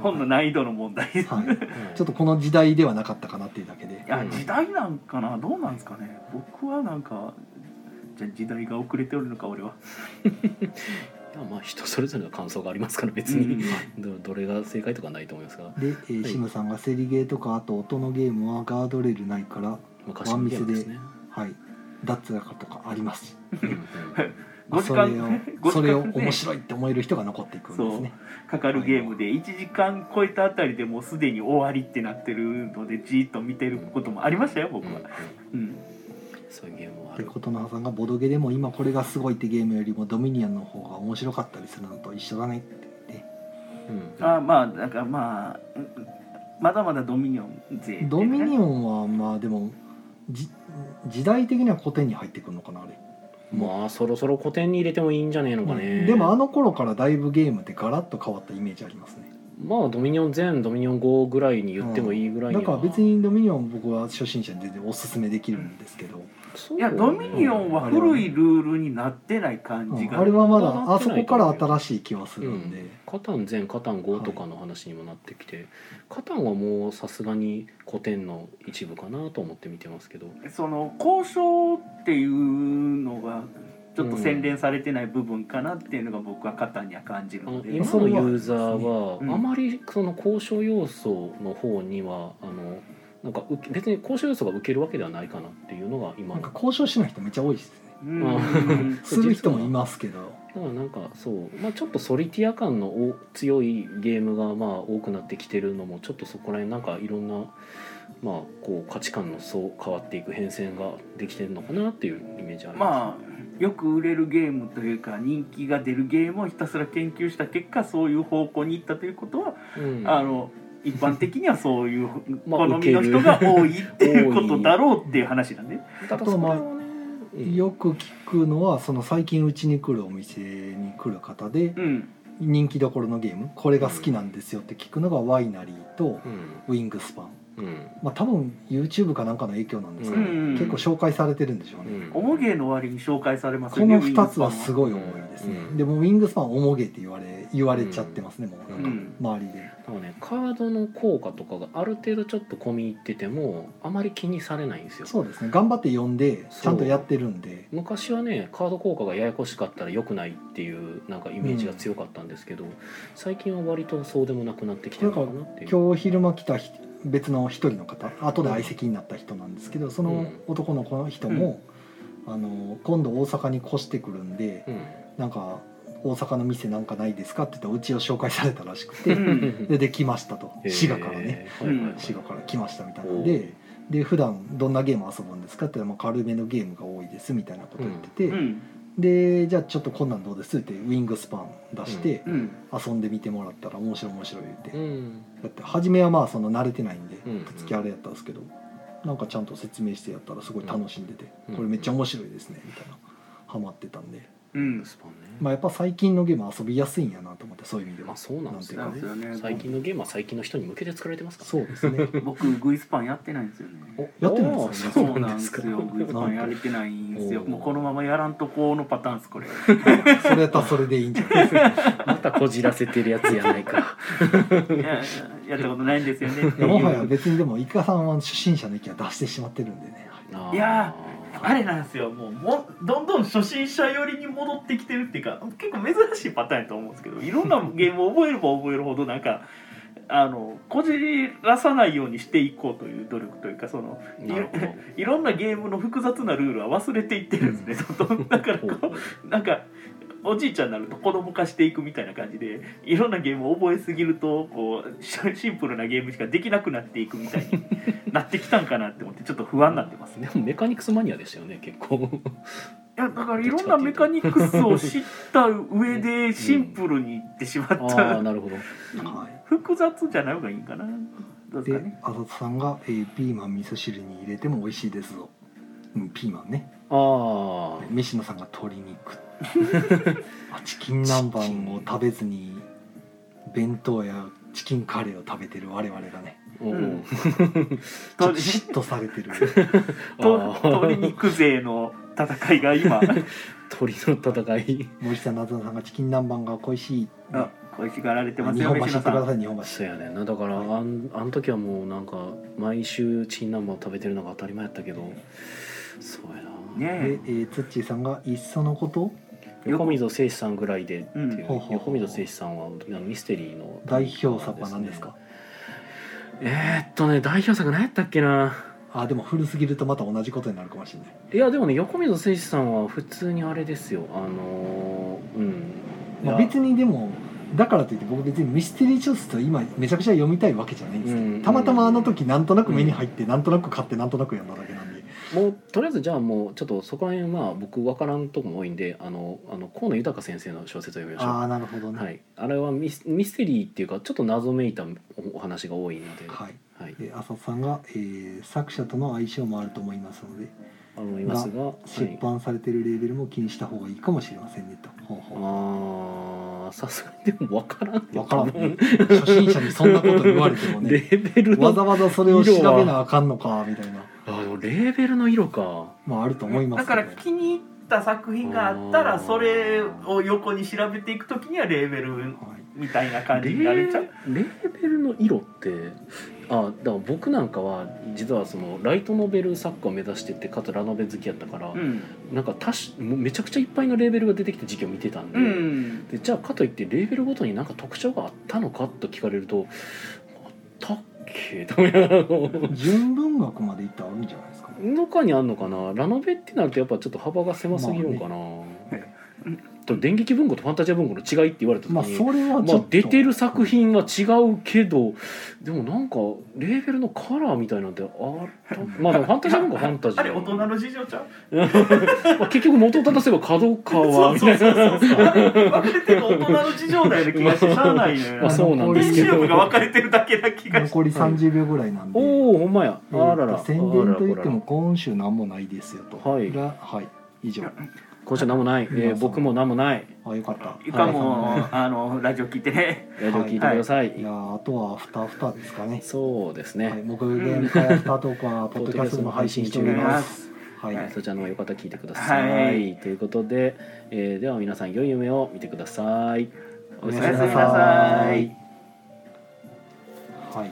[SPEAKER 4] 本の難易度の問題です、
[SPEAKER 2] はい、
[SPEAKER 1] うん
[SPEAKER 2] ちょっとこの時代ではなかったかなっていうだけで
[SPEAKER 4] いや時代なんかなどうなんですかね僕はなんかじゃあ時代が遅れておるのか俺は、
[SPEAKER 1] いやまあ人それぞれの感想がありますから別
[SPEAKER 4] う
[SPEAKER 1] に、
[SPEAKER 4] ん
[SPEAKER 1] どどれが正解とかはないと思いますが
[SPEAKER 2] で、えー
[SPEAKER 1] はい
[SPEAKER 2] シムさんが「セリゲーとかあと音のゲームはガードレールないから
[SPEAKER 1] 昔のゲームですね。
[SPEAKER 2] はい脱落とかありますし」
[SPEAKER 1] うんうん
[SPEAKER 4] 5時
[SPEAKER 2] そ
[SPEAKER 4] 間
[SPEAKER 2] れを
[SPEAKER 4] 5
[SPEAKER 2] それを
[SPEAKER 4] 時間ね
[SPEAKER 2] 面白いって思える人が残っていくんですね
[SPEAKER 4] かかるゲームで1時間超えたあたりでもうすでに終わりってなってるのでじーっと見てることもありましたよ僕
[SPEAKER 1] うんう
[SPEAKER 4] は
[SPEAKER 1] ん、
[SPEAKER 4] うん、
[SPEAKER 1] そういうゲームはあ
[SPEAKER 2] で
[SPEAKER 1] る。
[SPEAKER 2] 琴ノ葉さんが「ボドゲでも今これがすごいってゲームよりもドミニオンの方が面白かったりするのと一緒だね」って言って
[SPEAKER 1] うん
[SPEAKER 4] あまあなんかまあうんまだまだドミニオン勢
[SPEAKER 2] ドミニ
[SPEAKER 4] ン
[SPEAKER 2] オンはまあでもじ時代的には古典に入ってくるのかなあれ、
[SPEAKER 1] まあそろそろ古典に入れてもいいんじゃねえのかね。
[SPEAKER 2] でもあの頃からだいぶゲームってガラッと変わったイメージありますね
[SPEAKER 1] まあドミニオン前ドミニオン後ぐらいに言ってもいいぐらい
[SPEAKER 2] だ
[SPEAKER 1] には
[SPEAKER 2] から別にドミニオン僕は初心者に全然おすすめできるんですけど、
[SPEAKER 1] そう
[SPEAKER 4] い
[SPEAKER 1] い
[SPEAKER 4] やドミニオンは古いルールになってない感
[SPEAKER 2] う
[SPEAKER 4] じ
[SPEAKER 2] ん
[SPEAKER 4] が、
[SPEAKER 2] あれはまだ
[SPEAKER 1] まだ
[SPEAKER 2] あそこから新しい気はするんで、
[SPEAKER 1] カタン前カタン後とかの話にもなってきて、カタンはもうさすがに古典の一部かなと思って見てますけど。
[SPEAKER 4] その交渉っていうのがちょっと洗練されてない部分かなっていうのが僕は肩には感じる
[SPEAKER 1] あ
[SPEAKER 4] の
[SPEAKER 1] の
[SPEAKER 4] で
[SPEAKER 1] 今
[SPEAKER 2] そ
[SPEAKER 1] の
[SPEAKER 2] れ
[SPEAKER 1] ユ
[SPEAKER 2] は
[SPEAKER 1] ーザーは
[SPEAKER 4] うん
[SPEAKER 1] あまりその交渉要素の方にはあのなんか受け別に交渉要素が受けるわけではないかなっていうのが今
[SPEAKER 2] なんか
[SPEAKER 1] の
[SPEAKER 2] 交渉しない人めっちゃ多いですね
[SPEAKER 4] うん
[SPEAKER 1] まあ
[SPEAKER 4] うん
[SPEAKER 2] する人もいますけど
[SPEAKER 1] だからなんかそう、まあ、ちょっとソリティア感のお強いゲームがまあ多くなってきてるのもちょっとそこら辺なんかいろんな、まあ、こう価値観のそう変わっていく変遷ができてるのかなっていうイメージありま
[SPEAKER 4] まあよく売れるゲームというか人気が出るゲームをひたすら研究した結果そういう方向に行ったということは、
[SPEAKER 1] す。うん
[SPEAKER 4] あの一般的にはそういう
[SPEAKER 1] まあ
[SPEAKER 4] 好みの人が多いっていうことだろうっていう話だね。
[SPEAKER 1] ただ
[SPEAKER 2] あとまあ
[SPEAKER 1] それはねうん
[SPEAKER 2] よく聞くのはその最近うちに来るお店に来る方で
[SPEAKER 4] うん、
[SPEAKER 2] 人気どころのゲームこれが好きなんですよって聞くのがワイナリーとウィングスパン
[SPEAKER 1] うんうん
[SPEAKER 2] まあ多分 YouTube かなんかの影響なんですけ
[SPEAKER 4] う
[SPEAKER 2] ど、
[SPEAKER 4] ん
[SPEAKER 2] 結構紹介されてるんでしょう
[SPEAKER 1] う
[SPEAKER 2] ね、
[SPEAKER 1] ん
[SPEAKER 4] おもげの割に紹介されます
[SPEAKER 2] この2つはす
[SPEAKER 4] い。
[SPEAKER 2] ごい多いです
[SPEAKER 1] う
[SPEAKER 2] ね、
[SPEAKER 1] ん
[SPEAKER 2] でもウィングスパンおもげって言われ言われちゃってますね、も
[SPEAKER 1] う
[SPEAKER 2] うなんん
[SPEAKER 4] う
[SPEAKER 2] か
[SPEAKER 4] ん
[SPEAKER 2] 周りで、
[SPEAKER 1] だからねカードの効果とかがある程度ちょっと込み入っててもあまり気にされないんですよ
[SPEAKER 2] そうですね頑張って読んで
[SPEAKER 1] そう
[SPEAKER 2] ちゃんとやってるんで
[SPEAKER 1] 昔はねカード効果がややこしかったら良くないっていうなんかイメージが強かったんですけど、最近は割とそうでもなくなってきてるのかなっていう
[SPEAKER 2] 今日昼間来た人別の一人の方後で相席になった人なんですけどその男の子の人も、あの今度大阪に越してくるんでなんか大阪の店なんかないですかって言ったらうちを紹介されたらしく
[SPEAKER 4] う
[SPEAKER 2] て
[SPEAKER 4] ん
[SPEAKER 2] でで来ましたと
[SPEAKER 1] うん
[SPEAKER 2] 滋賀からね、
[SPEAKER 1] へーはいはいはい
[SPEAKER 4] うん
[SPEAKER 2] 滋賀から来ましたみたいな
[SPEAKER 1] お
[SPEAKER 2] ん
[SPEAKER 1] う
[SPEAKER 2] でで普段どんなゲーム遊ぶんですかって言ったらまあ軽めのゲームが多いですみたいなこと言ってて、
[SPEAKER 4] うん
[SPEAKER 2] でじゃあちょっとこんなんどうですってウィングスパン出して
[SPEAKER 4] うん
[SPEAKER 2] 遊んでみてもらったら面白い面白い言って
[SPEAKER 1] う、ん
[SPEAKER 2] だって初めはまあその慣れてないんで
[SPEAKER 1] うん
[SPEAKER 2] 手つきあれやったんですけどなんかちゃんと説明してやったらすごい楽しんでて
[SPEAKER 1] うん
[SPEAKER 2] これめっちゃ面白いですねみたいなハマってたんで
[SPEAKER 4] うん
[SPEAKER 1] スパンね
[SPEAKER 2] まあやっぱ最近のゲームは遊びやすいんやなと思ってそういう意味で
[SPEAKER 1] ま
[SPEAKER 2] は
[SPEAKER 1] あそうなんですよ
[SPEAKER 4] なんですよね
[SPEAKER 1] ね最近のゲームは最近の人に向けて作られてますから
[SPEAKER 2] そうで すね
[SPEAKER 4] 僕グイスパンやってないんですよね。
[SPEAKER 2] やってないんです
[SPEAKER 1] あー
[SPEAKER 2] よね
[SPEAKER 4] そうなんですよ。グイスパンやれてないんですよ。
[SPEAKER 1] なんと
[SPEAKER 4] もうこのままやらんとこのパターンですこ れ。
[SPEAKER 2] それやったらそれでいいんじゃないですか
[SPEAKER 1] またこじらせてるやつやない か
[SPEAKER 4] いややったことないんですよねって
[SPEAKER 2] い
[SPEAKER 4] い
[SPEAKER 2] や
[SPEAKER 4] う。
[SPEAKER 2] もはや別にでもイカさんは初心者の意見は出してしまってるんでね
[SPEAKER 1] あー
[SPEAKER 4] いやあれなんですよもうもどんどん初心者寄りに戻ってきてるっていうか結構珍しいパターンやと思うんですけどいろんなゲームを覚えれば覚えるほどなんかあのこじらさないようにしていこうという努力というかその
[SPEAKER 1] なるほど
[SPEAKER 4] いろんなゲームの複雑なルールは忘れていってるんですね、どんどんだから
[SPEAKER 1] ほうほ
[SPEAKER 4] こ
[SPEAKER 1] う
[SPEAKER 4] うなんかおじいちゃんになると子供化していくみたいな感じでいろんなゲームを覚えすぎるとこうシシンプルなゲームしかできなくなっていくみたいに なってきたんかなって思ってちょっと不安になってますね。
[SPEAKER 1] でもメカニクスマニアでしたよね結構
[SPEAKER 4] いやだからいろんなメカニクスを知った上でシンプルにいってしまった、
[SPEAKER 1] ああなるほど
[SPEAKER 2] はい
[SPEAKER 4] 複雑じゃない方がいいんかなどうです
[SPEAKER 2] で
[SPEAKER 4] かね
[SPEAKER 2] 浅田さんが、えー「ピーマン味噌汁に入れても美味しいですぞ」うんピーマンね
[SPEAKER 1] ああ
[SPEAKER 2] 飯野さんが鶏 肉あチキン南蛮を食べずに弁当やチキンカレーを食べてる我々がね
[SPEAKER 1] おうお
[SPEAKER 4] うん
[SPEAKER 1] う
[SPEAKER 2] ちょっと
[SPEAKER 4] 鶏
[SPEAKER 2] 嫉妬され てる
[SPEAKER 4] と
[SPEAKER 1] あー
[SPEAKER 4] 鶏肉勢の戦いが 今
[SPEAKER 1] 鳥の戦い
[SPEAKER 2] 森下夏菜さんがチキン南蛮が恋しい
[SPEAKER 4] あ美味しがられてます
[SPEAKER 2] 日
[SPEAKER 4] よ
[SPEAKER 2] 本橋
[SPEAKER 4] 飯
[SPEAKER 2] 行
[SPEAKER 4] 野
[SPEAKER 2] って
[SPEAKER 4] さ
[SPEAKER 2] くだ
[SPEAKER 4] ん
[SPEAKER 2] さい日本橋
[SPEAKER 1] そうやねんなだからあんあん時はもうなんか毎週チキン南蛮を食べてるのが当たり前やったけどそうやな、
[SPEAKER 2] で、え
[SPEAKER 4] ね
[SPEAKER 2] ー、ツッチーさんが「いっそのこと
[SPEAKER 1] 横溝誠司さんぐらいでっていう、
[SPEAKER 2] うん
[SPEAKER 1] 横溝誠司さんはあのミステリーの
[SPEAKER 2] 代表作は何ですか
[SPEAKER 1] えーっとね代表作何やったっけな
[SPEAKER 2] あでも古すぎるとまた同じことになるかもしれない、
[SPEAKER 1] いやでもね横溝誠司さんは普通にあれですよあのーうん、
[SPEAKER 2] まあ、
[SPEAKER 1] いや
[SPEAKER 2] 別にでもだからといって僕別にミステリー小説を今めちゃくちゃ読みたいわけじゃないんですけど、
[SPEAKER 1] うん
[SPEAKER 2] たまたまあの時なんとなく目に入って、なんとなく買ってなんとなく読んだだけなんで
[SPEAKER 1] もうとりあえずじゃあもうちょっとそこら辺は僕分からんとこも多いんであのあの河野豊先生の小説を読みましょう
[SPEAKER 2] ああなるほどね、
[SPEAKER 1] はい、あれはミスミステリーっていうかちょっと謎めいたおお話が多いので、は
[SPEAKER 2] はい、
[SPEAKER 1] い
[SPEAKER 2] で浅田さんが、えー作者との相性もあると思いますので
[SPEAKER 1] あのいますがはい、
[SPEAKER 2] 出版されてるレーベルも気にした方がいいかもしれませんねと、ほうほう
[SPEAKER 1] あーさすがにでも分からん
[SPEAKER 2] わからんね
[SPEAKER 1] ね、
[SPEAKER 2] 初心者にそんなこと言われて も
[SPEAKER 1] レ
[SPEAKER 2] ね
[SPEAKER 1] ーベル
[SPEAKER 2] わ
[SPEAKER 1] の
[SPEAKER 2] ざわざそれを調べなあかんのかみたいな
[SPEAKER 1] あでもレーベルの色か
[SPEAKER 2] まああると思いま
[SPEAKER 4] だ
[SPEAKER 2] す
[SPEAKER 4] か
[SPEAKER 2] けど
[SPEAKER 4] ら気に入った作品があった
[SPEAKER 1] あ
[SPEAKER 4] ら
[SPEAKER 1] ー
[SPEAKER 4] それを横に調べていくときにはレーベル
[SPEAKER 2] はい
[SPEAKER 4] みたいな感
[SPEAKER 1] レ
[SPEAKER 4] じ
[SPEAKER 1] ー
[SPEAKER 4] になれちゃう
[SPEAKER 1] レーベベルの色ってあだから僕なんかは実はそのライトノベル作家を目指しててかつラノベ好きやったから、
[SPEAKER 4] うん
[SPEAKER 1] なんかたしもうめちゃくちゃいっぱいのレーベルが出てきた時期を見てたんで,、
[SPEAKER 4] うん
[SPEAKER 1] でじゃあかといってレーベルごとになんか特徴があったのかと聞かれるとあったっけと思いながら
[SPEAKER 2] 純文学までいったらあるんじゃないですか
[SPEAKER 1] どっかにあんのかなラノベってなるとやっぱちょっと幅が狭すぎるのかな、と電撃文庫とファンタジア文庫の違いって言われた時に、
[SPEAKER 2] まあそれはち
[SPEAKER 1] ま
[SPEAKER 2] ょ
[SPEAKER 1] あ
[SPEAKER 2] っと、、
[SPEAKER 1] 出てる作品は違うけどでもなんかレーベルのカラーみたいなんてあったまあでもファンタジーなんかファンタジー
[SPEAKER 4] あれ大人の事情ちゃう
[SPEAKER 1] まあ結局元を正せば角川
[SPEAKER 4] そう
[SPEAKER 1] みた
[SPEAKER 4] そう
[SPEAKER 1] い
[SPEAKER 4] そ
[SPEAKER 1] な
[SPEAKER 4] うそう分かれてる大人の事情だよね気がしてしゃあないのよ
[SPEAKER 1] まあそうなんです
[SPEAKER 4] 編
[SPEAKER 1] け
[SPEAKER 4] 集
[SPEAKER 1] ど
[SPEAKER 4] 部が分かれてるだけな気がして
[SPEAKER 2] 残り30秒ぐらいなんで、
[SPEAKER 1] おおほんまやあ
[SPEAKER 2] えー
[SPEAKER 1] らら
[SPEAKER 2] 宣
[SPEAKER 1] あら
[SPEAKER 2] 伝
[SPEAKER 1] ら
[SPEAKER 2] といっても
[SPEAKER 1] こ
[SPEAKER 2] 今週何もないですよと
[SPEAKER 1] はい
[SPEAKER 2] がはい以上
[SPEAKER 1] らこっちは何もない、えー僕も何もない
[SPEAKER 2] あよかった
[SPEAKER 4] いかもあのラジオ聞いてね
[SPEAKER 1] ラジオ聞いてください、
[SPEAKER 2] いやーあとはアフターアフターですかね
[SPEAKER 1] そうですね、
[SPEAKER 2] はい、木曜日会アフタートークはポッドキャストでも配信しております。はい、
[SPEAKER 1] そちらの方よかったら聞いてください、
[SPEAKER 4] はい
[SPEAKER 1] ということで、えーでは皆さん良い夢を見てください
[SPEAKER 2] おや
[SPEAKER 4] お
[SPEAKER 2] すみ
[SPEAKER 4] やすみ
[SPEAKER 2] な
[SPEAKER 4] な
[SPEAKER 2] さ
[SPEAKER 4] さ
[SPEAKER 2] い
[SPEAKER 4] い。
[SPEAKER 2] はい、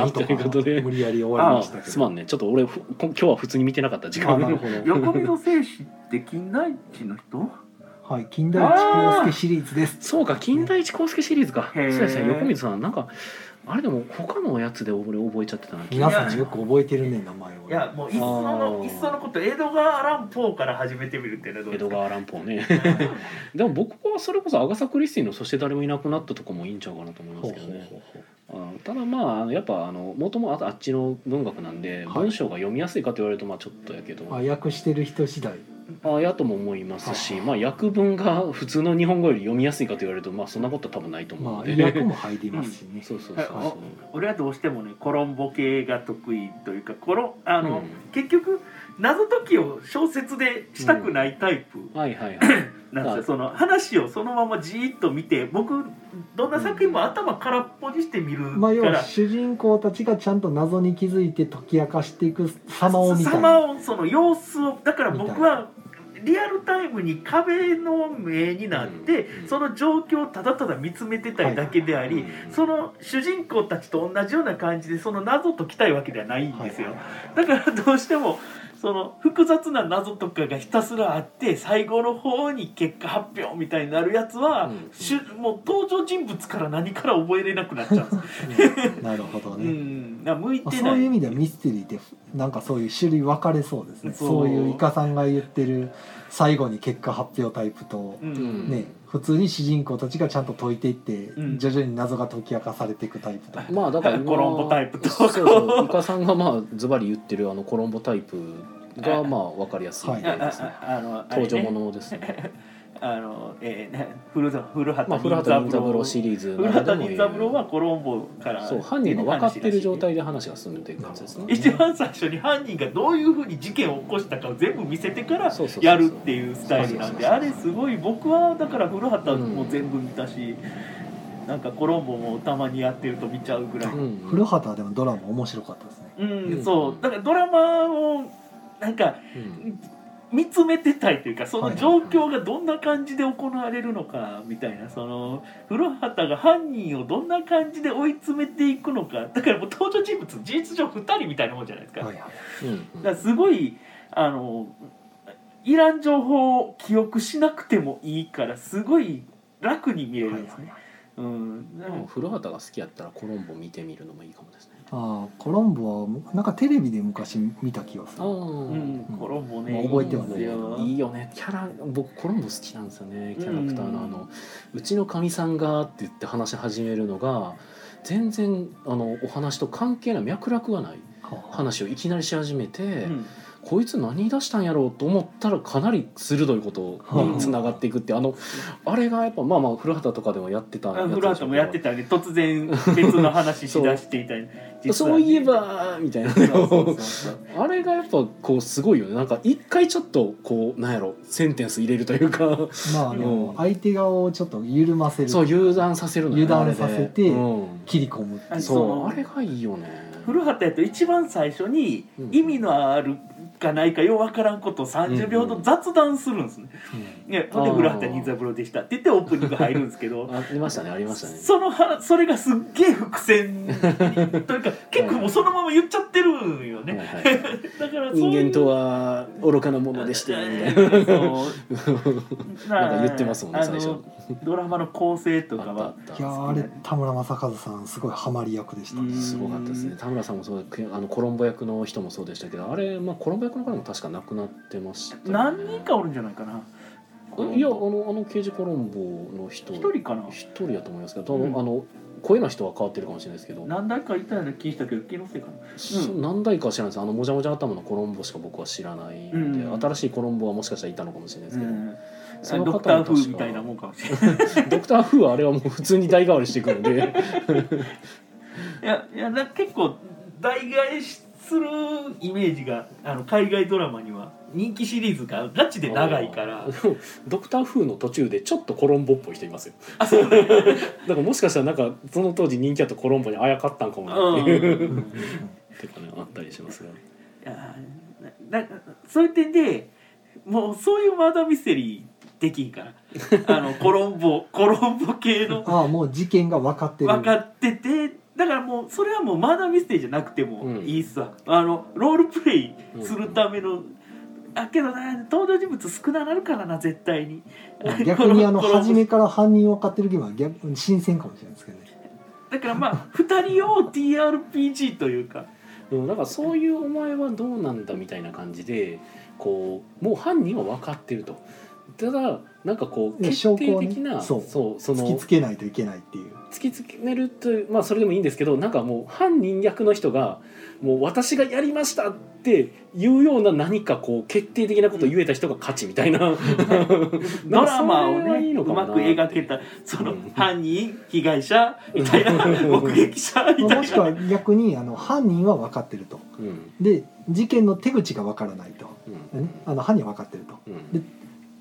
[SPEAKER 1] はいということで
[SPEAKER 2] 無理やり終わりましたけど。
[SPEAKER 1] すまんねちょっと俺ふこ今日は普通に見てなかった時
[SPEAKER 2] あ
[SPEAKER 1] 間
[SPEAKER 2] なるほど。
[SPEAKER 4] 横溝静止って近代一の人
[SPEAKER 2] はい、近代一光介シリーズです。
[SPEAKER 1] そうか金田一光介シリーズか
[SPEAKER 4] へー
[SPEAKER 1] そうですね横水さんなんかあれでも他のやつで俺覚えちゃってたな
[SPEAKER 2] 皆さんよく覚えてるね、名前を。
[SPEAKER 4] いやもういっそ
[SPEAKER 1] あ
[SPEAKER 4] の
[SPEAKER 1] ー
[SPEAKER 4] いっそのこと江戸川乱歩から始めてみるっていうのはどう
[SPEAKER 1] 江
[SPEAKER 4] で
[SPEAKER 1] 戸
[SPEAKER 4] すか
[SPEAKER 1] 川乱歩ね でも僕はそれこそアガサ・クリスティの「そして誰もいなくなった」とかもいいんちゃうかなと思いま
[SPEAKER 2] ほう
[SPEAKER 1] す
[SPEAKER 2] ほ
[SPEAKER 1] け
[SPEAKER 2] う
[SPEAKER 1] どね
[SPEAKER 2] ほうほう。
[SPEAKER 1] あのただまああのやっぱあの元もああっちの文学なんで、
[SPEAKER 2] はい
[SPEAKER 1] 文章が読みやすいかと言われるとまあちょっとやけど、
[SPEAKER 2] あ、訳してる人次第。
[SPEAKER 1] あやとも思いますし、まあ訳文が普通の日本語より読みやすいかと言われるとまあそんなことは多分ないと思
[SPEAKER 2] ま
[SPEAKER 1] うん
[SPEAKER 2] あ、
[SPEAKER 1] で、
[SPEAKER 2] 訳も入りますしね。
[SPEAKER 1] そうそうそうそう
[SPEAKER 4] 俺はどうしてもねコロンボ系が得意というかコロあの、
[SPEAKER 1] うん
[SPEAKER 4] 結局謎解きを小説でしたくないタイプ
[SPEAKER 1] はいはいはい
[SPEAKER 4] なんですよ、
[SPEAKER 1] うん
[SPEAKER 4] その話をそのままじーっと見て僕どんな作品も頭空っぽにして見るから、
[SPEAKER 2] まあ、要は主人公たちがちゃんと謎に気づいて解き明かしていく様を見たい。
[SPEAKER 4] 様をその様子をだから
[SPEAKER 2] 見た
[SPEAKER 4] 僕
[SPEAKER 2] い
[SPEAKER 4] はリアルタイムに壁の目になって、
[SPEAKER 1] うん
[SPEAKER 4] その状況をただただ見つめてたいだけであり、
[SPEAKER 1] うん
[SPEAKER 4] その主人公たちと同じような感じでその謎解きたいわけではないん
[SPEAKER 2] はい
[SPEAKER 4] ですよ、だからどうしてもその複雑な謎とかがひたすらあって最後の方に結果発表みたいになるやつは、
[SPEAKER 1] うん
[SPEAKER 4] しゅもう登場人物から何から覚えれなくなっちゃうんです、
[SPEAKER 2] なるほど
[SPEAKER 4] う
[SPEAKER 2] ね。
[SPEAKER 4] ん、だから向い
[SPEAKER 2] まあ
[SPEAKER 4] て
[SPEAKER 2] そ
[SPEAKER 4] な
[SPEAKER 2] ういう意
[SPEAKER 4] い。
[SPEAKER 2] 味ではミステリーってなんかそういう種類分かれそうですね
[SPEAKER 4] そ
[SPEAKER 2] そうういうイカさんが言ってる最後に結果発表タイプと、
[SPEAKER 4] うん
[SPEAKER 1] うん
[SPEAKER 2] ね普通に主人公たちがちゃんと解いていって、
[SPEAKER 4] ん
[SPEAKER 2] 徐々に謎が解き明かされていくタイプと、
[SPEAKER 1] まあだから
[SPEAKER 4] コロンボタイプと
[SPEAKER 1] そうそうイカさんがまあズバリ言ってるあのコロンボタイプがまあわかりやすい
[SPEAKER 2] は
[SPEAKER 1] ですね
[SPEAKER 4] あああのあれ
[SPEAKER 1] 登
[SPEAKER 4] ね
[SPEAKER 1] 場ものですね
[SPEAKER 4] あの、えー、ね古ざ古畑
[SPEAKER 1] まあ
[SPEAKER 4] 任
[SPEAKER 1] 古畑任三郎シリーズ
[SPEAKER 4] 古畑任三郎
[SPEAKER 1] は
[SPEAKER 4] はコロンボから
[SPEAKER 1] そう犯人が分かってる状
[SPEAKER 4] 出
[SPEAKER 1] 態で話が進むっていう感じですね
[SPEAKER 4] てきた話だし一番最初に犯人がどういうふうに事件を起こしたかを全部見せてから
[SPEAKER 1] そうそうそうそう
[SPEAKER 4] やるっていうスタイルなんで
[SPEAKER 1] そうそうそうそう
[SPEAKER 4] あれすごい僕はだから古畑も全部見たし、なんかコロンボもたまにやってると見ちゃうぐらい、
[SPEAKER 1] うん
[SPEAKER 2] 古畑はでもドラマ面白かったですね
[SPEAKER 4] うん
[SPEAKER 1] うん
[SPEAKER 4] そうだからドラマをなんか
[SPEAKER 1] うん
[SPEAKER 4] 見つめてたいというかそ
[SPEAKER 2] はい
[SPEAKER 4] の
[SPEAKER 2] はいは
[SPEAKER 4] 状
[SPEAKER 2] い
[SPEAKER 4] 況がどんな感じで行われるのかみたいなその古畑が犯人をどんな感じで追い詰めていくのかだからもう登場人物事実上2人みたいなもんじゃないですか,、
[SPEAKER 2] はいはい
[SPEAKER 1] うん
[SPEAKER 4] だからすごいあのいらん情報を記憶しなくてもいいからすごい楽に見れるんですね。うん、で
[SPEAKER 1] うん
[SPEAKER 4] も
[SPEAKER 1] 古畑が好きやったらコロンボ見てみるのもいいかもですね
[SPEAKER 2] ああコロンボはなんかテレビで昔見た気がす
[SPEAKER 1] あ
[SPEAKER 2] るあ
[SPEAKER 4] うん、コロンボね、
[SPEAKER 2] まあ覚えてはない
[SPEAKER 4] いいんですよ
[SPEAKER 1] いいよねキャラ僕コロンボ好きなんですよねキャラクターのあのうちのかみさんがって言って話し始めるのが全然あのお話と関係ない脈絡がない話をいきなりし始めて、
[SPEAKER 4] うん
[SPEAKER 1] こいつ何言い出したんやろうと思ったらかなり鋭いことにつながっていくって、あのあれがやっぱまあまあ古畑とかでもやってたやつ
[SPEAKER 4] あ
[SPEAKER 1] でしょうけど
[SPEAKER 4] 古畑もやってたんで突然別の話しだしていたり 実
[SPEAKER 1] そ
[SPEAKER 4] は
[SPEAKER 1] う
[SPEAKER 4] ね
[SPEAKER 1] いえばみた いな
[SPEAKER 4] そうそうそう
[SPEAKER 1] あれがやっぱこうすごいよねなんか一回ちょっとこうなんやろセンテンス入れるという か
[SPEAKER 2] まああの、
[SPEAKER 1] うん
[SPEAKER 2] 相手側をちょっと緩ませる
[SPEAKER 1] そう油断させるのよね
[SPEAKER 2] 油断させ
[SPEAKER 1] あ
[SPEAKER 2] て
[SPEAKER 1] れでうん
[SPEAKER 2] 切り込むっていう
[SPEAKER 4] あ
[SPEAKER 1] そ
[SPEAKER 4] そう
[SPEAKER 1] あれがいいよね
[SPEAKER 4] 古畑やと一番最初に
[SPEAKER 1] うん
[SPEAKER 4] 意味のあるかないかようわからんことを30秒ほど雑談するんですね。ね、ほんで古畑任三郎でしたって言ってオープニング入るんですけど。
[SPEAKER 1] ありましたねありましたね
[SPEAKER 4] そのはそれがすっげえ伏 線というか結構もうそのまま言っちゃってるよね、
[SPEAKER 1] はいはい
[SPEAKER 4] だからそういう
[SPEAKER 1] 人間とは愚かなものでしてみたいな
[SPEAKER 4] そう
[SPEAKER 1] なんか言ってますもんね
[SPEAKER 4] あ
[SPEAKER 1] 最初
[SPEAKER 4] のドラマの構成とか
[SPEAKER 1] あ
[SPEAKER 4] は
[SPEAKER 1] ったあった
[SPEAKER 2] いやーあれ田村正和さんすごいハマり役でした、
[SPEAKER 4] うん
[SPEAKER 1] すごかったですね田村さんもそうだけどあのコロンボ役の人もそうでしたけどあれ、まあ、コロンボ役の方も確か亡くなってました、ね、
[SPEAKER 4] 何人かおるんじゃないかな
[SPEAKER 1] えいやあのあの刑事コロンボの人
[SPEAKER 4] 一人かな
[SPEAKER 1] 一人やと思いますけど多分、
[SPEAKER 4] うん
[SPEAKER 1] あの声の人は変わってるかもしれないですけど
[SPEAKER 4] 何台かいたような気したけど気のせいかな
[SPEAKER 1] そ何代かは知らないですあのもじゃもじゃ頭のコロンボしか僕は知らないんで、
[SPEAKER 4] うん
[SPEAKER 1] 新しいコロンボはもしかしたらいたのかもしれないですけど、そ
[SPEAKER 4] うん、
[SPEAKER 1] の
[SPEAKER 4] ド
[SPEAKER 1] 方も
[SPEAKER 4] クター・
[SPEAKER 1] 確か
[SPEAKER 4] フーみたいなもんかもしれない
[SPEAKER 1] ドクター・フーはあれはもう普通に代替わりしていくので
[SPEAKER 4] いやいやだ結構代替えするイメージがあの海外ドラマには人気シリーズがガチで長いから
[SPEAKER 1] でもドクター・フーの途中でちょっとコロンボっぽい人いますよ
[SPEAKER 4] あそう
[SPEAKER 1] だからもしかしたらなんかその当時人気だったコロンボにあやかったんかもなって いう、
[SPEAKER 4] うん
[SPEAKER 2] うん
[SPEAKER 1] てかねあったりしますが
[SPEAKER 4] いやーななそういう点でもうそういうマーダーミステリーできんから あのコロンボコロンボ系の
[SPEAKER 2] ああもう事件が分かってる
[SPEAKER 4] 分かっててだからもうそれはもうマーダーミステリーじゃなくても
[SPEAKER 1] うん
[SPEAKER 4] いいっすわ、あのロールプレイするための、あけどな登場人物少ななるからな絶対に
[SPEAKER 2] 逆にあ の
[SPEAKER 4] コロンボ
[SPEAKER 2] 初めから犯人を分かってるゲームは逆新鮮かもしれないですけどね
[SPEAKER 4] だからまあ2人を TRPG というか
[SPEAKER 1] でもなんかそういうお前はどうなんだみたいな感じでこうもう犯人は分かってるとただなんかこう
[SPEAKER 2] いや
[SPEAKER 1] 決
[SPEAKER 2] 証拠
[SPEAKER 1] 定
[SPEAKER 2] をね
[SPEAKER 1] 的な、
[SPEAKER 2] そう
[SPEAKER 1] そうそ
[SPEAKER 2] 突
[SPEAKER 1] の
[SPEAKER 2] きつけないといけないっていう
[SPEAKER 1] 突きつけるというまあそれでもいいんですけどなんかもう犯人役の人がもう私がやりましたっていうような何かこう決定的なことを言えた人が勝ちみたいな、
[SPEAKER 4] ドラマを
[SPEAKER 1] それはい
[SPEAKER 4] ね
[SPEAKER 1] いの
[SPEAKER 4] う
[SPEAKER 1] かもな
[SPEAKER 4] まく描けたそうの
[SPEAKER 1] ん
[SPEAKER 4] 犯人被害者みたいな
[SPEAKER 1] うん
[SPEAKER 4] 目撃者みた
[SPEAKER 2] も
[SPEAKER 4] い
[SPEAKER 2] しく
[SPEAKER 4] な。
[SPEAKER 2] は逆にあの犯人は分かってると
[SPEAKER 1] うん
[SPEAKER 2] で事件の手口が分からないと、
[SPEAKER 1] うん
[SPEAKER 2] ね、あの犯人は分かってると
[SPEAKER 1] うん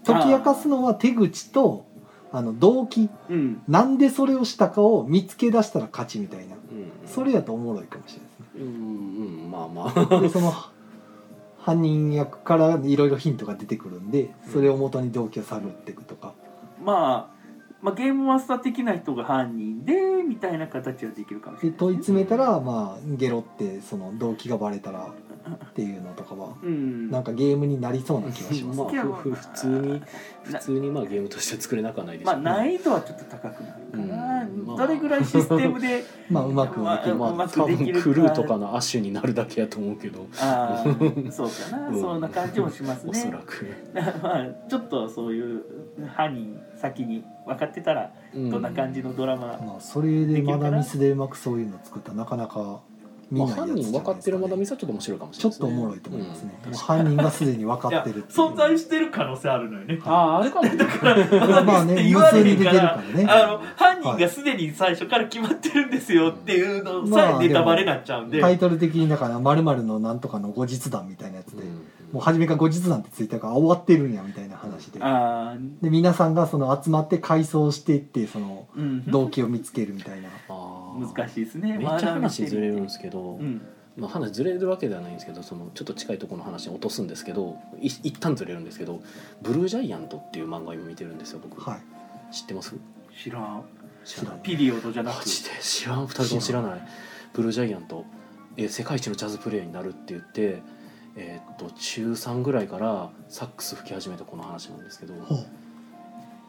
[SPEAKER 2] 解き明かすのは手口とあの動機
[SPEAKER 4] うん
[SPEAKER 2] なんでそれをしたかを見つけ出したら勝ちみたいな
[SPEAKER 1] うん
[SPEAKER 2] それやとおもろいかもしれ
[SPEAKER 1] うんうんまあまあ
[SPEAKER 2] ない ですねでその犯人役からいろいろヒントが出てくるんでそれを元に動機を探っていくとか
[SPEAKER 4] まあまあ、ゲームマスター的な人が犯人でみたいな形はできるかもしれ
[SPEAKER 2] で
[SPEAKER 4] ない、
[SPEAKER 2] 問い詰めたらまあゲロってその動機がバレたらっていうのとかは
[SPEAKER 4] うん、
[SPEAKER 2] なんかゲームになりそうな気がします
[SPEAKER 1] まあ、
[SPEAKER 4] いやまあ
[SPEAKER 1] ふふ普通に普通にまあゲームとしては作れなくはないでし
[SPEAKER 4] ま
[SPEAKER 1] ょ
[SPEAKER 4] あ
[SPEAKER 1] うね
[SPEAKER 4] 難易度はちょっと高くなるかな、
[SPEAKER 1] うんまあ
[SPEAKER 4] どれぐらいシステムで
[SPEAKER 2] まあうまくできる
[SPEAKER 1] ま
[SPEAKER 4] うま
[SPEAKER 1] あ
[SPEAKER 4] く
[SPEAKER 1] 多
[SPEAKER 4] で
[SPEAKER 1] 分
[SPEAKER 4] きるか
[SPEAKER 1] クルーとかの亜種になるだけやと思うけど、
[SPEAKER 4] あーそうかな、
[SPEAKER 1] うん
[SPEAKER 4] そんな感じもしますね
[SPEAKER 1] おそらく、
[SPEAKER 4] まあ、ちょっとそういう犯人先に分かってたら
[SPEAKER 1] うん
[SPEAKER 4] どんな感じのドラマ、
[SPEAKER 2] まあそれでまだミスでうまくそういうの作ったらなかなか見
[SPEAKER 1] ま
[SPEAKER 2] な
[SPEAKER 1] あ、
[SPEAKER 2] いやつじゃな
[SPEAKER 1] 犯
[SPEAKER 2] い
[SPEAKER 1] 人分、か
[SPEAKER 2] ですか、ね
[SPEAKER 1] ってるまだミスはちょっと面白いかもし
[SPEAKER 2] ちょ
[SPEAKER 1] れな
[SPEAKER 2] っ
[SPEAKER 1] い、
[SPEAKER 2] とおもろいと思いますね、
[SPEAKER 1] うん
[SPEAKER 2] もう犯人がすでに分かってるっていう
[SPEAKER 4] 存在してる可能性あるのよね
[SPEAKER 1] あああれかもね
[SPEAKER 2] まあね
[SPEAKER 4] って
[SPEAKER 2] 無
[SPEAKER 4] 言わ
[SPEAKER 2] 数
[SPEAKER 4] れ
[SPEAKER 2] に出
[SPEAKER 4] へん
[SPEAKER 2] て
[SPEAKER 4] か
[SPEAKER 2] るから
[SPEAKER 4] ら
[SPEAKER 2] ね
[SPEAKER 4] あの犯人がすでに最初から決まってるんですよっていうのさ
[SPEAKER 2] まあ
[SPEAKER 4] えネタバレになっちゃうんで、
[SPEAKER 2] タイトル的にだから「まるのなんとかの後日談」みたいなやつで、もう初めから後日談ってついたからあ終わってるんやみたいな話で
[SPEAKER 4] あー
[SPEAKER 2] で皆さんがその集まって回想していってその
[SPEAKER 4] うん
[SPEAKER 2] 動機を見つけるみたいな
[SPEAKER 4] 難
[SPEAKER 1] い
[SPEAKER 4] しいですね
[SPEAKER 1] めっちゃ話ずれるんですけど、
[SPEAKER 4] うん
[SPEAKER 1] まあ、話ずれるわけではないんですけどそのちょっと近いところの話に落とすんですけどい一旦ずれるんですけど「ブルージャイアント」っていう漫画を今見てるんですよ僕、
[SPEAKER 2] はい
[SPEAKER 1] 知ってます
[SPEAKER 4] 知らん
[SPEAKER 1] 知らない
[SPEAKER 4] ピリオドじゃな
[SPEAKER 1] マ
[SPEAKER 4] く
[SPEAKER 1] ジで知らん2人とも知らないブルージャイアント、えー世界一のジャズプレイヤーになるって言って、えーっと中3ぐらいからサックス吹き始めたこの話なんですけど
[SPEAKER 2] ほう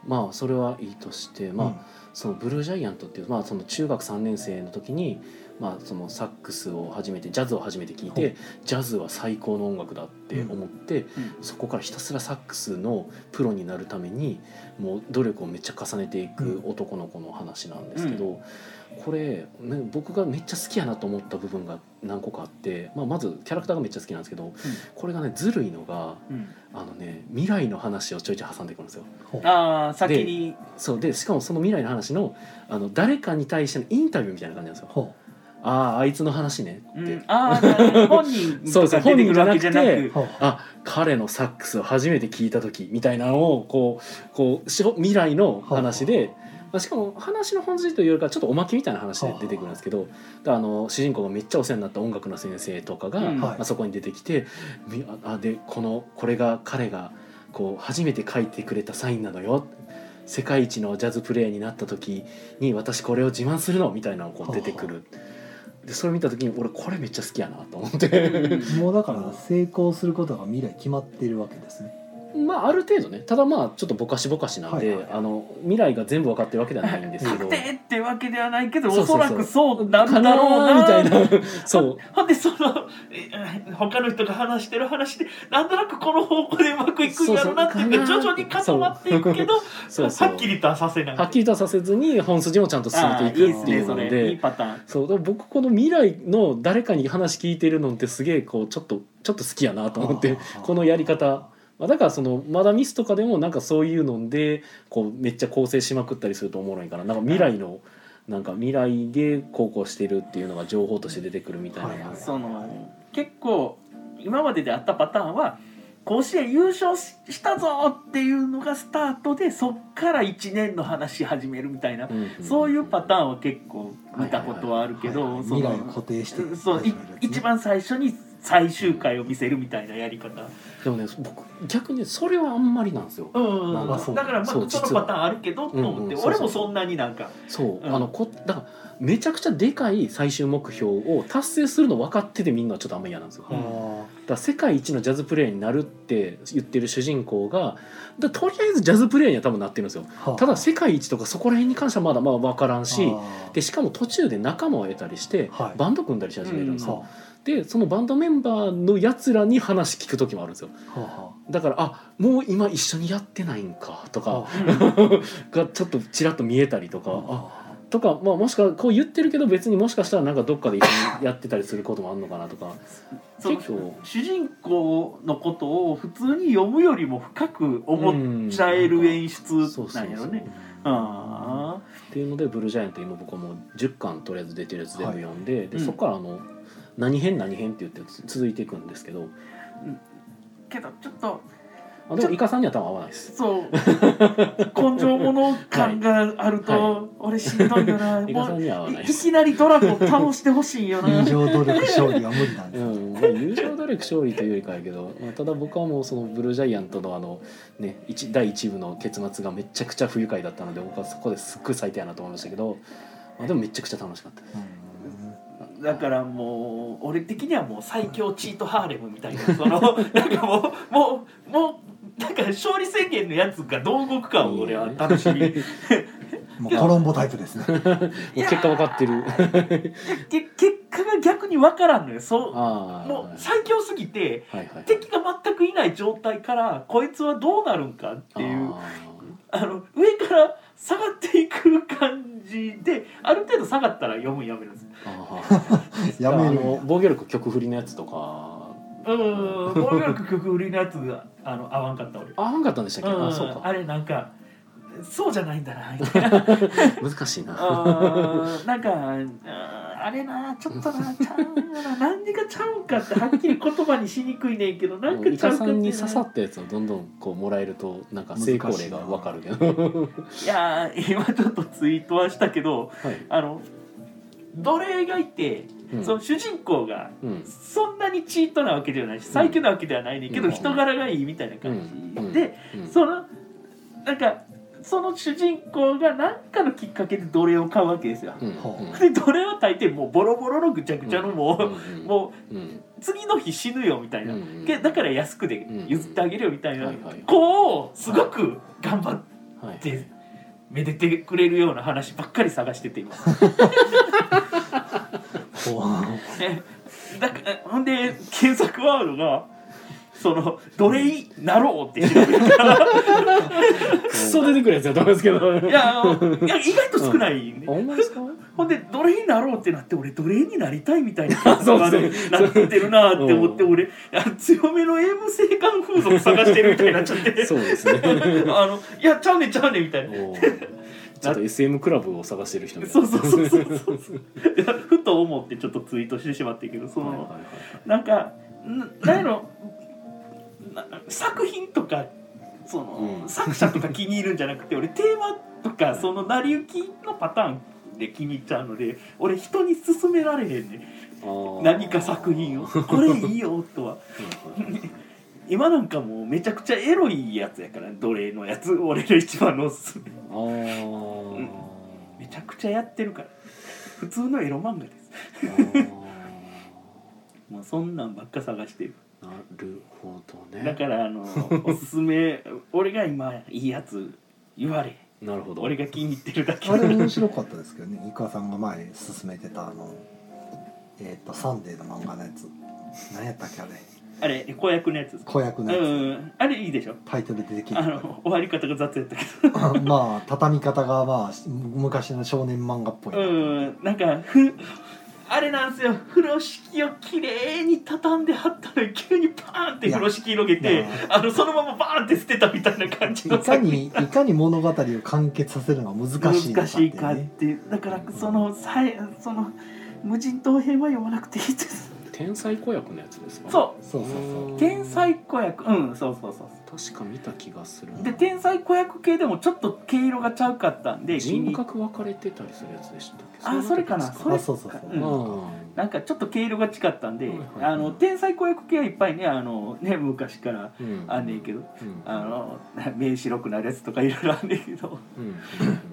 [SPEAKER 1] まあそれはいいとして、まあ
[SPEAKER 2] うん
[SPEAKER 1] そのブルージャイアントっていう、まあ、その中学3年生の時に、まあ、そのサックスを始めてジャズを初めて聴いて、
[SPEAKER 2] うん
[SPEAKER 1] ジャズは最高の音楽だって思って、
[SPEAKER 4] う
[SPEAKER 1] そこからひたすらサックスのプロになるためにもう努力をめっちゃ重ねていく男の子の話なんですけど、これ、ね、僕がめっちゃ好きやなと思った部分が何個かあって、まあ、まずキャラクターがめっちゃ好きなんですけど、これがねずるいのが
[SPEAKER 4] うん
[SPEAKER 1] あの、ね、未来の話をちょいちょい挟んでくるんですよ。
[SPEAKER 2] ほう
[SPEAKER 4] ああ先に
[SPEAKER 1] そうでしかもその未来の話のあの誰かに対してのインタビューみたいな感じなんですよ。
[SPEAKER 2] ほ
[SPEAKER 1] あああいつの話ねって、
[SPEAKER 4] うんああ本人
[SPEAKER 1] そうそう
[SPEAKER 4] とか出てくるわけじゃな
[SPEAKER 1] 本人じゃな
[SPEAKER 2] う
[SPEAKER 1] く
[SPEAKER 4] く
[SPEAKER 2] ほう
[SPEAKER 1] あ彼のサックスを初めて聞いた時みたいなのをこうこうしほ未来の話でまあ、しかも話の本筋というよりかはちょっとおまけみたいな話で出てくるんですけどだあの主人公がめっちゃお世話になった音楽の先生とかが、
[SPEAKER 4] うん
[SPEAKER 1] まあ、そこに出てきてみあでこのこれが彼がこう初めて書いてくれたサインなのよ世界一のジャズプレイヤーになった時に私これを自慢するのみたいなのがこう出てくる。でそれ見た時に俺これめっちゃ好きやなと思って
[SPEAKER 2] もうだから成功することが未来決まっているわけですね。
[SPEAKER 1] まあある程度ねただまあちょっとぼかしぼかしなんで、
[SPEAKER 2] はいはい
[SPEAKER 1] あの未来が全部分かってるわけではないんですけ
[SPEAKER 4] 確
[SPEAKER 1] ど
[SPEAKER 4] 定ってわけではないけど
[SPEAKER 1] そうそうそう
[SPEAKER 4] おそらくそうなんだろう
[SPEAKER 1] か
[SPEAKER 4] な
[SPEAKER 1] なーみたいなそう
[SPEAKER 4] ほんでそのえ他の人が話してる話でなんとなくこの方向でうまくいくんやろうなっていうのが
[SPEAKER 1] そうそう
[SPEAKER 4] 徐々に固まっていくけど
[SPEAKER 1] そうそう
[SPEAKER 4] はっきりとはさせない
[SPEAKER 1] はっきりとはさせずに本筋もちゃんと進めていくっていうの
[SPEAKER 4] あーいいっすねそ
[SPEAKER 1] で
[SPEAKER 4] れいいパターン
[SPEAKER 1] そうだから僕この未来の誰かに話聞いてるのってすげえこうちょっとちょっと好きやなと思って
[SPEAKER 2] あー
[SPEAKER 1] このやり方まあだからそのまだミスとかでもなんかそういうのでこうめっちゃ構成しまくったりするとおもろいんからなんか未来のなんか未来でこうこうしてるっていうのが情報として出てくるみたいなのが、
[SPEAKER 2] はい
[SPEAKER 4] その結構今までであったパターンは甲子園優勝ししたぞっていうのがスタートでそっから1年の話し始めるみたいな、そういうパターンは結構見たことはあるけど、
[SPEAKER 2] はいはい
[SPEAKER 4] そ
[SPEAKER 2] 未
[SPEAKER 4] の
[SPEAKER 2] 来を固定して
[SPEAKER 4] そうい一番最初に最終回を見せるみたいなやり方、
[SPEAKER 1] でもね僕逆にねそれはあんまりなんですよ
[SPEAKER 4] うん
[SPEAKER 1] まあそう
[SPEAKER 4] だからまあそ
[SPEAKER 1] そう
[SPEAKER 4] の
[SPEAKER 1] 実は
[SPEAKER 4] パターンあるけどと思って、
[SPEAKER 1] うんうんそうそう
[SPEAKER 4] 俺もそんなになんか
[SPEAKER 1] そう、
[SPEAKER 4] うん
[SPEAKER 1] あのこだからめちゃくちゃでかい最終目標を達成するの分かっててみんなちょっとあんま嫌なんですよ、
[SPEAKER 4] うん
[SPEAKER 1] だか
[SPEAKER 2] あ
[SPEAKER 1] ら世界一のジャズプレイヤーになるって言ってる主人公がだとりあえずジャズプレイヤーには多分なってるんですよ
[SPEAKER 2] ーはあ
[SPEAKER 1] ただ世界一とかそこら辺に関してはまだまだ分からんし
[SPEAKER 2] あー
[SPEAKER 1] でしかも途中で仲間を得たりして、
[SPEAKER 2] はい
[SPEAKER 1] バンド組んだりし始めるんですよ、
[SPEAKER 2] は
[SPEAKER 1] でそのバンドメンバーのやつらに話聞く時もあるんですよ
[SPEAKER 2] あは
[SPEAKER 1] だからあもう今一緒にやってないんかと
[SPEAKER 2] あ
[SPEAKER 1] か
[SPEAKER 2] は
[SPEAKER 1] がちょっとちらっと見えたりとか、
[SPEAKER 2] あ
[SPEAKER 1] あ
[SPEAKER 2] は
[SPEAKER 1] とか、まあ、もしくはこう言ってるけど別にもしかしたらなんかどっかで一緒にやってたりすることもあるのかなとか
[SPEAKER 4] その
[SPEAKER 1] 結構
[SPEAKER 4] 主人公のことを普通に読むよりも深く思っちゃえる演出なんやろね。
[SPEAKER 2] あ
[SPEAKER 4] あ
[SPEAKER 1] っていうので「ブルージャイアント」今僕はもう10巻とりあえず出てるやつ全部読んで,、で
[SPEAKER 4] うん
[SPEAKER 1] そこからあの「何編何編」って言ってつ続いていくんですけど、
[SPEAKER 4] ーけどちょっと
[SPEAKER 1] まあ、でもイカさんには多分合わないです。
[SPEAKER 4] そう 根性もの感があると、
[SPEAKER 1] は
[SPEAKER 4] 俺しんど いよな
[SPEAKER 1] イカさ
[SPEAKER 4] も
[SPEAKER 1] んには合わ
[SPEAKER 4] う
[SPEAKER 1] ない
[SPEAKER 4] い
[SPEAKER 1] で
[SPEAKER 4] い
[SPEAKER 1] す。
[SPEAKER 4] きなりドラゴン倒してほしいよ
[SPEAKER 2] あ
[SPEAKER 4] な。
[SPEAKER 2] 友情努力勝利は無理なん
[SPEAKER 1] う
[SPEAKER 2] ですね
[SPEAKER 1] んまあ、友情努力勝利というよりかやけど、まあ、ただ僕はもうそのブルージャイアントのあの、ね、一第1部の結末がめちゃくちゃ不愉快だったので僕はそこですっごい最低やなと思いましたけど、まあ、でもめちゃくちゃ楽しかったです。
[SPEAKER 4] だからもう俺的にはもう最強チートハーレムみたいなそのなんかもうもうもうなんか勝利宣言のやつがどう動くかを俺は楽 しみに
[SPEAKER 2] うんもうコロンボタイプですね
[SPEAKER 1] もう結果分か ってる。
[SPEAKER 4] け結果が逆に分からんのよそう
[SPEAKER 1] ああ。
[SPEAKER 4] もう最強すぎて
[SPEAKER 1] はいはい。
[SPEAKER 4] 敵が全くいない状態からこいつはどうなるんかっていう
[SPEAKER 1] あ
[SPEAKER 4] あの上から下がっていく感じである程度下がったら読むんやめるんです
[SPEAKER 1] ーあ
[SPEAKER 2] や
[SPEAKER 1] ー。あ
[SPEAKER 2] める
[SPEAKER 1] の防御力曲振りのやつとか。
[SPEAKER 4] うーん防御力曲売りのやつがあの合わんかった俺。
[SPEAKER 1] ああんかったんでしたっけ。
[SPEAKER 4] うん
[SPEAKER 1] あそう
[SPEAKER 4] あ
[SPEAKER 1] か。
[SPEAKER 4] れなんかそうじゃないんだなみたい な
[SPEAKER 1] 難しいな。
[SPEAKER 4] あーなんかあーあれなちょっとなちゃうな何がちゃうんかってはっきり言葉にしにくいねんけどなんか
[SPEAKER 1] イ
[SPEAKER 4] ちゃ
[SPEAKER 1] カさ
[SPEAKER 4] うかって
[SPEAKER 1] んに
[SPEAKER 4] い
[SPEAKER 1] 刺さったやつをどんどんこうもらえるとなんか成功例が分かるけど。
[SPEAKER 4] やー今ちょっとツイートはしたけど
[SPEAKER 1] はい。
[SPEAKER 4] あの奴隷がいて、
[SPEAKER 1] うん
[SPEAKER 4] その主人公が
[SPEAKER 1] うん。
[SPEAKER 4] そんなにチートなわけではないし最強なわけではないねんけど、
[SPEAKER 1] うん
[SPEAKER 4] 人柄がいいみたいな感じ、
[SPEAKER 1] うん
[SPEAKER 4] で、
[SPEAKER 1] うん
[SPEAKER 4] そのなんかその主人公が何かのきっかけで奴隷を買うわけですよ。
[SPEAKER 1] うん
[SPEAKER 4] で奴隷は大抵もうボロボロのぐちゃぐちゃのもう、
[SPEAKER 1] うん
[SPEAKER 4] も
[SPEAKER 1] うんうん
[SPEAKER 4] う次の日死ぬよみたいな、
[SPEAKER 1] うん
[SPEAKER 4] けだから安くで譲ってあげるよみたいな、
[SPEAKER 1] はいはい
[SPEAKER 4] 子をすごく頑張っ
[SPEAKER 1] はい。
[SPEAKER 4] てめでてくれるような話ばっかり探してて今
[SPEAKER 2] ほう
[SPEAKER 4] ね だからほんで検索ワードがその奴隷になろうって調 べたら
[SPEAKER 1] クソ出てくるやつやと思うんですけど。
[SPEAKER 4] いやあのいや意外と少ない、ね
[SPEAKER 1] あほんまですか。
[SPEAKER 4] ほんで奴隷になろうってなって俺奴隷になりたいみたいな感想が
[SPEAKER 1] そう
[SPEAKER 4] なってるなって思って
[SPEAKER 1] うん
[SPEAKER 4] 俺あ強めの英武性感風俗探してるみたいになっちゃって
[SPEAKER 1] そうですね。
[SPEAKER 4] あのいやちゃうねんちゃうねんみたいな。
[SPEAKER 1] おーちょっと SM クラブを探してる人みたい
[SPEAKER 4] そ
[SPEAKER 1] な
[SPEAKER 4] うそうそうそうそういやふと思ってちょっとツイートしてしまってんけどそ
[SPEAKER 1] はいは
[SPEAKER 4] のなんかんなんやろな作品とかその、
[SPEAKER 1] うん
[SPEAKER 4] 作者とか気に入るんじゃなくて俺テーマとかその成り行きのパターンで気に入っちゃうので俺人に勧められへんねん何か作品をこれいいよとは今なんかもうめちゃくちゃエロいやつやから奴隷のやつ俺の一番のおすすめ
[SPEAKER 1] あー
[SPEAKER 4] うんめちゃくちゃやってるから普通のエロ漫画です
[SPEAKER 1] あー
[SPEAKER 4] もうそんなんばっか探してる
[SPEAKER 1] なるほど
[SPEAKER 4] だ
[SPEAKER 1] ね
[SPEAKER 4] からあ のおすすめ俺が今いいやつ言われ
[SPEAKER 1] なるほど
[SPEAKER 4] 俺が気に入ってるだけ
[SPEAKER 2] あれ面白かったですけどね伊川さんが前勧めてたあのえっ、とサンデーの漫画のやつ何やったっけあれ
[SPEAKER 4] あれ子役のやつですか
[SPEAKER 2] 子役
[SPEAKER 4] う
[SPEAKER 2] のやつ、
[SPEAKER 4] んあれいいでしょ
[SPEAKER 2] タイトル出てきて
[SPEAKER 4] あの終わり方が雑やったけど
[SPEAKER 2] まあ畳み方がまあ昔の少年漫画っぽいな、
[SPEAKER 4] うんなんかふあれなんですよ風呂敷をきれいに畳んで貼ったのに急にパーンって風呂敷広げ
[SPEAKER 2] い
[SPEAKER 4] て
[SPEAKER 2] や
[SPEAKER 4] あのそのままバーンって捨てたみたいな感じ
[SPEAKER 2] い
[SPEAKER 4] の
[SPEAKER 2] かにいかに物語を完結させるのが難しいのかって
[SPEAKER 4] 難し
[SPEAKER 2] い
[SPEAKER 4] いうかっ
[SPEAKER 2] ね
[SPEAKER 4] ていうだからそのさえその無人島編は読まなくていいです
[SPEAKER 1] 天才子役のやつですか
[SPEAKER 4] そう
[SPEAKER 2] そうそうそう
[SPEAKER 4] うん天才子役うんそうそうそう
[SPEAKER 1] 確か見た気がするな
[SPEAKER 4] で天才子役系でもちょっと毛色がちゃうかったんで
[SPEAKER 1] 人格分かれてたりするやつでしたっけ
[SPEAKER 4] あそれかな
[SPEAKER 1] そ
[SPEAKER 4] そ
[SPEAKER 1] いう
[SPEAKER 4] うれ
[SPEAKER 2] あそうそうそう
[SPEAKER 1] う
[SPEAKER 4] うん
[SPEAKER 1] こ
[SPEAKER 4] なんかちょっと毛色が違ったんで、
[SPEAKER 1] はいはいはい
[SPEAKER 4] あの天才子役系はいっぱいねあのね昔から
[SPEAKER 1] とうん
[SPEAKER 4] あんねんけど、
[SPEAKER 1] うん
[SPEAKER 4] あの面白くなるやつとかいろいろあんねんけど
[SPEAKER 1] うん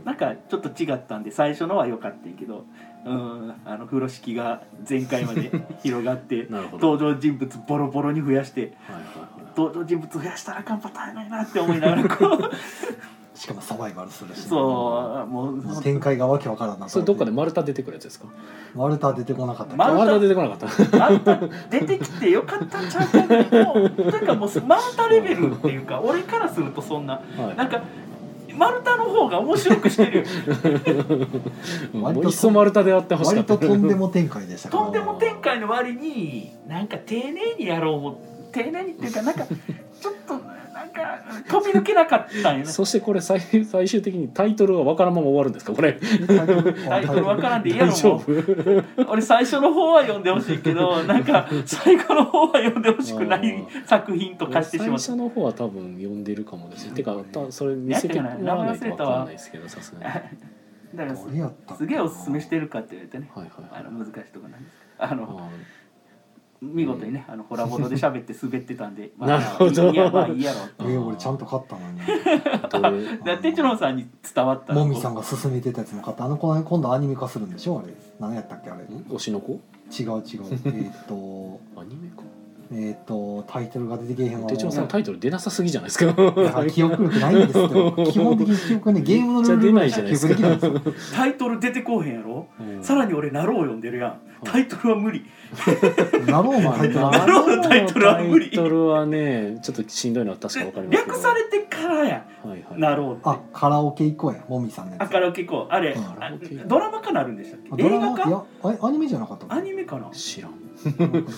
[SPEAKER 4] なんかちょっと違ったんで最初のは良かったんやけどうんあの風呂敷が全開まで 広がって
[SPEAKER 1] なるほど
[SPEAKER 4] 登場人物ボロボロに増やして
[SPEAKER 1] はいはいはい
[SPEAKER 4] 登場人物増やしたらあかんパターンやないなって思いながらこう
[SPEAKER 2] しかもサバイバルするし
[SPEAKER 4] そうもう
[SPEAKER 2] もう展開がわけわからんな
[SPEAKER 1] それどっかで丸太出てくるやつですか
[SPEAKER 2] 丸太は出てこなかったっけ
[SPEAKER 4] 丸
[SPEAKER 1] 丸太
[SPEAKER 4] 太
[SPEAKER 1] 出てこなかった
[SPEAKER 4] マウンタ出てきてよかったんちゃうかなもうというかもうマウンタレベルっていう か俺からするとそんな
[SPEAKER 1] はい
[SPEAKER 4] なんか丸太の方が面白くしてる よ
[SPEAKER 1] うん
[SPEAKER 2] 割
[SPEAKER 1] も
[SPEAKER 2] と
[SPEAKER 1] ういっそ丸太でやってほしか
[SPEAKER 2] 割
[SPEAKER 1] った
[SPEAKER 2] ととんでも展開でしたから
[SPEAKER 4] とんでも展開の割になんか丁寧にやろう思丁寧にっていうかなんかちょっとなんか飛び抜けなかったんやな
[SPEAKER 1] そしてこれ最最終的にタイトルは分からんまま終わるんですかこれ
[SPEAKER 4] タイトルわからんでいいや
[SPEAKER 1] 大
[SPEAKER 4] ろ
[SPEAKER 1] 丈
[SPEAKER 4] も
[SPEAKER 1] 夫
[SPEAKER 4] う俺最初の方は読んでほしいけどなんか最後の方は読んでほしくな
[SPEAKER 1] う
[SPEAKER 4] い
[SPEAKER 1] ん
[SPEAKER 4] 作品と化して
[SPEAKER 1] 最
[SPEAKER 4] しまった
[SPEAKER 1] 初の方は多分読んでるかもですてかたそれ見せてもらわないと分かんないですけどさすがにはい
[SPEAKER 4] だから
[SPEAKER 2] どれやったっけ
[SPEAKER 4] すげえおすすめしてるかって言われてね
[SPEAKER 1] はいは
[SPEAKER 4] あ
[SPEAKER 1] い
[SPEAKER 4] の難しいとこなんですけどあの
[SPEAKER 1] あ
[SPEAKER 4] 見事にねあのホラボドで喋って滑ってたんで
[SPEAKER 1] なるほど
[SPEAKER 4] いやまあいいやろ
[SPEAKER 2] え俺ちゃんと買ったのに
[SPEAKER 1] ーどれ
[SPEAKER 4] だってちろんさんに伝わった
[SPEAKER 2] もみさん
[SPEAKER 4] が
[SPEAKER 2] が勧めてたやつも買ったあの子今度アニメ化するんでしょあれ何やったっけあれ違
[SPEAKER 1] ん推しの子
[SPEAKER 2] う違うえっと
[SPEAKER 1] アニメか
[SPEAKER 2] えっとタイトルが出てけえへんわ
[SPEAKER 1] 手帳さんタイトル出なさすぎじゃないですか
[SPEAKER 2] いや記憶力ないんですよ基本的に記憶ねゲームのルールぐらしか記憶できないんですよ
[SPEAKER 4] タイトル出てこうへんやろ
[SPEAKER 1] うん
[SPEAKER 4] さらに俺ナロー読んでるやんタイトルは無理
[SPEAKER 2] なろうもタイトル
[SPEAKER 1] まあ
[SPEAKER 2] は
[SPEAKER 4] なるほどタイトルは無理
[SPEAKER 1] タイトルはねちょっとしんどいのは確かわかりますけど
[SPEAKER 4] 略されてからや
[SPEAKER 1] はいはい
[SPEAKER 4] ナローっ
[SPEAKER 2] あ
[SPEAKER 4] て
[SPEAKER 2] カラオケ行こうやもみさんのや
[SPEAKER 4] あ
[SPEAKER 2] つ
[SPEAKER 4] カラオケ行こうあれ
[SPEAKER 2] うん
[SPEAKER 4] あドラマ化なるんでしたっ
[SPEAKER 2] あ
[SPEAKER 4] け
[SPEAKER 2] ド
[SPEAKER 4] 映
[SPEAKER 2] ラマ
[SPEAKER 4] 画
[SPEAKER 2] い
[SPEAKER 4] 化
[SPEAKER 2] やあアニメじゃなかったの
[SPEAKER 4] アニメかな
[SPEAKER 1] 知らん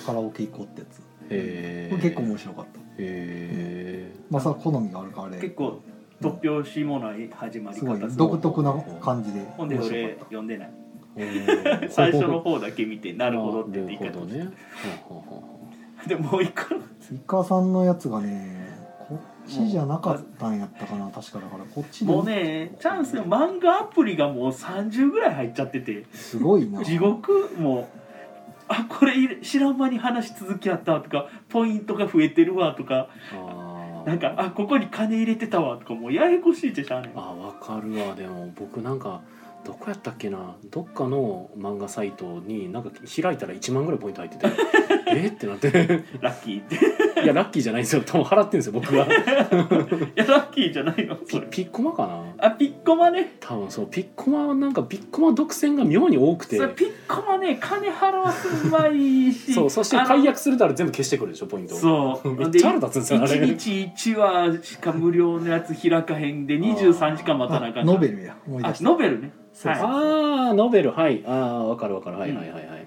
[SPEAKER 2] カラオケ行こうってやつ
[SPEAKER 1] へ
[SPEAKER 2] これ結構面白かった
[SPEAKER 1] えへえ
[SPEAKER 2] まあそれは好みがあるからあれ
[SPEAKER 4] 結構突拍子もない始まり
[SPEAKER 2] すご
[SPEAKER 4] 方
[SPEAKER 2] い
[SPEAKER 4] する
[SPEAKER 2] 独特な感じで
[SPEAKER 4] ほんで
[SPEAKER 2] 面白
[SPEAKER 4] 俺
[SPEAKER 2] かっ
[SPEAKER 4] 読んでない
[SPEAKER 1] うん
[SPEAKER 4] 最初の方だけ見てなるほどって言って
[SPEAKER 1] な
[SPEAKER 4] 言い
[SPEAKER 1] る
[SPEAKER 4] 方
[SPEAKER 1] ほどねほうほう
[SPEAKER 4] でもう一個
[SPEAKER 2] たイカさんのやつがねこっちじゃなかったんやったかな確かだからこっちで
[SPEAKER 4] もうねチャンスよ漫画アプリがもう30ぐらい入っちゃってて
[SPEAKER 2] すごいな
[SPEAKER 4] 地獄もうあこれいる知らん間に話し続きあったとかポイントが増えてるわとか
[SPEAKER 1] ほうほうあー
[SPEAKER 4] なんかあここに金入れてたわとかもうややこしいってしゃあない
[SPEAKER 1] あわかるわでも僕なんかどこやったっけなどっかの漫画サイトになんか開いたら1万ぐらいポイント入って てえってなって
[SPEAKER 4] ラッキーってい
[SPEAKER 1] いやラッキーじゃないんですよ多分払ってるんですよ僕が
[SPEAKER 4] やラッキーじゃないのそ
[SPEAKER 1] ピ
[SPEAKER 4] れ
[SPEAKER 1] ピッコマかな
[SPEAKER 4] あピッコマね
[SPEAKER 1] 多分そうピッコマはなんかピッコマ独占が妙に多くて
[SPEAKER 4] それピッコマね金払わすうまいし
[SPEAKER 1] そうそして
[SPEAKER 4] あの
[SPEAKER 1] 解約するとあれ全部消してくるでしょポイントを
[SPEAKER 4] そう
[SPEAKER 1] めっちゃ腹立つんですよあれ
[SPEAKER 4] 1日1話しか無料のやつ開かへんで23時間待たなあか
[SPEAKER 2] あ
[SPEAKER 4] ん
[SPEAKER 2] ノベルや思い
[SPEAKER 4] あ
[SPEAKER 2] 出した
[SPEAKER 4] ノベルね
[SPEAKER 2] そうそう
[SPEAKER 1] ああノベルはいああわかるわかるはいはいはいはい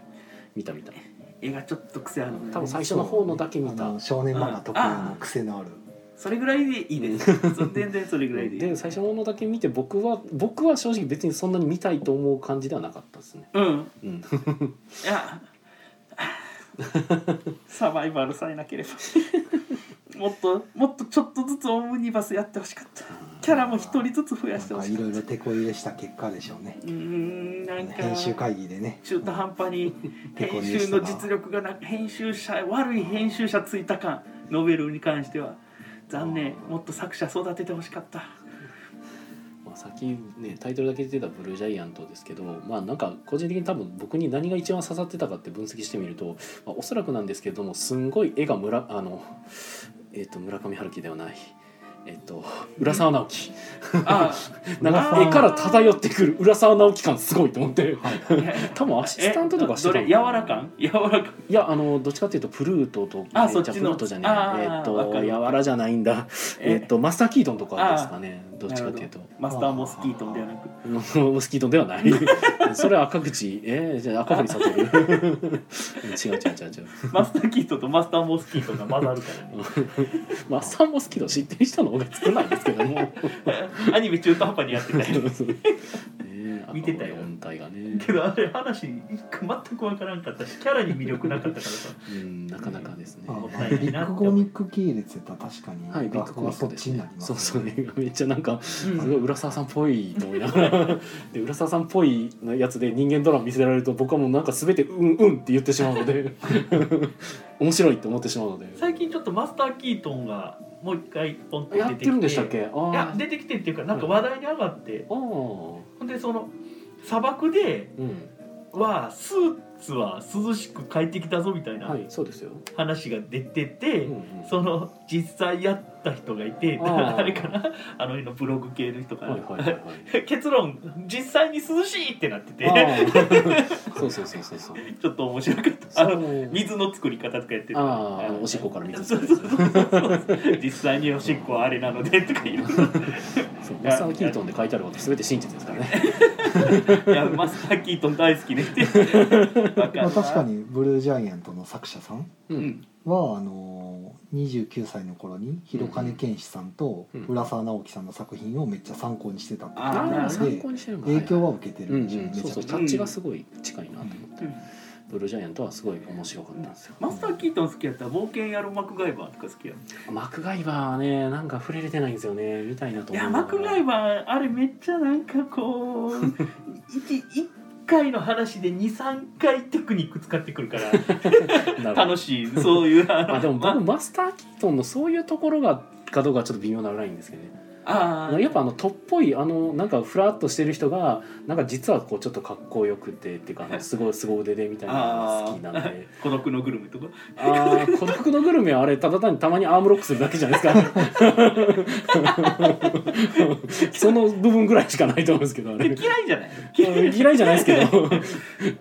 [SPEAKER 1] 見た見た
[SPEAKER 4] 絵がちょっと癖あるのよね
[SPEAKER 1] 多分最初の方のだけ見た
[SPEAKER 2] あの少年漫画特有の癖のある
[SPEAKER 4] それぐらいでい いですそう全然それぐらいでいい
[SPEAKER 1] で最初のものだけ見て僕は僕は正直別にそんなに見たいと思う感じではなかったですね
[SPEAKER 4] うん
[SPEAKER 1] うん
[SPEAKER 4] い やサバイバルさえなければもっともっとちょっとずつオムニバスやってほしかったキャラも一人ずつ増やしてほし
[SPEAKER 2] い
[SPEAKER 4] か
[SPEAKER 2] ろ
[SPEAKER 4] っ
[SPEAKER 2] いろ
[SPEAKER 4] た
[SPEAKER 2] 手こ入れした結果でしょうね
[SPEAKER 4] うーんなんか
[SPEAKER 2] 編集会議でね
[SPEAKER 4] 中途半端 に
[SPEAKER 2] 手こ
[SPEAKER 4] 編
[SPEAKER 2] 入れ
[SPEAKER 4] 集
[SPEAKER 2] した
[SPEAKER 4] の
[SPEAKER 2] な
[SPEAKER 4] 実力がなく編集者悪い編集者ついた感ノベルに関しては残念もっと作者育ててほし かった
[SPEAKER 1] まあ、さっきねタイトルだけ出てた「ブルージャイアント」ですけどまあなんか個人的に多分僕に何が一番刺さってたかって分析してみると、まあ、おそらくなんですけれどもすんごい絵が村あのえっ、と村上春樹ではない。えっと、浦沢直樹
[SPEAKER 4] あ
[SPEAKER 1] なんか絵から漂ってくる浦沢直樹感すごいと思って
[SPEAKER 4] あ
[SPEAKER 1] 多分アシスタントとかして
[SPEAKER 4] ど
[SPEAKER 1] た
[SPEAKER 4] れ柔らかん柔らかん
[SPEAKER 1] いやあのどっちかっていうとプルートと
[SPEAKER 4] あ
[SPEAKER 1] えー
[SPEAKER 4] そっ
[SPEAKER 1] じゃあ
[SPEAKER 4] ちの
[SPEAKER 1] プルートじゃねえ
[SPEAKER 4] あー
[SPEAKER 1] えーっ
[SPEAKER 4] わか
[SPEAKER 1] と
[SPEAKER 4] る
[SPEAKER 1] 柔らじゃないんだえーっとマスターキートンとかですかねどっちかっていうと
[SPEAKER 4] マスターモスキートンではな く
[SPEAKER 1] モスキートンではない それは赤口えー、じゃあ赤堀悟違う 違う違う違う
[SPEAKER 4] マスターキートンとマスターモスキートンが混ざるからね
[SPEAKER 1] マスターモスキートン知ってる人の方が少ないですけども
[SPEAKER 4] アニメ中途半端にやってたよ
[SPEAKER 1] ね
[SPEAKER 4] 見てたよ
[SPEAKER 1] 赤堀本体が ね
[SPEAKER 4] けどあれ話一個全くわからんかったしキャラに魅力なかったからさ
[SPEAKER 1] うんなかなかですね
[SPEAKER 2] あ
[SPEAKER 4] も
[SPEAKER 2] の
[SPEAKER 4] ったいない
[SPEAKER 2] ビ
[SPEAKER 4] な
[SPEAKER 2] ッグコミック系列やったら確かに
[SPEAKER 1] はい、ビッグ
[SPEAKER 2] 学
[SPEAKER 1] コ
[SPEAKER 2] 校
[SPEAKER 1] ミ
[SPEAKER 2] は
[SPEAKER 1] ッ
[SPEAKER 2] そ
[SPEAKER 1] ク
[SPEAKER 2] っ
[SPEAKER 1] で
[SPEAKER 2] ち
[SPEAKER 1] す
[SPEAKER 2] に
[SPEAKER 1] ね
[SPEAKER 2] なり。ます
[SPEAKER 1] そう
[SPEAKER 2] ね
[SPEAKER 1] そう、めっちゃなんか、す
[SPEAKER 4] うん
[SPEAKER 1] ごい浦沢さんっぽいと思いながら。 で、浦沢さんっぽいやつで、人間ドラマ見せられると、僕はもうなんかすべて、うんうんって言ってしまうので。 面白いって思ってしまうので。
[SPEAKER 4] 最近ちょっとマスターキートンがもう一回ポンって出
[SPEAKER 1] や
[SPEAKER 4] て
[SPEAKER 1] っ
[SPEAKER 4] きて
[SPEAKER 1] てるんでしたっけ。あ
[SPEAKER 4] いや
[SPEAKER 1] あ。
[SPEAKER 4] 出てきてっていうかなんか話題に上がって、
[SPEAKER 1] ああ。
[SPEAKER 4] ほんでその砂漠で
[SPEAKER 1] うん。
[SPEAKER 4] はスーツは涼しく快適だぞみたいな
[SPEAKER 1] はい、そうですよ。
[SPEAKER 4] 話が出てて、
[SPEAKER 1] うんうん
[SPEAKER 4] その実際やった人がいて
[SPEAKER 1] あー
[SPEAKER 4] 誰かな あののブログ系の人かな、
[SPEAKER 1] はいはいはいはい。
[SPEAKER 4] 結論実際に涼しいってなってて
[SPEAKER 1] ああそうそうそうそうそう。
[SPEAKER 4] ちょっと面白かったあの水の作り方とかやってる
[SPEAKER 1] あああの、おしっこから水
[SPEAKER 4] そ
[SPEAKER 1] つ
[SPEAKER 4] う
[SPEAKER 1] け
[SPEAKER 4] そ
[SPEAKER 1] る
[SPEAKER 4] うそうそう 実際におしっこはあれなのでとか言う
[SPEAKER 1] そうマスターキートンで書いてあることすべて真実ですからね。
[SPEAKER 4] いやマスターキートン大好きで ってわか
[SPEAKER 2] まあ、確か
[SPEAKER 4] に、
[SPEAKER 2] にブルージャイアントの作者さん
[SPEAKER 1] う。
[SPEAKER 4] うんん、
[SPEAKER 2] はあの29歳の頃に広金健志さんと
[SPEAKER 1] うん
[SPEAKER 2] 浦沢直樹さんの作品をめっちゃ参考にしてたって
[SPEAKER 4] あーなるほど
[SPEAKER 1] 参考にしてるんだ
[SPEAKER 2] 影響は受けて
[SPEAKER 1] う
[SPEAKER 2] る
[SPEAKER 1] んうん
[SPEAKER 2] でしょ、
[SPEAKER 1] ん、
[SPEAKER 2] め
[SPEAKER 1] そう
[SPEAKER 2] ちゃ
[SPEAKER 1] そう
[SPEAKER 2] くち
[SPEAKER 1] タ
[SPEAKER 2] ゃ
[SPEAKER 1] ッチがすごい近いなと思って、ブルージャイアントはすごい面白かったんですよ、
[SPEAKER 4] マスターキートン好きやったら冒険やろマクガイバーとか好きやん
[SPEAKER 1] マクガイバーはねなんか触れれてないんですよねみたいなと思
[SPEAKER 4] いや
[SPEAKER 1] うな
[SPEAKER 4] マ
[SPEAKER 1] がら
[SPEAKER 4] クガイバーあれめっちゃなんかこ う一一回の話で23回テクニック使ってく るから
[SPEAKER 1] なるほど
[SPEAKER 4] 楽しいそういうあの
[SPEAKER 1] あでも
[SPEAKER 4] ま
[SPEAKER 1] 僕マスター・キートンのそういうところがかどうかはちょっと微妙なラインですけどね
[SPEAKER 4] あー
[SPEAKER 1] やっぱあのとっぽいあのなんかフラっとしてる人がなんか実はこうちょっとかっこよくてっていうかあのすごいすご腕でみたいなのが好きなんで
[SPEAKER 4] 孤独のグルメとか
[SPEAKER 1] ああ孤独のグルメはあれただ単にたまにアームロックするだけじゃないですかその部分ぐらいしかないと思うんですけどあ
[SPEAKER 4] で
[SPEAKER 1] れ
[SPEAKER 4] 嫌いじゃない
[SPEAKER 1] 嫌いじゃないですけど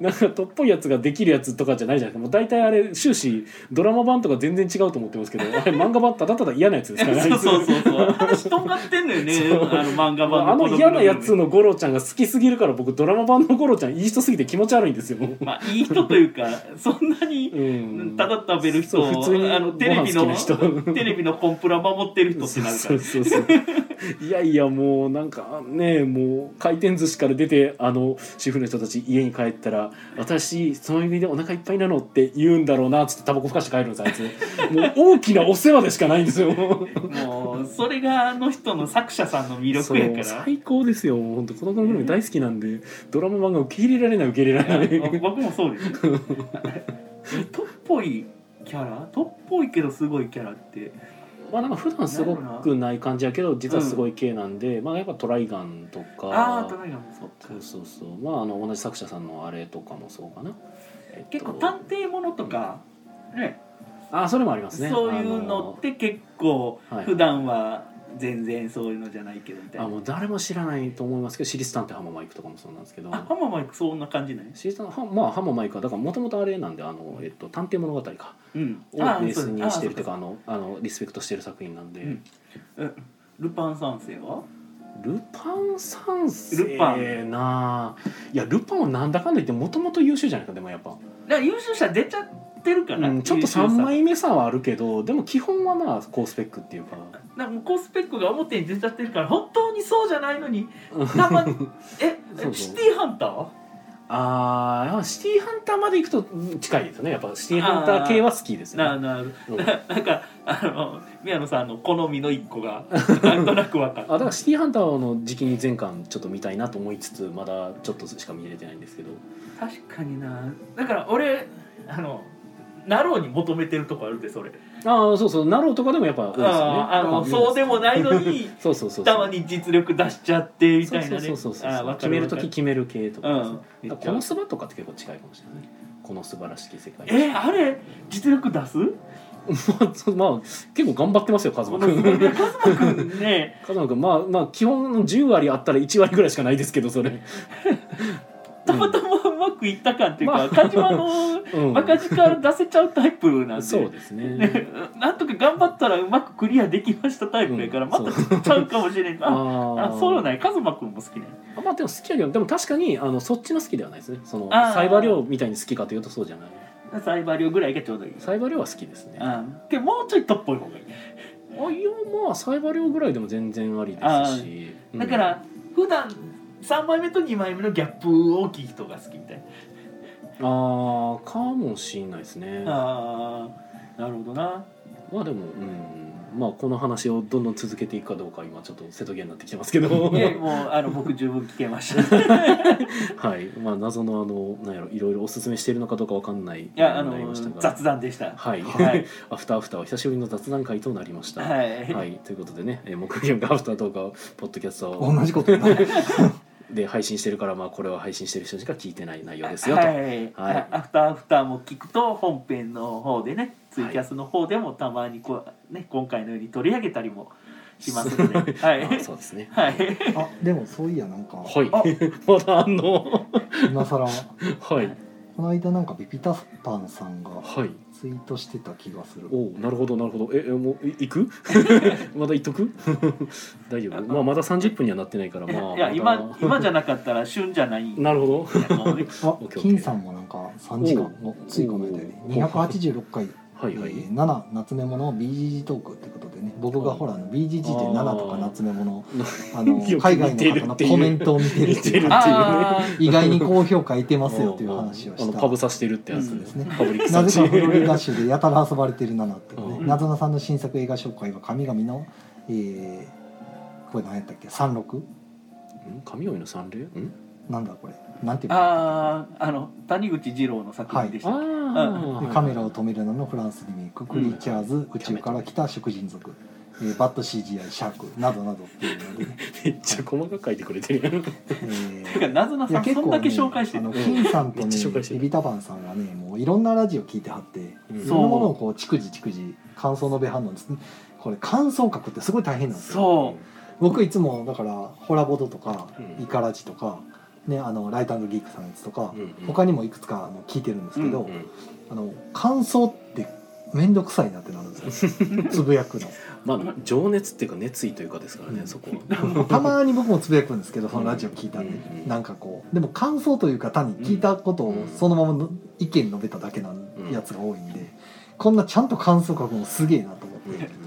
[SPEAKER 1] なんかとっぽいやつができるやつとかじゃないじゃないですかもう大体あれ終始ドラマ版とか全然違うと思ってますけどあれ漫画版ただただ嫌なやつですから
[SPEAKER 4] そうそうそうそう話とんがってんのよね
[SPEAKER 1] そう
[SPEAKER 4] あの漫画版
[SPEAKER 1] あの嫌なやつ
[SPEAKER 4] の
[SPEAKER 1] のゴロちゃんが好きすぎるから僕ドラマ版のゴロちゃんいい人すぎて気持ち悪いんですよ。
[SPEAKER 4] まあいい人というかそんなに
[SPEAKER 1] うん
[SPEAKER 4] ただ食べる人
[SPEAKER 1] そう普通に
[SPEAKER 4] あのテレビ
[SPEAKER 1] ご
[SPEAKER 4] の
[SPEAKER 1] 飯好きな人
[SPEAKER 4] テレビのコンプラ守ってる人って
[SPEAKER 1] そう
[SPEAKER 4] なるか
[SPEAKER 1] そう
[SPEAKER 4] ら
[SPEAKER 1] そうそういやいやもうなんかねもう回転寿司から出てあの主婦の人たち家に帰ったら「私つまみでお腹いっぱいなの?」って言うんだろうなっつってタバコふかして帰るんですあいつもう大きなお世話でしかないんですよ
[SPEAKER 4] もうそれがあの人の作者さんの魅
[SPEAKER 1] そう
[SPEAKER 4] 力やから
[SPEAKER 1] 最高ですよもう本当子供の頃大好きなんでドラマ漫画受け入れられない受け入れられない
[SPEAKER 4] 僕もそうですよトっぽいキャラトっぽいけどすごいキャラって
[SPEAKER 1] まあなんか普段すごくない感じやけど実はすごい系なんで、まあやっぱトライガンと
[SPEAKER 4] あ
[SPEAKER 1] か
[SPEAKER 4] あトライアンもそう
[SPEAKER 1] そうそうそうまああの同じ作者さんのあれとかもそうかな、えっと
[SPEAKER 4] 結構探偵ものとかね
[SPEAKER 1] あそれもありますね
[SPEAKER 4] そういうのって結構
[SPEAKER 1] あのはい
[SPEAKER 4] 普段は全然そういうのじゃないけどみ
[SPEAKER 1] あ
[SPEAKER 4] たい
[SPEAKER 1] のあ
[SPEAKER 4] な
[SPEAKER 1] もう誰も知らないと思いますけど私立探偵ハママイクとかもそうなんですけど
[SPEAKER 4] あ浜マイクそんな感じない
[SPEAKER 1] 私立探偵はまあハママイクはだからもともとあれなんであの、えっと、探偵物語か
[SPEAKER 4] うん
[SPEAKER 1] をベ
[SPEAKER 4] あ
[SPEAKER 1] ースにしてるという
[SPEAKER 4] か
[SPEAKER 1] かあのあのリスペクトしてる作品なんで、
[SPEAKER 4] うんルパン三世は
[SPEAKER 1] ルパン三世
[SPEAKER 4] ルパ
[SPEAKER 1] なあいやルパンはなんだかんだ言ってもともと優秀じゃないですかでもやっぱ、
[SPEAKER 4] だから優秀者出ちゃってるか ら、
[SPEAKER 1] うんちょっと3
[SPEAKER 4] 優秀
[SPEAKER 1] 枚目さはあるけどでも基本はまあ高スペックっていうか
[SPEAKER 4] さなんかもう高スペックが表に出ちゃってるから本当にそうじゃないのにたまにえ
[SPEAKER 1] そうそう
[SPEAKER 4] シティーハンターは
[SPEAKER 1] ああシティーハンターまで行くと近いですよねやっぱシティーハンター系は好きです
[SPEAKER 4] な
[SPEAKER 1] ね
[SPEAKER 4] な
[SPEAKER 1] うん
[SPEAKER 4] なんかあの宮野さんの好みの一 個がなんとなくわか
[SPEAKER 1] あだか
[SPEAKER 4] る
[SPEAKER 1] らシティーハンターの時期に全巻ちょっと見たいなと思いつつまだちょっとしか見れてないんですけど
[SPEAKER 4] 確かになだから俺あのナローに求めてるとこあるでそれ、
[SPEAKER 1] ああそうそうナローとかでもやっぱ多いですよね
[SPEAKER 4] あーあのそうでもないのに
[SPEAKER 1] そうそうそうそう
[SPEAKER 4] たまに実力出しちゃってみたいなね
[SPEAKER 1] そうそうそうそう
[SPEAKER 4] あーわ
[SPEAKER 1] 決
[SPEAKER 4] か
[SPEAKER 1] め
[SPEAKER 4] る
[SPEAKER 1] る
[SPEAKER 4] わか
[SPEAKER 1] 時
[SPEAKER 4] る
[SPEAKER 1] 決める系と
[SPEAKER 4] う
[SPEAKER 1] かですね
[SPEAKER 4] んめっ
[SPEAKER 1] だか
[SPEAKER 4] ち
[SPEAKER 1] ら
[SPEAKER 4] ゃ
[SPEAKER 1] この素場とかって結構近いかもしれないねこの素晴らしき世界
[SPEAKER 4] えあれ実力出 す
[SPEAKER 1] まあそうまあ結構頑張ってますよカズマ
[SPEAKER 4] こ
[SPEAKER 1] く
[SPEAKER 4] の
[SPEAKER 1] ん
[SPEAKER 4] カズマくんね
[SPEAKER 1] カズマくんまあまあ基本10割あったら1割ぐらいしかないですけどそ れ、
[SPEAKER 4] たまたまうまくいったかっていう
[SPEAKER 1] ま
[SPEAKER 4] か、
[SPEAKER 1] あ
[SPEAKER 4] カジマの
[SPEAKER 1] うん、
[SPEAKER 4] バカ力出せちゃうタイプなんで
[SPEAKER 1] そうですね
[SPEAKER 4] ねなんとか頑張ったらうまくクリアできましたタイプやから、
[SPEAKER 1] うん
[SPEAKER 4] またちゃうかもしれん あ
[SPEAKER 1] あ
[SPEAKER 4] あそうよ
[SPEAKER 1] ね
[SPEAKER 4] ないカズマくんも好きね
[SPEAKER 1] まあでも好きやけどでも確かにあのそっちの好きではないですねその
[SPEAKER 4] あー
[SPEAKER 1] サイバー量みたいに好きかというとそうじゃない
[SPEAKER 4] サイバー量ぐらいがちょうどいい
[SPEAKER 1] サイバー量は好きですねあ
[SPEAKER 4] あけどもうちょいトップっぽい方がいい、
[SPEAKER 1] いやまあサイバー量ぐらいでも全然ありですし、うん
[SPEAKER 4] だから普段3枚目と2枚目のギャップ大きい人が好きみたい
[SPEAKER 1] ああかもしんないですね
[SPEAKER 4] なあーなるほどな
[SPEAKER 1] まあでもうんまあこの話をどんどん続けていくかどうか今ちょっと瀬戸際になってきてますけど
[SPEAKER 4] いやもうあの僕十分聞けまし たい
[SPEAKER 1] はいまあ謎のあのなんやろいろいろおすすめしているのかどうかわかんない
[SPEAKER 4] やあ
[SPEAKER 1] なりま
[SPEAKER 4] の
[SPEAKER 1] したが
[SPEAKER 4] 雑談でした
[SPEAKER 1] はい、
[SPEAKER 4] はい
[SPEAKER 1] アフターアフターは久しぶりの雑談会となりましたは
[SPEAKER 4] はい、
[SPEAKER 1] い、ということでね、えー、木曜日アフター動画をポッドキャストを
[SPEAKER 2] 同じこと言った
[SPEAKER 1] で配信してるからまあこれは配信してる人しか聞いてない内容ですよと、
[SPEAKER 4] は
[SPEAKER 1] はい
[SPEAKER 4] い、
[SPEAKER 1] はい
[SPEAKER 4] アフターアフターも聞くと本編の方でねツイキャスの方でもたまにこう、ね、今回のように取り上げたりもしますの で、はい
[SPEAKER 1] あそうですね
[SPEAKER 4] はい、
[SPEAKER 2] あでもそういやなんか
[SPEAKER 1] はい まだあんの
[SPEAKER 2] 今更
[SPEAKER 1] はい
[SPEAKER 2] この間なんかビピタパンさんが
[SPEAKER 1] はい
[SPEAKER 2] ツイートしてた気がする
[SPEAKER 1] おうなるほどなるほどええもうい行く まだ行っとく 大丈夫まあまだ30分にはなってないからまあ
[SPEAKER 4] いや
[SPEAKER 1] まだ
[SPEAKER 4] 今今じゃなかったら旬じゃない
[SPEAKER 1] なるほ
[SPEAKER 4] もうね
[SPEAKER 2] あ
[SPEAKER 1] OK
[SPEAKER 2] 金さんもなんか3時間
[SPEAKER 1] おう
[SPEAKER 2] ついこの間よ
[SPEAKER 1] おう
[SPEAKER 2] り286回
[SPEAKER 1] どはいはい、
[SPEAKER 2] えー7夏メモの BGG トークってことでね僕がほらあの BGG って7とか夏メモのあの
[SPEAKER 1] よく
[SPEAKER 2] 海外
[SPEAKER 1] 見てる
[SPEAKER 2] の方
[SPEAKER 1] っ
[SPEAKER 2] の
[SPEAKER 1] ていう
[SPEAKER 2] コメントを見てるって
[SPEAKER 1] 見てる
[SPEAKER 2] いう
[SPEAKER 1] あ
[SPEAKER 2] 意外に高評価いてますよっていう話を
[SPEAKER 1] あ
[SPEAKER 2] し
[SPEAKER 1] の
[SPEAKER 2] た
[SPEAKER 1] パブさしてるってやつ
[SPEAKER 4] そう
[SPEAKER 2] ですね
[SPEAKER 1] パブリック
[SPEAKER 2] な
[SPEAKER 1] サーチ
[SPEAKER 2] ぜかフロリダ州でやたら遊ばれてるななっていうね、
[SPEAKER 1] うん
[SPEAKER 2] 謎のさんの新作映画紹介は神々の、えー、これ何やったっけ三六
[SPEAKER 1] ん神々の三例ん
[SPEAKER 2] なんだこれなんていうの
[SPEAKER 4] あーあの谷口二郎の作品でした、
[SPEAKER 1] あ
[SPEAKER 2] で
[SPEAKER 1] あ
[SPEAKER 2] カメラを止めるなのフランスリメイククリーチャーズ、宇宙から来た食人族、えーバッド CGI シャークなどなどっていうのでね、
[SPEAKER 1] めっちゃ細かく書いてくれてるやん
[SPEAKER 2] え
[SPEAKER 4] てか
[SPEAKER 2] ー
[SPEAKER 4] なずなさん、そんだけ
[SPEAKER 2] ね
[SPEAKER 4] 紹介して
[SPEAKER 2] あ
[SPEAKER 4] る
[SPEAKER 2] の
[SPEAKER 1] うん
[SPEAKER 2] 金さんと
[SPEAKER 1] めっ
[SPEAKER 2] ね
[SPEAKER 1] ちゃ紹介してる
[SPEAKER 2] ビビタバンさんはねもういろんなラジオ聞いてはって、
[SPEAKER 1] うん
[SPEAKER 2] そのものをこう逐次逐次感想述べ反応ですねこれ感想書くってすごい大変なんですよ
[SPEAKER 4] そう
[SPEAKER 2] 僕いつもだからホラボドとか
[SPEAKER 1] うん
[SPEAKER 2] イカラジとか、ね、あのライトギークさんのやつとか、
[SPEAKER 1] うん
[SPEAKER 2] 他にもいくつかあの聞いてるんですけど、
[SPEAKER 1] うんうん
[SPEAKER 2] あの感想って面倒くさいなってなるんですよつぶやくの
[SPEAKER 1] まあ情熱っていうか熱意というかですからね、
[SPEAKER 2] うん
[SPEAKER 1] そこは
[SPEAKER 2] たまに僕もつぶやくんですけどそのラジオ聞いたんで、
[SPEAKER 1] うんうん
[SPEAKER 2] なんかこうでも感想というか単に聞いたことを
[SPEAKER 1] うん
[SPEAKER 2] そのままの意見述べただけなやつが多いんで、こんなちゃんと感想書くのすげえなと思って。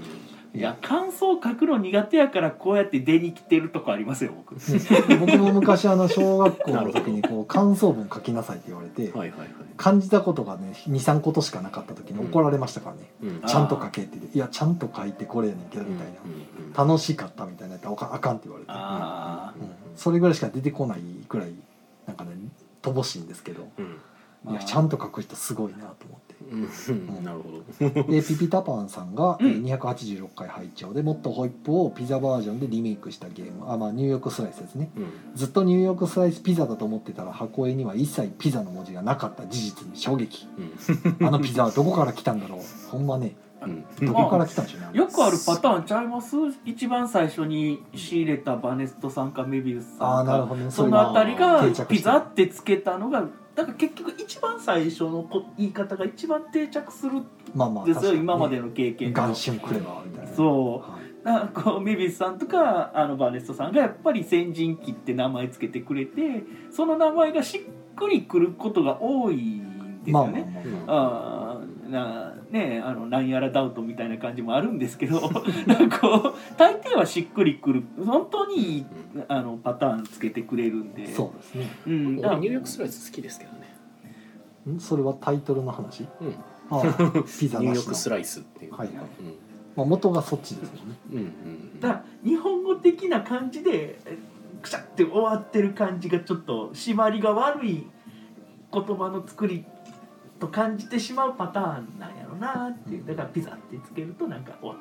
[SPEAKER 4] いや感想書くの苦手やからこうやって出に来てるとこありますよ僕
[SPEAKER 2] ね僕も昔あの小学校の時にこう感想文書きなさいって言われて、
[SPEAKER 1] はいはいはい、
[SPEAKER 2] 感じたことがね23ことしかなかった時に怒られましたからね、
[SPEAKER 1] うん、
[SPEAKER 2] ちゃんと書けって言って「いやちゃんと書いてこれやねんけど」みたいな、楽しかったみたいなやったらおかあかんって言われて、
[SPEAKER 4] あ
[SPEAKER 2] うんそれぐらいしか出てこないくらいなんかね乏しいんですけど、
[SPEAKER 4] あ
[SPEAKER 2] いやちゃんと書く人すごいなと思って
[SPEAKER 1] うん、なるほど。
[SPEAKER 2] でピピタパンさんがえ
[SPEAKER 4] うん
[SPEAKER 2] ー286回拝聴でもっとホイップをピザバージョンでリメイクしたゲームあまあニューヨークスライスですね
[SPEAKER 1] うん、
[SPEAKER 2] ずっとニューヨークスライスピザだと思ってたら箱絵には一切ピザの文字がなかった事実に衝 撃
[SPEAKER 1] うん、
[SPEAKER 2] あのピザはどこから来たんだろう。ほんまね、
[SPEAKER 1] うん、
[SPEAKER 2] どこから来たんでしょうねあれ。
[SPEAKER 4] よくあるパターンちゃいます一番最初に仕入れたバネストさんかメビウス
[SPEAKER 2] あ
[SPEAKER 4] さ
[SPEAKER 2] あ、
[SPEAKER 4] ん
[SPEAKER 2] なる
[SPEAKER 4] か
[SPEAKER 2] ほどね。
[SPEAKER 4] そ
[SPEAKER 2] れ
[SPEAKER 4] のあたりが
[SPEAKER 2] 定着してる
[SPEAKER 4] ピザってつけたのがだから結局一番最初のこ言い方が一番定着するん
[SPEAKER 2] まあまあ、
[SPEAKER 4] ですよ今まで
[SPEAKER 2] の。
[SPEAKER 4] の経験が
[SPEAKER 2] 元春クレバーみたいな。
[SPEAKER 4] そう
[SPEAKER 2] はい。
[SPEAKER 4] なんかこうメビウスさんとかあのバネストさんがやっぱり先人機って名前つけてくれてその名前がしっくりくることが多いんです
[SPEAKER 2] まあま
[SPEAKER 4] よ
[SPEAKER 2] あ
[SPEAKER 4] ね
[SPEAKER 2] まあ
[SPEAKER 1] うん
[SPEAKER 2] ま
[SPEAKER 4] あーなねあのなんやらダウトみたいな感じもあるんですけど なんかこう大抵はしっくりくる本当にいいあのパターンつけてくれるんで
[SPEAKER 2] そうですね
[SPEAKER 4] う、ん、だ
[SPEAKER 1] 俺
[SPEAKER 4] から
[SPEAKER 1] ニューヨークスライス好きですけどね、
[SPEAKER 2] んそれはタイトルの話
[SPEAKER 1] うん、ニ
[SPEAKER 2] ああ ピザ
[SPEAKER 1] ュー
[SPEAKER 2] な
[SPEAKER 1] ヨーク
[SPEAKER 2] し
[SPEAKER 1] ス
[SPEAKER 2] の、
[SPEAKER 1] ライスっていう、
[SPEAKER 2] はいはい
[SPEAKER 1] うん
[SPEAKER 2] まあ、元がそっちですもんね
[SPEAKER 1] うんうんうん
[SPEAKER 4] だから日本語的な感じでえくしゃって終わってる感じがちょっと縛りが悪い言葉の作りと感じてしまうパターンなんやろなっていうだからピザってつけるとなんか終わっ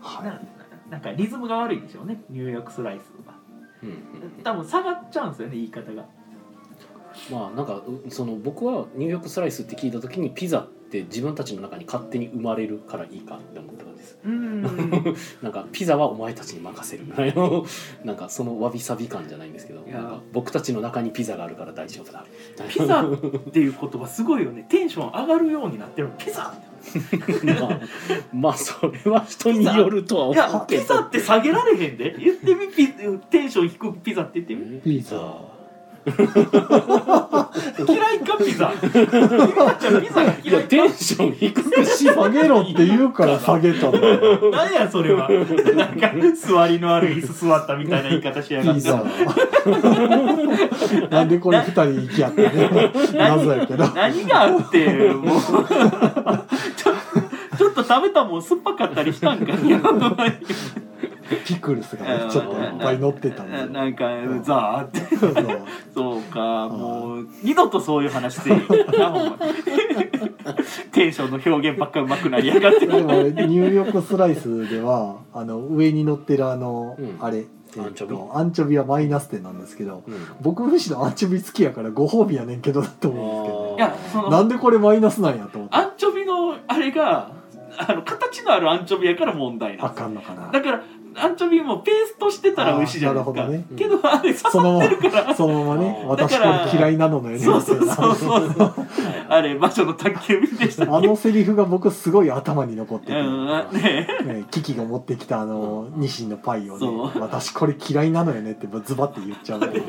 [SPEAKER 2] はい
[SPEAKER 4] ななんかリズムが悪いんでしょうねニューヨークスライスは
[SPEAKER 1] うんうん
[SPEAKER 4] 多分下がっちゃうんですよね言い方が
[SPEAKER 1] まあなんかうその僕はニューヨークスライスって聞いた時にピザって自分たちの中に勝手に生まれるからいいかって思ったんです
[SPEAKER 4] うん
[SPEAKER 1] なんかピザはお前たちに任せるぐらいのなんかそのわびさび感じゃないんですけど
[SPEAKER 4] いや
[SPEAKER 1] なんか僕たちの中にピザがあるから大丈夫だみたいな
[SPEAKER 4] ピザっていう言葉すごいよねテンション上がるようになってるピザ
[SPEAKER 1] まあ、まあそれは人によるとはい思
[SPEAKER 4] や
[SPEAKER 1] うけ
[SPEAKER 4] ピ
[SPEAKER 1] ど
[SPEAKER 4] ザって下げられへんで言ってみピテンション低くピザって言ってみ
[SPEAKER 2] ピザ
[SPEAKER 4] 嫌いかピザ君たちはピザが
[SPEAKER 1] い
[SPEAKER 4] 嫌
[SPEAKER 1] や
[SPEAKER 4] い
[SPEAKER 1] テン
[SPEAKER 4] か
[SPEAKER 1] ション低くし
[SPEAKER 2] 下げろって言うから下げたの
[SPEAKER 4] 何やそれはなんか座りのある椅子座ったみたいな言い方しやがっ
[SPEAKER 2] ピ
[SPEAKER 4] て
[SPEAKER 2] ザ なんでこれ二人行き合って ね謎やけど
[SPEAKER 4] 何があってもうちょちょっと食べたもん酸っぱかったりした んかいや
[SPEAKER 2] ピクルスがねちょっといっぱい乗ってたん
[SPEAKER 4] な
[SPEAKER 2] で
[SPEAKER 4] なんかザーって
[SPEAKER 2] そう
[SPEAKER 4] そうかもう二度とそういう話せえへんなお前テンションの表現ばっかうまくなりやがっ
[SPEAKER 2] で
[SPEAKER 4] て
[SPEAKER 2] もニューヨークスライスではあの上に乗ってるあの、
[SPEAKER 1] うん
[SPEAKER 2] あれえっと
[SPEAKER 1] アンチョビ
[SPEAKER 2] アンチョビはマイナス点なんですけど
[SPEAKER 1] うん
[SPEAKER 2] 僕むしろアンチョビ好きやからご褒美やねんけどだと思うんですけどね
[SPEAKER 4] いやその
[SPEAKER 2] なんでこれマイナスなんやと思って
[SPEAKER 4] アンチョビのあれがあの形のあるアンチョビやから問題
[SPEAKER 2] あ
[SPEAKER 4] なんです
[SPEAKER 2] かんのかな
[SPEAKER 4] だからアンチョビもペーストしてたら美味しいじゃないですか
[SPEAKER 2] あーなる
[SPEAKER 1] ど
[SPEAKER 2] ほ
[SPEAKER 1] ね
[SPEAKER 4] けどあれ刺さ
[SPEAKER 2] その
[SPEAKER 4] ってるから
[SPEAKER 2] そのままね
[SPEAKER 1] あー
[SPEAKER 2] 私これ嫌いなののよね
[SPEAKER 4] そうそうそうそう そうあ
[SPEAKER 1] れ
[SPEAKER 4] れ魔女の宅急便でした
[SPEAKER 2] あのセリフが僕すごい頭に残って
[SPEAKER 4] う
[SPEAKER 2] て、
[SPEAKER 4] んあね
[SPEAKER 2] ねキキが持ってきたあの
[SPEAKER 1] うん
[SPEAKER 2] ニシンのパイを
[SPEAKER 4] そ
[SPEAKER 2] ね
[SPEAKER 4] う
[SPEAKER 2] 私これ嫌いなのよねってズバって言っちゃうので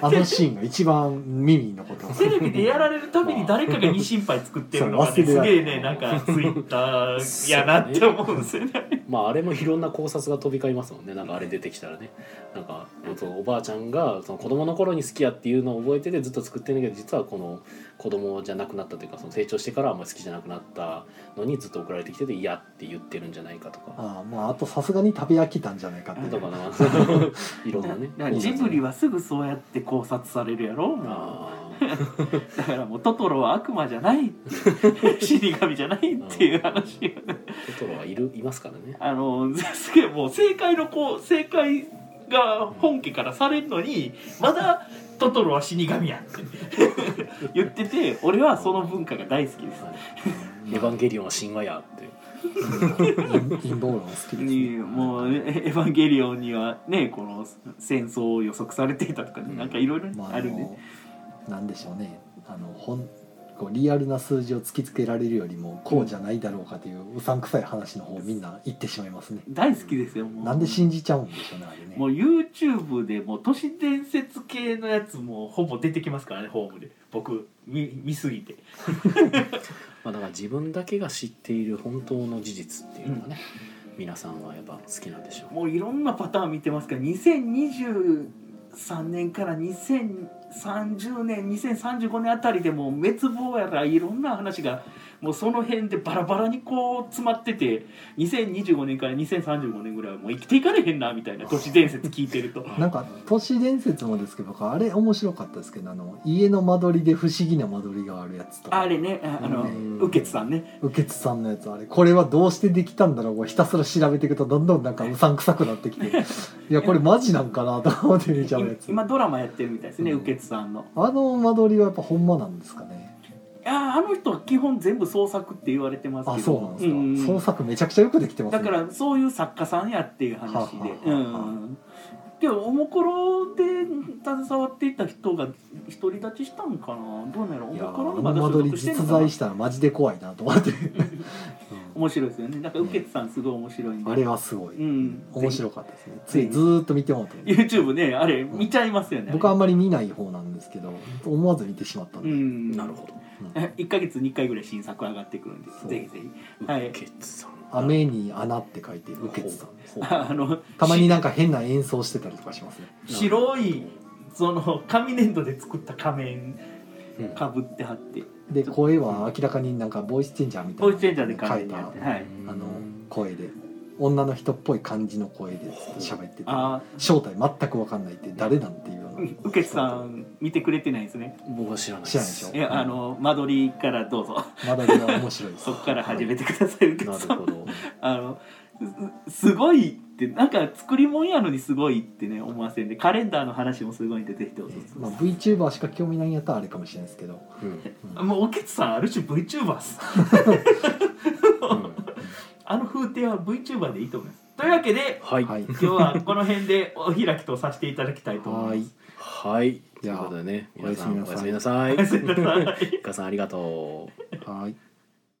[SPEAKER 2] あのシーンが一番耳に残ってます
[SPEAKER 4] テレビでやられるたびに誰かが二心配作ってるのが、
[SPEAKER 2] そ
[SPEAKER 4] ね、
[SPEAKER 2] う忘れ
[SPEAKER 4] す
[SPEAKER 2] られ
[SPEAKER 4] げえ
[SPEAKER 2] ない
[SPEAKER 4] ねなんかツイッターやなって思うんですよね
[SPEAKER 1] まああれもいろんな考察が飛び交いますもんねなんかあれ出てきたらねなんかそのおばあちゃんがその子供の頃に好きやっていうのを覚えててずっと作ってんだけど実はこの子供じゃなくなったというかその成長してからあんまり好きじゃなくなったのにずっと送られてきてて嫌って言ってるんじゃないかとか。
[SPEAKER 2] ああまああとさすがに食べ飽きたんじゃないかってい
[SPEAKER 1] と
[SPEAKER 2] う
[SPEAKER 1] か ないろんなね
[SPEAKER 4] だからジブリはすぐそうやって考察されるやろも
[SPEAKER 1] あ
[SPEAKER 4] うだからもうトトロは悪魔じゃないって いう死神じゃないっていう話よね
[SPEAKER 1] ートトロはいるいますからね
[SPEAKER 4] あのすげえもう正解のこう正解が本家からされるのにまだ「トトロは死神や」って言って て俺はその文化が大好きです。
[SPEAKER 1] 「エヴァンゲリオンは神話や」って
[SPEAKER 2] うん陰謀論好きです
[SPEAKER 4] に
[SPEAKER 2] ね
[SPEAKER 4] もう「エエヴァンゲリオン」にはねこの戦争を予測されていたとかねなんかいろいろ
[SPEAKER 2] まあ
[SPEAKER 4] あ
[SPEAKER 2] あ
[SPEAKER 4] るね。
[SPEAKER 2] のなんでしょうねあのほんこうリアルな数字を突きつけられるよりもこうじゃないだろうかといううさんくさい話の方みんな言ってしまいますね
[SPEAKER 4] 大好きですよもう
[SPEAKER 2] なんで信じちゃうんでしょうねあれね
[SPEAKER 4] もう YouTube でもう都市伝説系のやつもほぼ出てきますからねホームで僕見見すぎて
[SPEAKER 1] まあ、だから自分だけが知っている本当の事実っていうのがね、皆さんはやっぱ好きなんでしょう。
[SPEAKER 4] もういろんなパターン見てますから2023年から2030年2035年あたりでもう滅亡やらいろんな話がもうその辺でバラバラにこう詰まってて2025年から2035年ぐらいはもう生きていかれへんなみたいな都市伝説聞いてると
[SPEAKER 2] なんか都市伝説もですけど僕あれ面白かったですけどあの家の間取りで不思議な間取りがあるやつとか
[SPEAKER 4] あれねああの
[SPEAKER 1] うん
[SPEAKER 4] 右傑さんね
[SPEAKER 2] 右傑さんのやつあれこれはどうしてできたんだろうこうひたすら調べていくとどんどんなんかうさんくさくなってきて いやこれマジなんかなと思って見ちゃうやつ
[SPEAKER 4] 今ドラマやってるみたいですね
[SPEAKER 2] うん
[SPEAKER 4] 右傑さんの
[SPEAKER 2] あの間取りはやっぱほんまなんですかね
[SPEAKER 4] いやーあの人は基本全部創作って言われてますけど
[SPEAKER 2] あそうなんですか、
[SPEAKER 4] うん
[SPEAKER 2] 創作めちゃくちゃよくできてます
[SPEAKER 4] だ
[SPEAKER 2] ね
[SPEAKER 4] からそういう作家さんやっていう話で、
[SPEAKER 2] はあはあはあ
[SPEAKER 4] うんけどおもころで携わっていた人が独り立ちしたんかなどうなんやろお
[SPEAKER 2] いや
[SPEAKER 4] もころ
[SPEAKER 2] ー
[SPEAKER 4] に
[SPEAKER 2] あの
[SPEAKER 4] まだ
[SPEAKER 2] 間
[SPEAKER 4] 所
[SPEAKER 2] 取り
[SPEAKER 4] 属してん
[SPEAKER 2] 実
[SPEAKER 4] のかな
[SPEAKER 2] 在したらマジで怖いなと思って、うん
[SPEAKER 4] 面白いですよねなんか受けてたんすごい面白いんで、
[SPEAKER 2] あれはすごい、
[SPEAKER 4] うん
[SPEAKER 2] 面白かったですねついずーっと見てもうて、
[SPEAKER 4] YouTube ねあれ見ちゃいますよね、
[SPEAKER 2] 僕はあんまり見ない方なんですけど思わず見てしまったん
[SPEAKER 4] う
[SPEAKER 2] で、
[SPEAKER 4] ん
[SPEAKER 1] なるほど
[SPEAKER 2] うん
[SPEAKER 4] 1か月に1回ぐらい新作上がってくるんで
[SPEAKER 2] そう
[SPEAKER 4] ぜひぜひはい
[SPEAKER 1] 受けさん
[SPEAKER 2] 雨に穴って書いて受けてたんです
[SPEAKER 1] ほうほう
[SPEAKER 4] あの
[SPEAKER 2] たまになんか変な演奏してたりとかしますね
[SPEAKER 4] し白いその紙粘土で作った仮面
[SPEAKER 1] うん
[SPEAKER 4] かぶってはって
[SPEAKER 2] で声は明らかになんかボイスチェンジャーみたい
[SPEAKER 4] ボ
[SPEAKER 2] な
[SPEAKER 4] イスチェンジャーで
[SPEAKER 2] 書
[SPEAKER 4] 仮
[SPEAKER 2] い
[SPEAKER 4] 面やったてはい
[SPEAKER 2] あの声で女の人っぽい感じの声で喋ってて
[SPEAKER 4] ああ
[SPEAKER 2] 正体全く分かんないって誰なんていうような
[SPEAKER 4] うけさん見てくれてないですね
[SPEAKER 1] 僕は知らない
[SPEAKER 2] 知らないでしょ
[SPEAKER 4] いやあの間取りからど うぞ
[SPEAKER 2] まだが面白いです
[SPEAKER 4] そこから始めてください、うけ
[SPEAKER 1] なる
[SPEAKER 4] さん
[SPEAKER 1] ほど
[SPEAKER 4] あのすすごいってなんか作り物やのにすごいってね思わせるんでカレンダーの話もすごいんでぜひどうぞ、
[SPEAKER 2] まあ、VTuber しか興味ないんやったらあれかもしれないですけど、
[SPEAKER 1] うん
[SPEAKER 2] うん
[SPEAKER 4] もうおけつさんある種 VTuber っす
[SPEAKER 1] うん
[SPEAKER 4] あの風景は VTuber でいいと思いますというわけで
[SPEAKER 1] はい
[SPEAKER 2] はい
[SPEAKER 4] 今日はこの辺でお開きとさせていただきたいと思
[SPEAKER 2] はいい
[SPEAKER 4] ます
[SPEAKER 1] はいと
[SPEAKER 2] じ
[SPEAKER 1] いう
[SPEAKER 2] ゃあ
[SPEAKER 1] ことでね皆さんお
[SPEAKER 2] お
[SPEAKER 1] や
[SPEAKER 2] や
[SPEAKER 1] す
[SPEAKER 2] す
[SPEAKER 1] み
[SPEAKER 2] み
[SPEAKER 1] な
[SPEAKER 2] な
[SPEAKER 1] さいい
[SPEAKER 2] さい
[SPEAKER 4] おやすみなさい
[SPEAKER 1] かさんありがとう
[SPEAKER 2] はい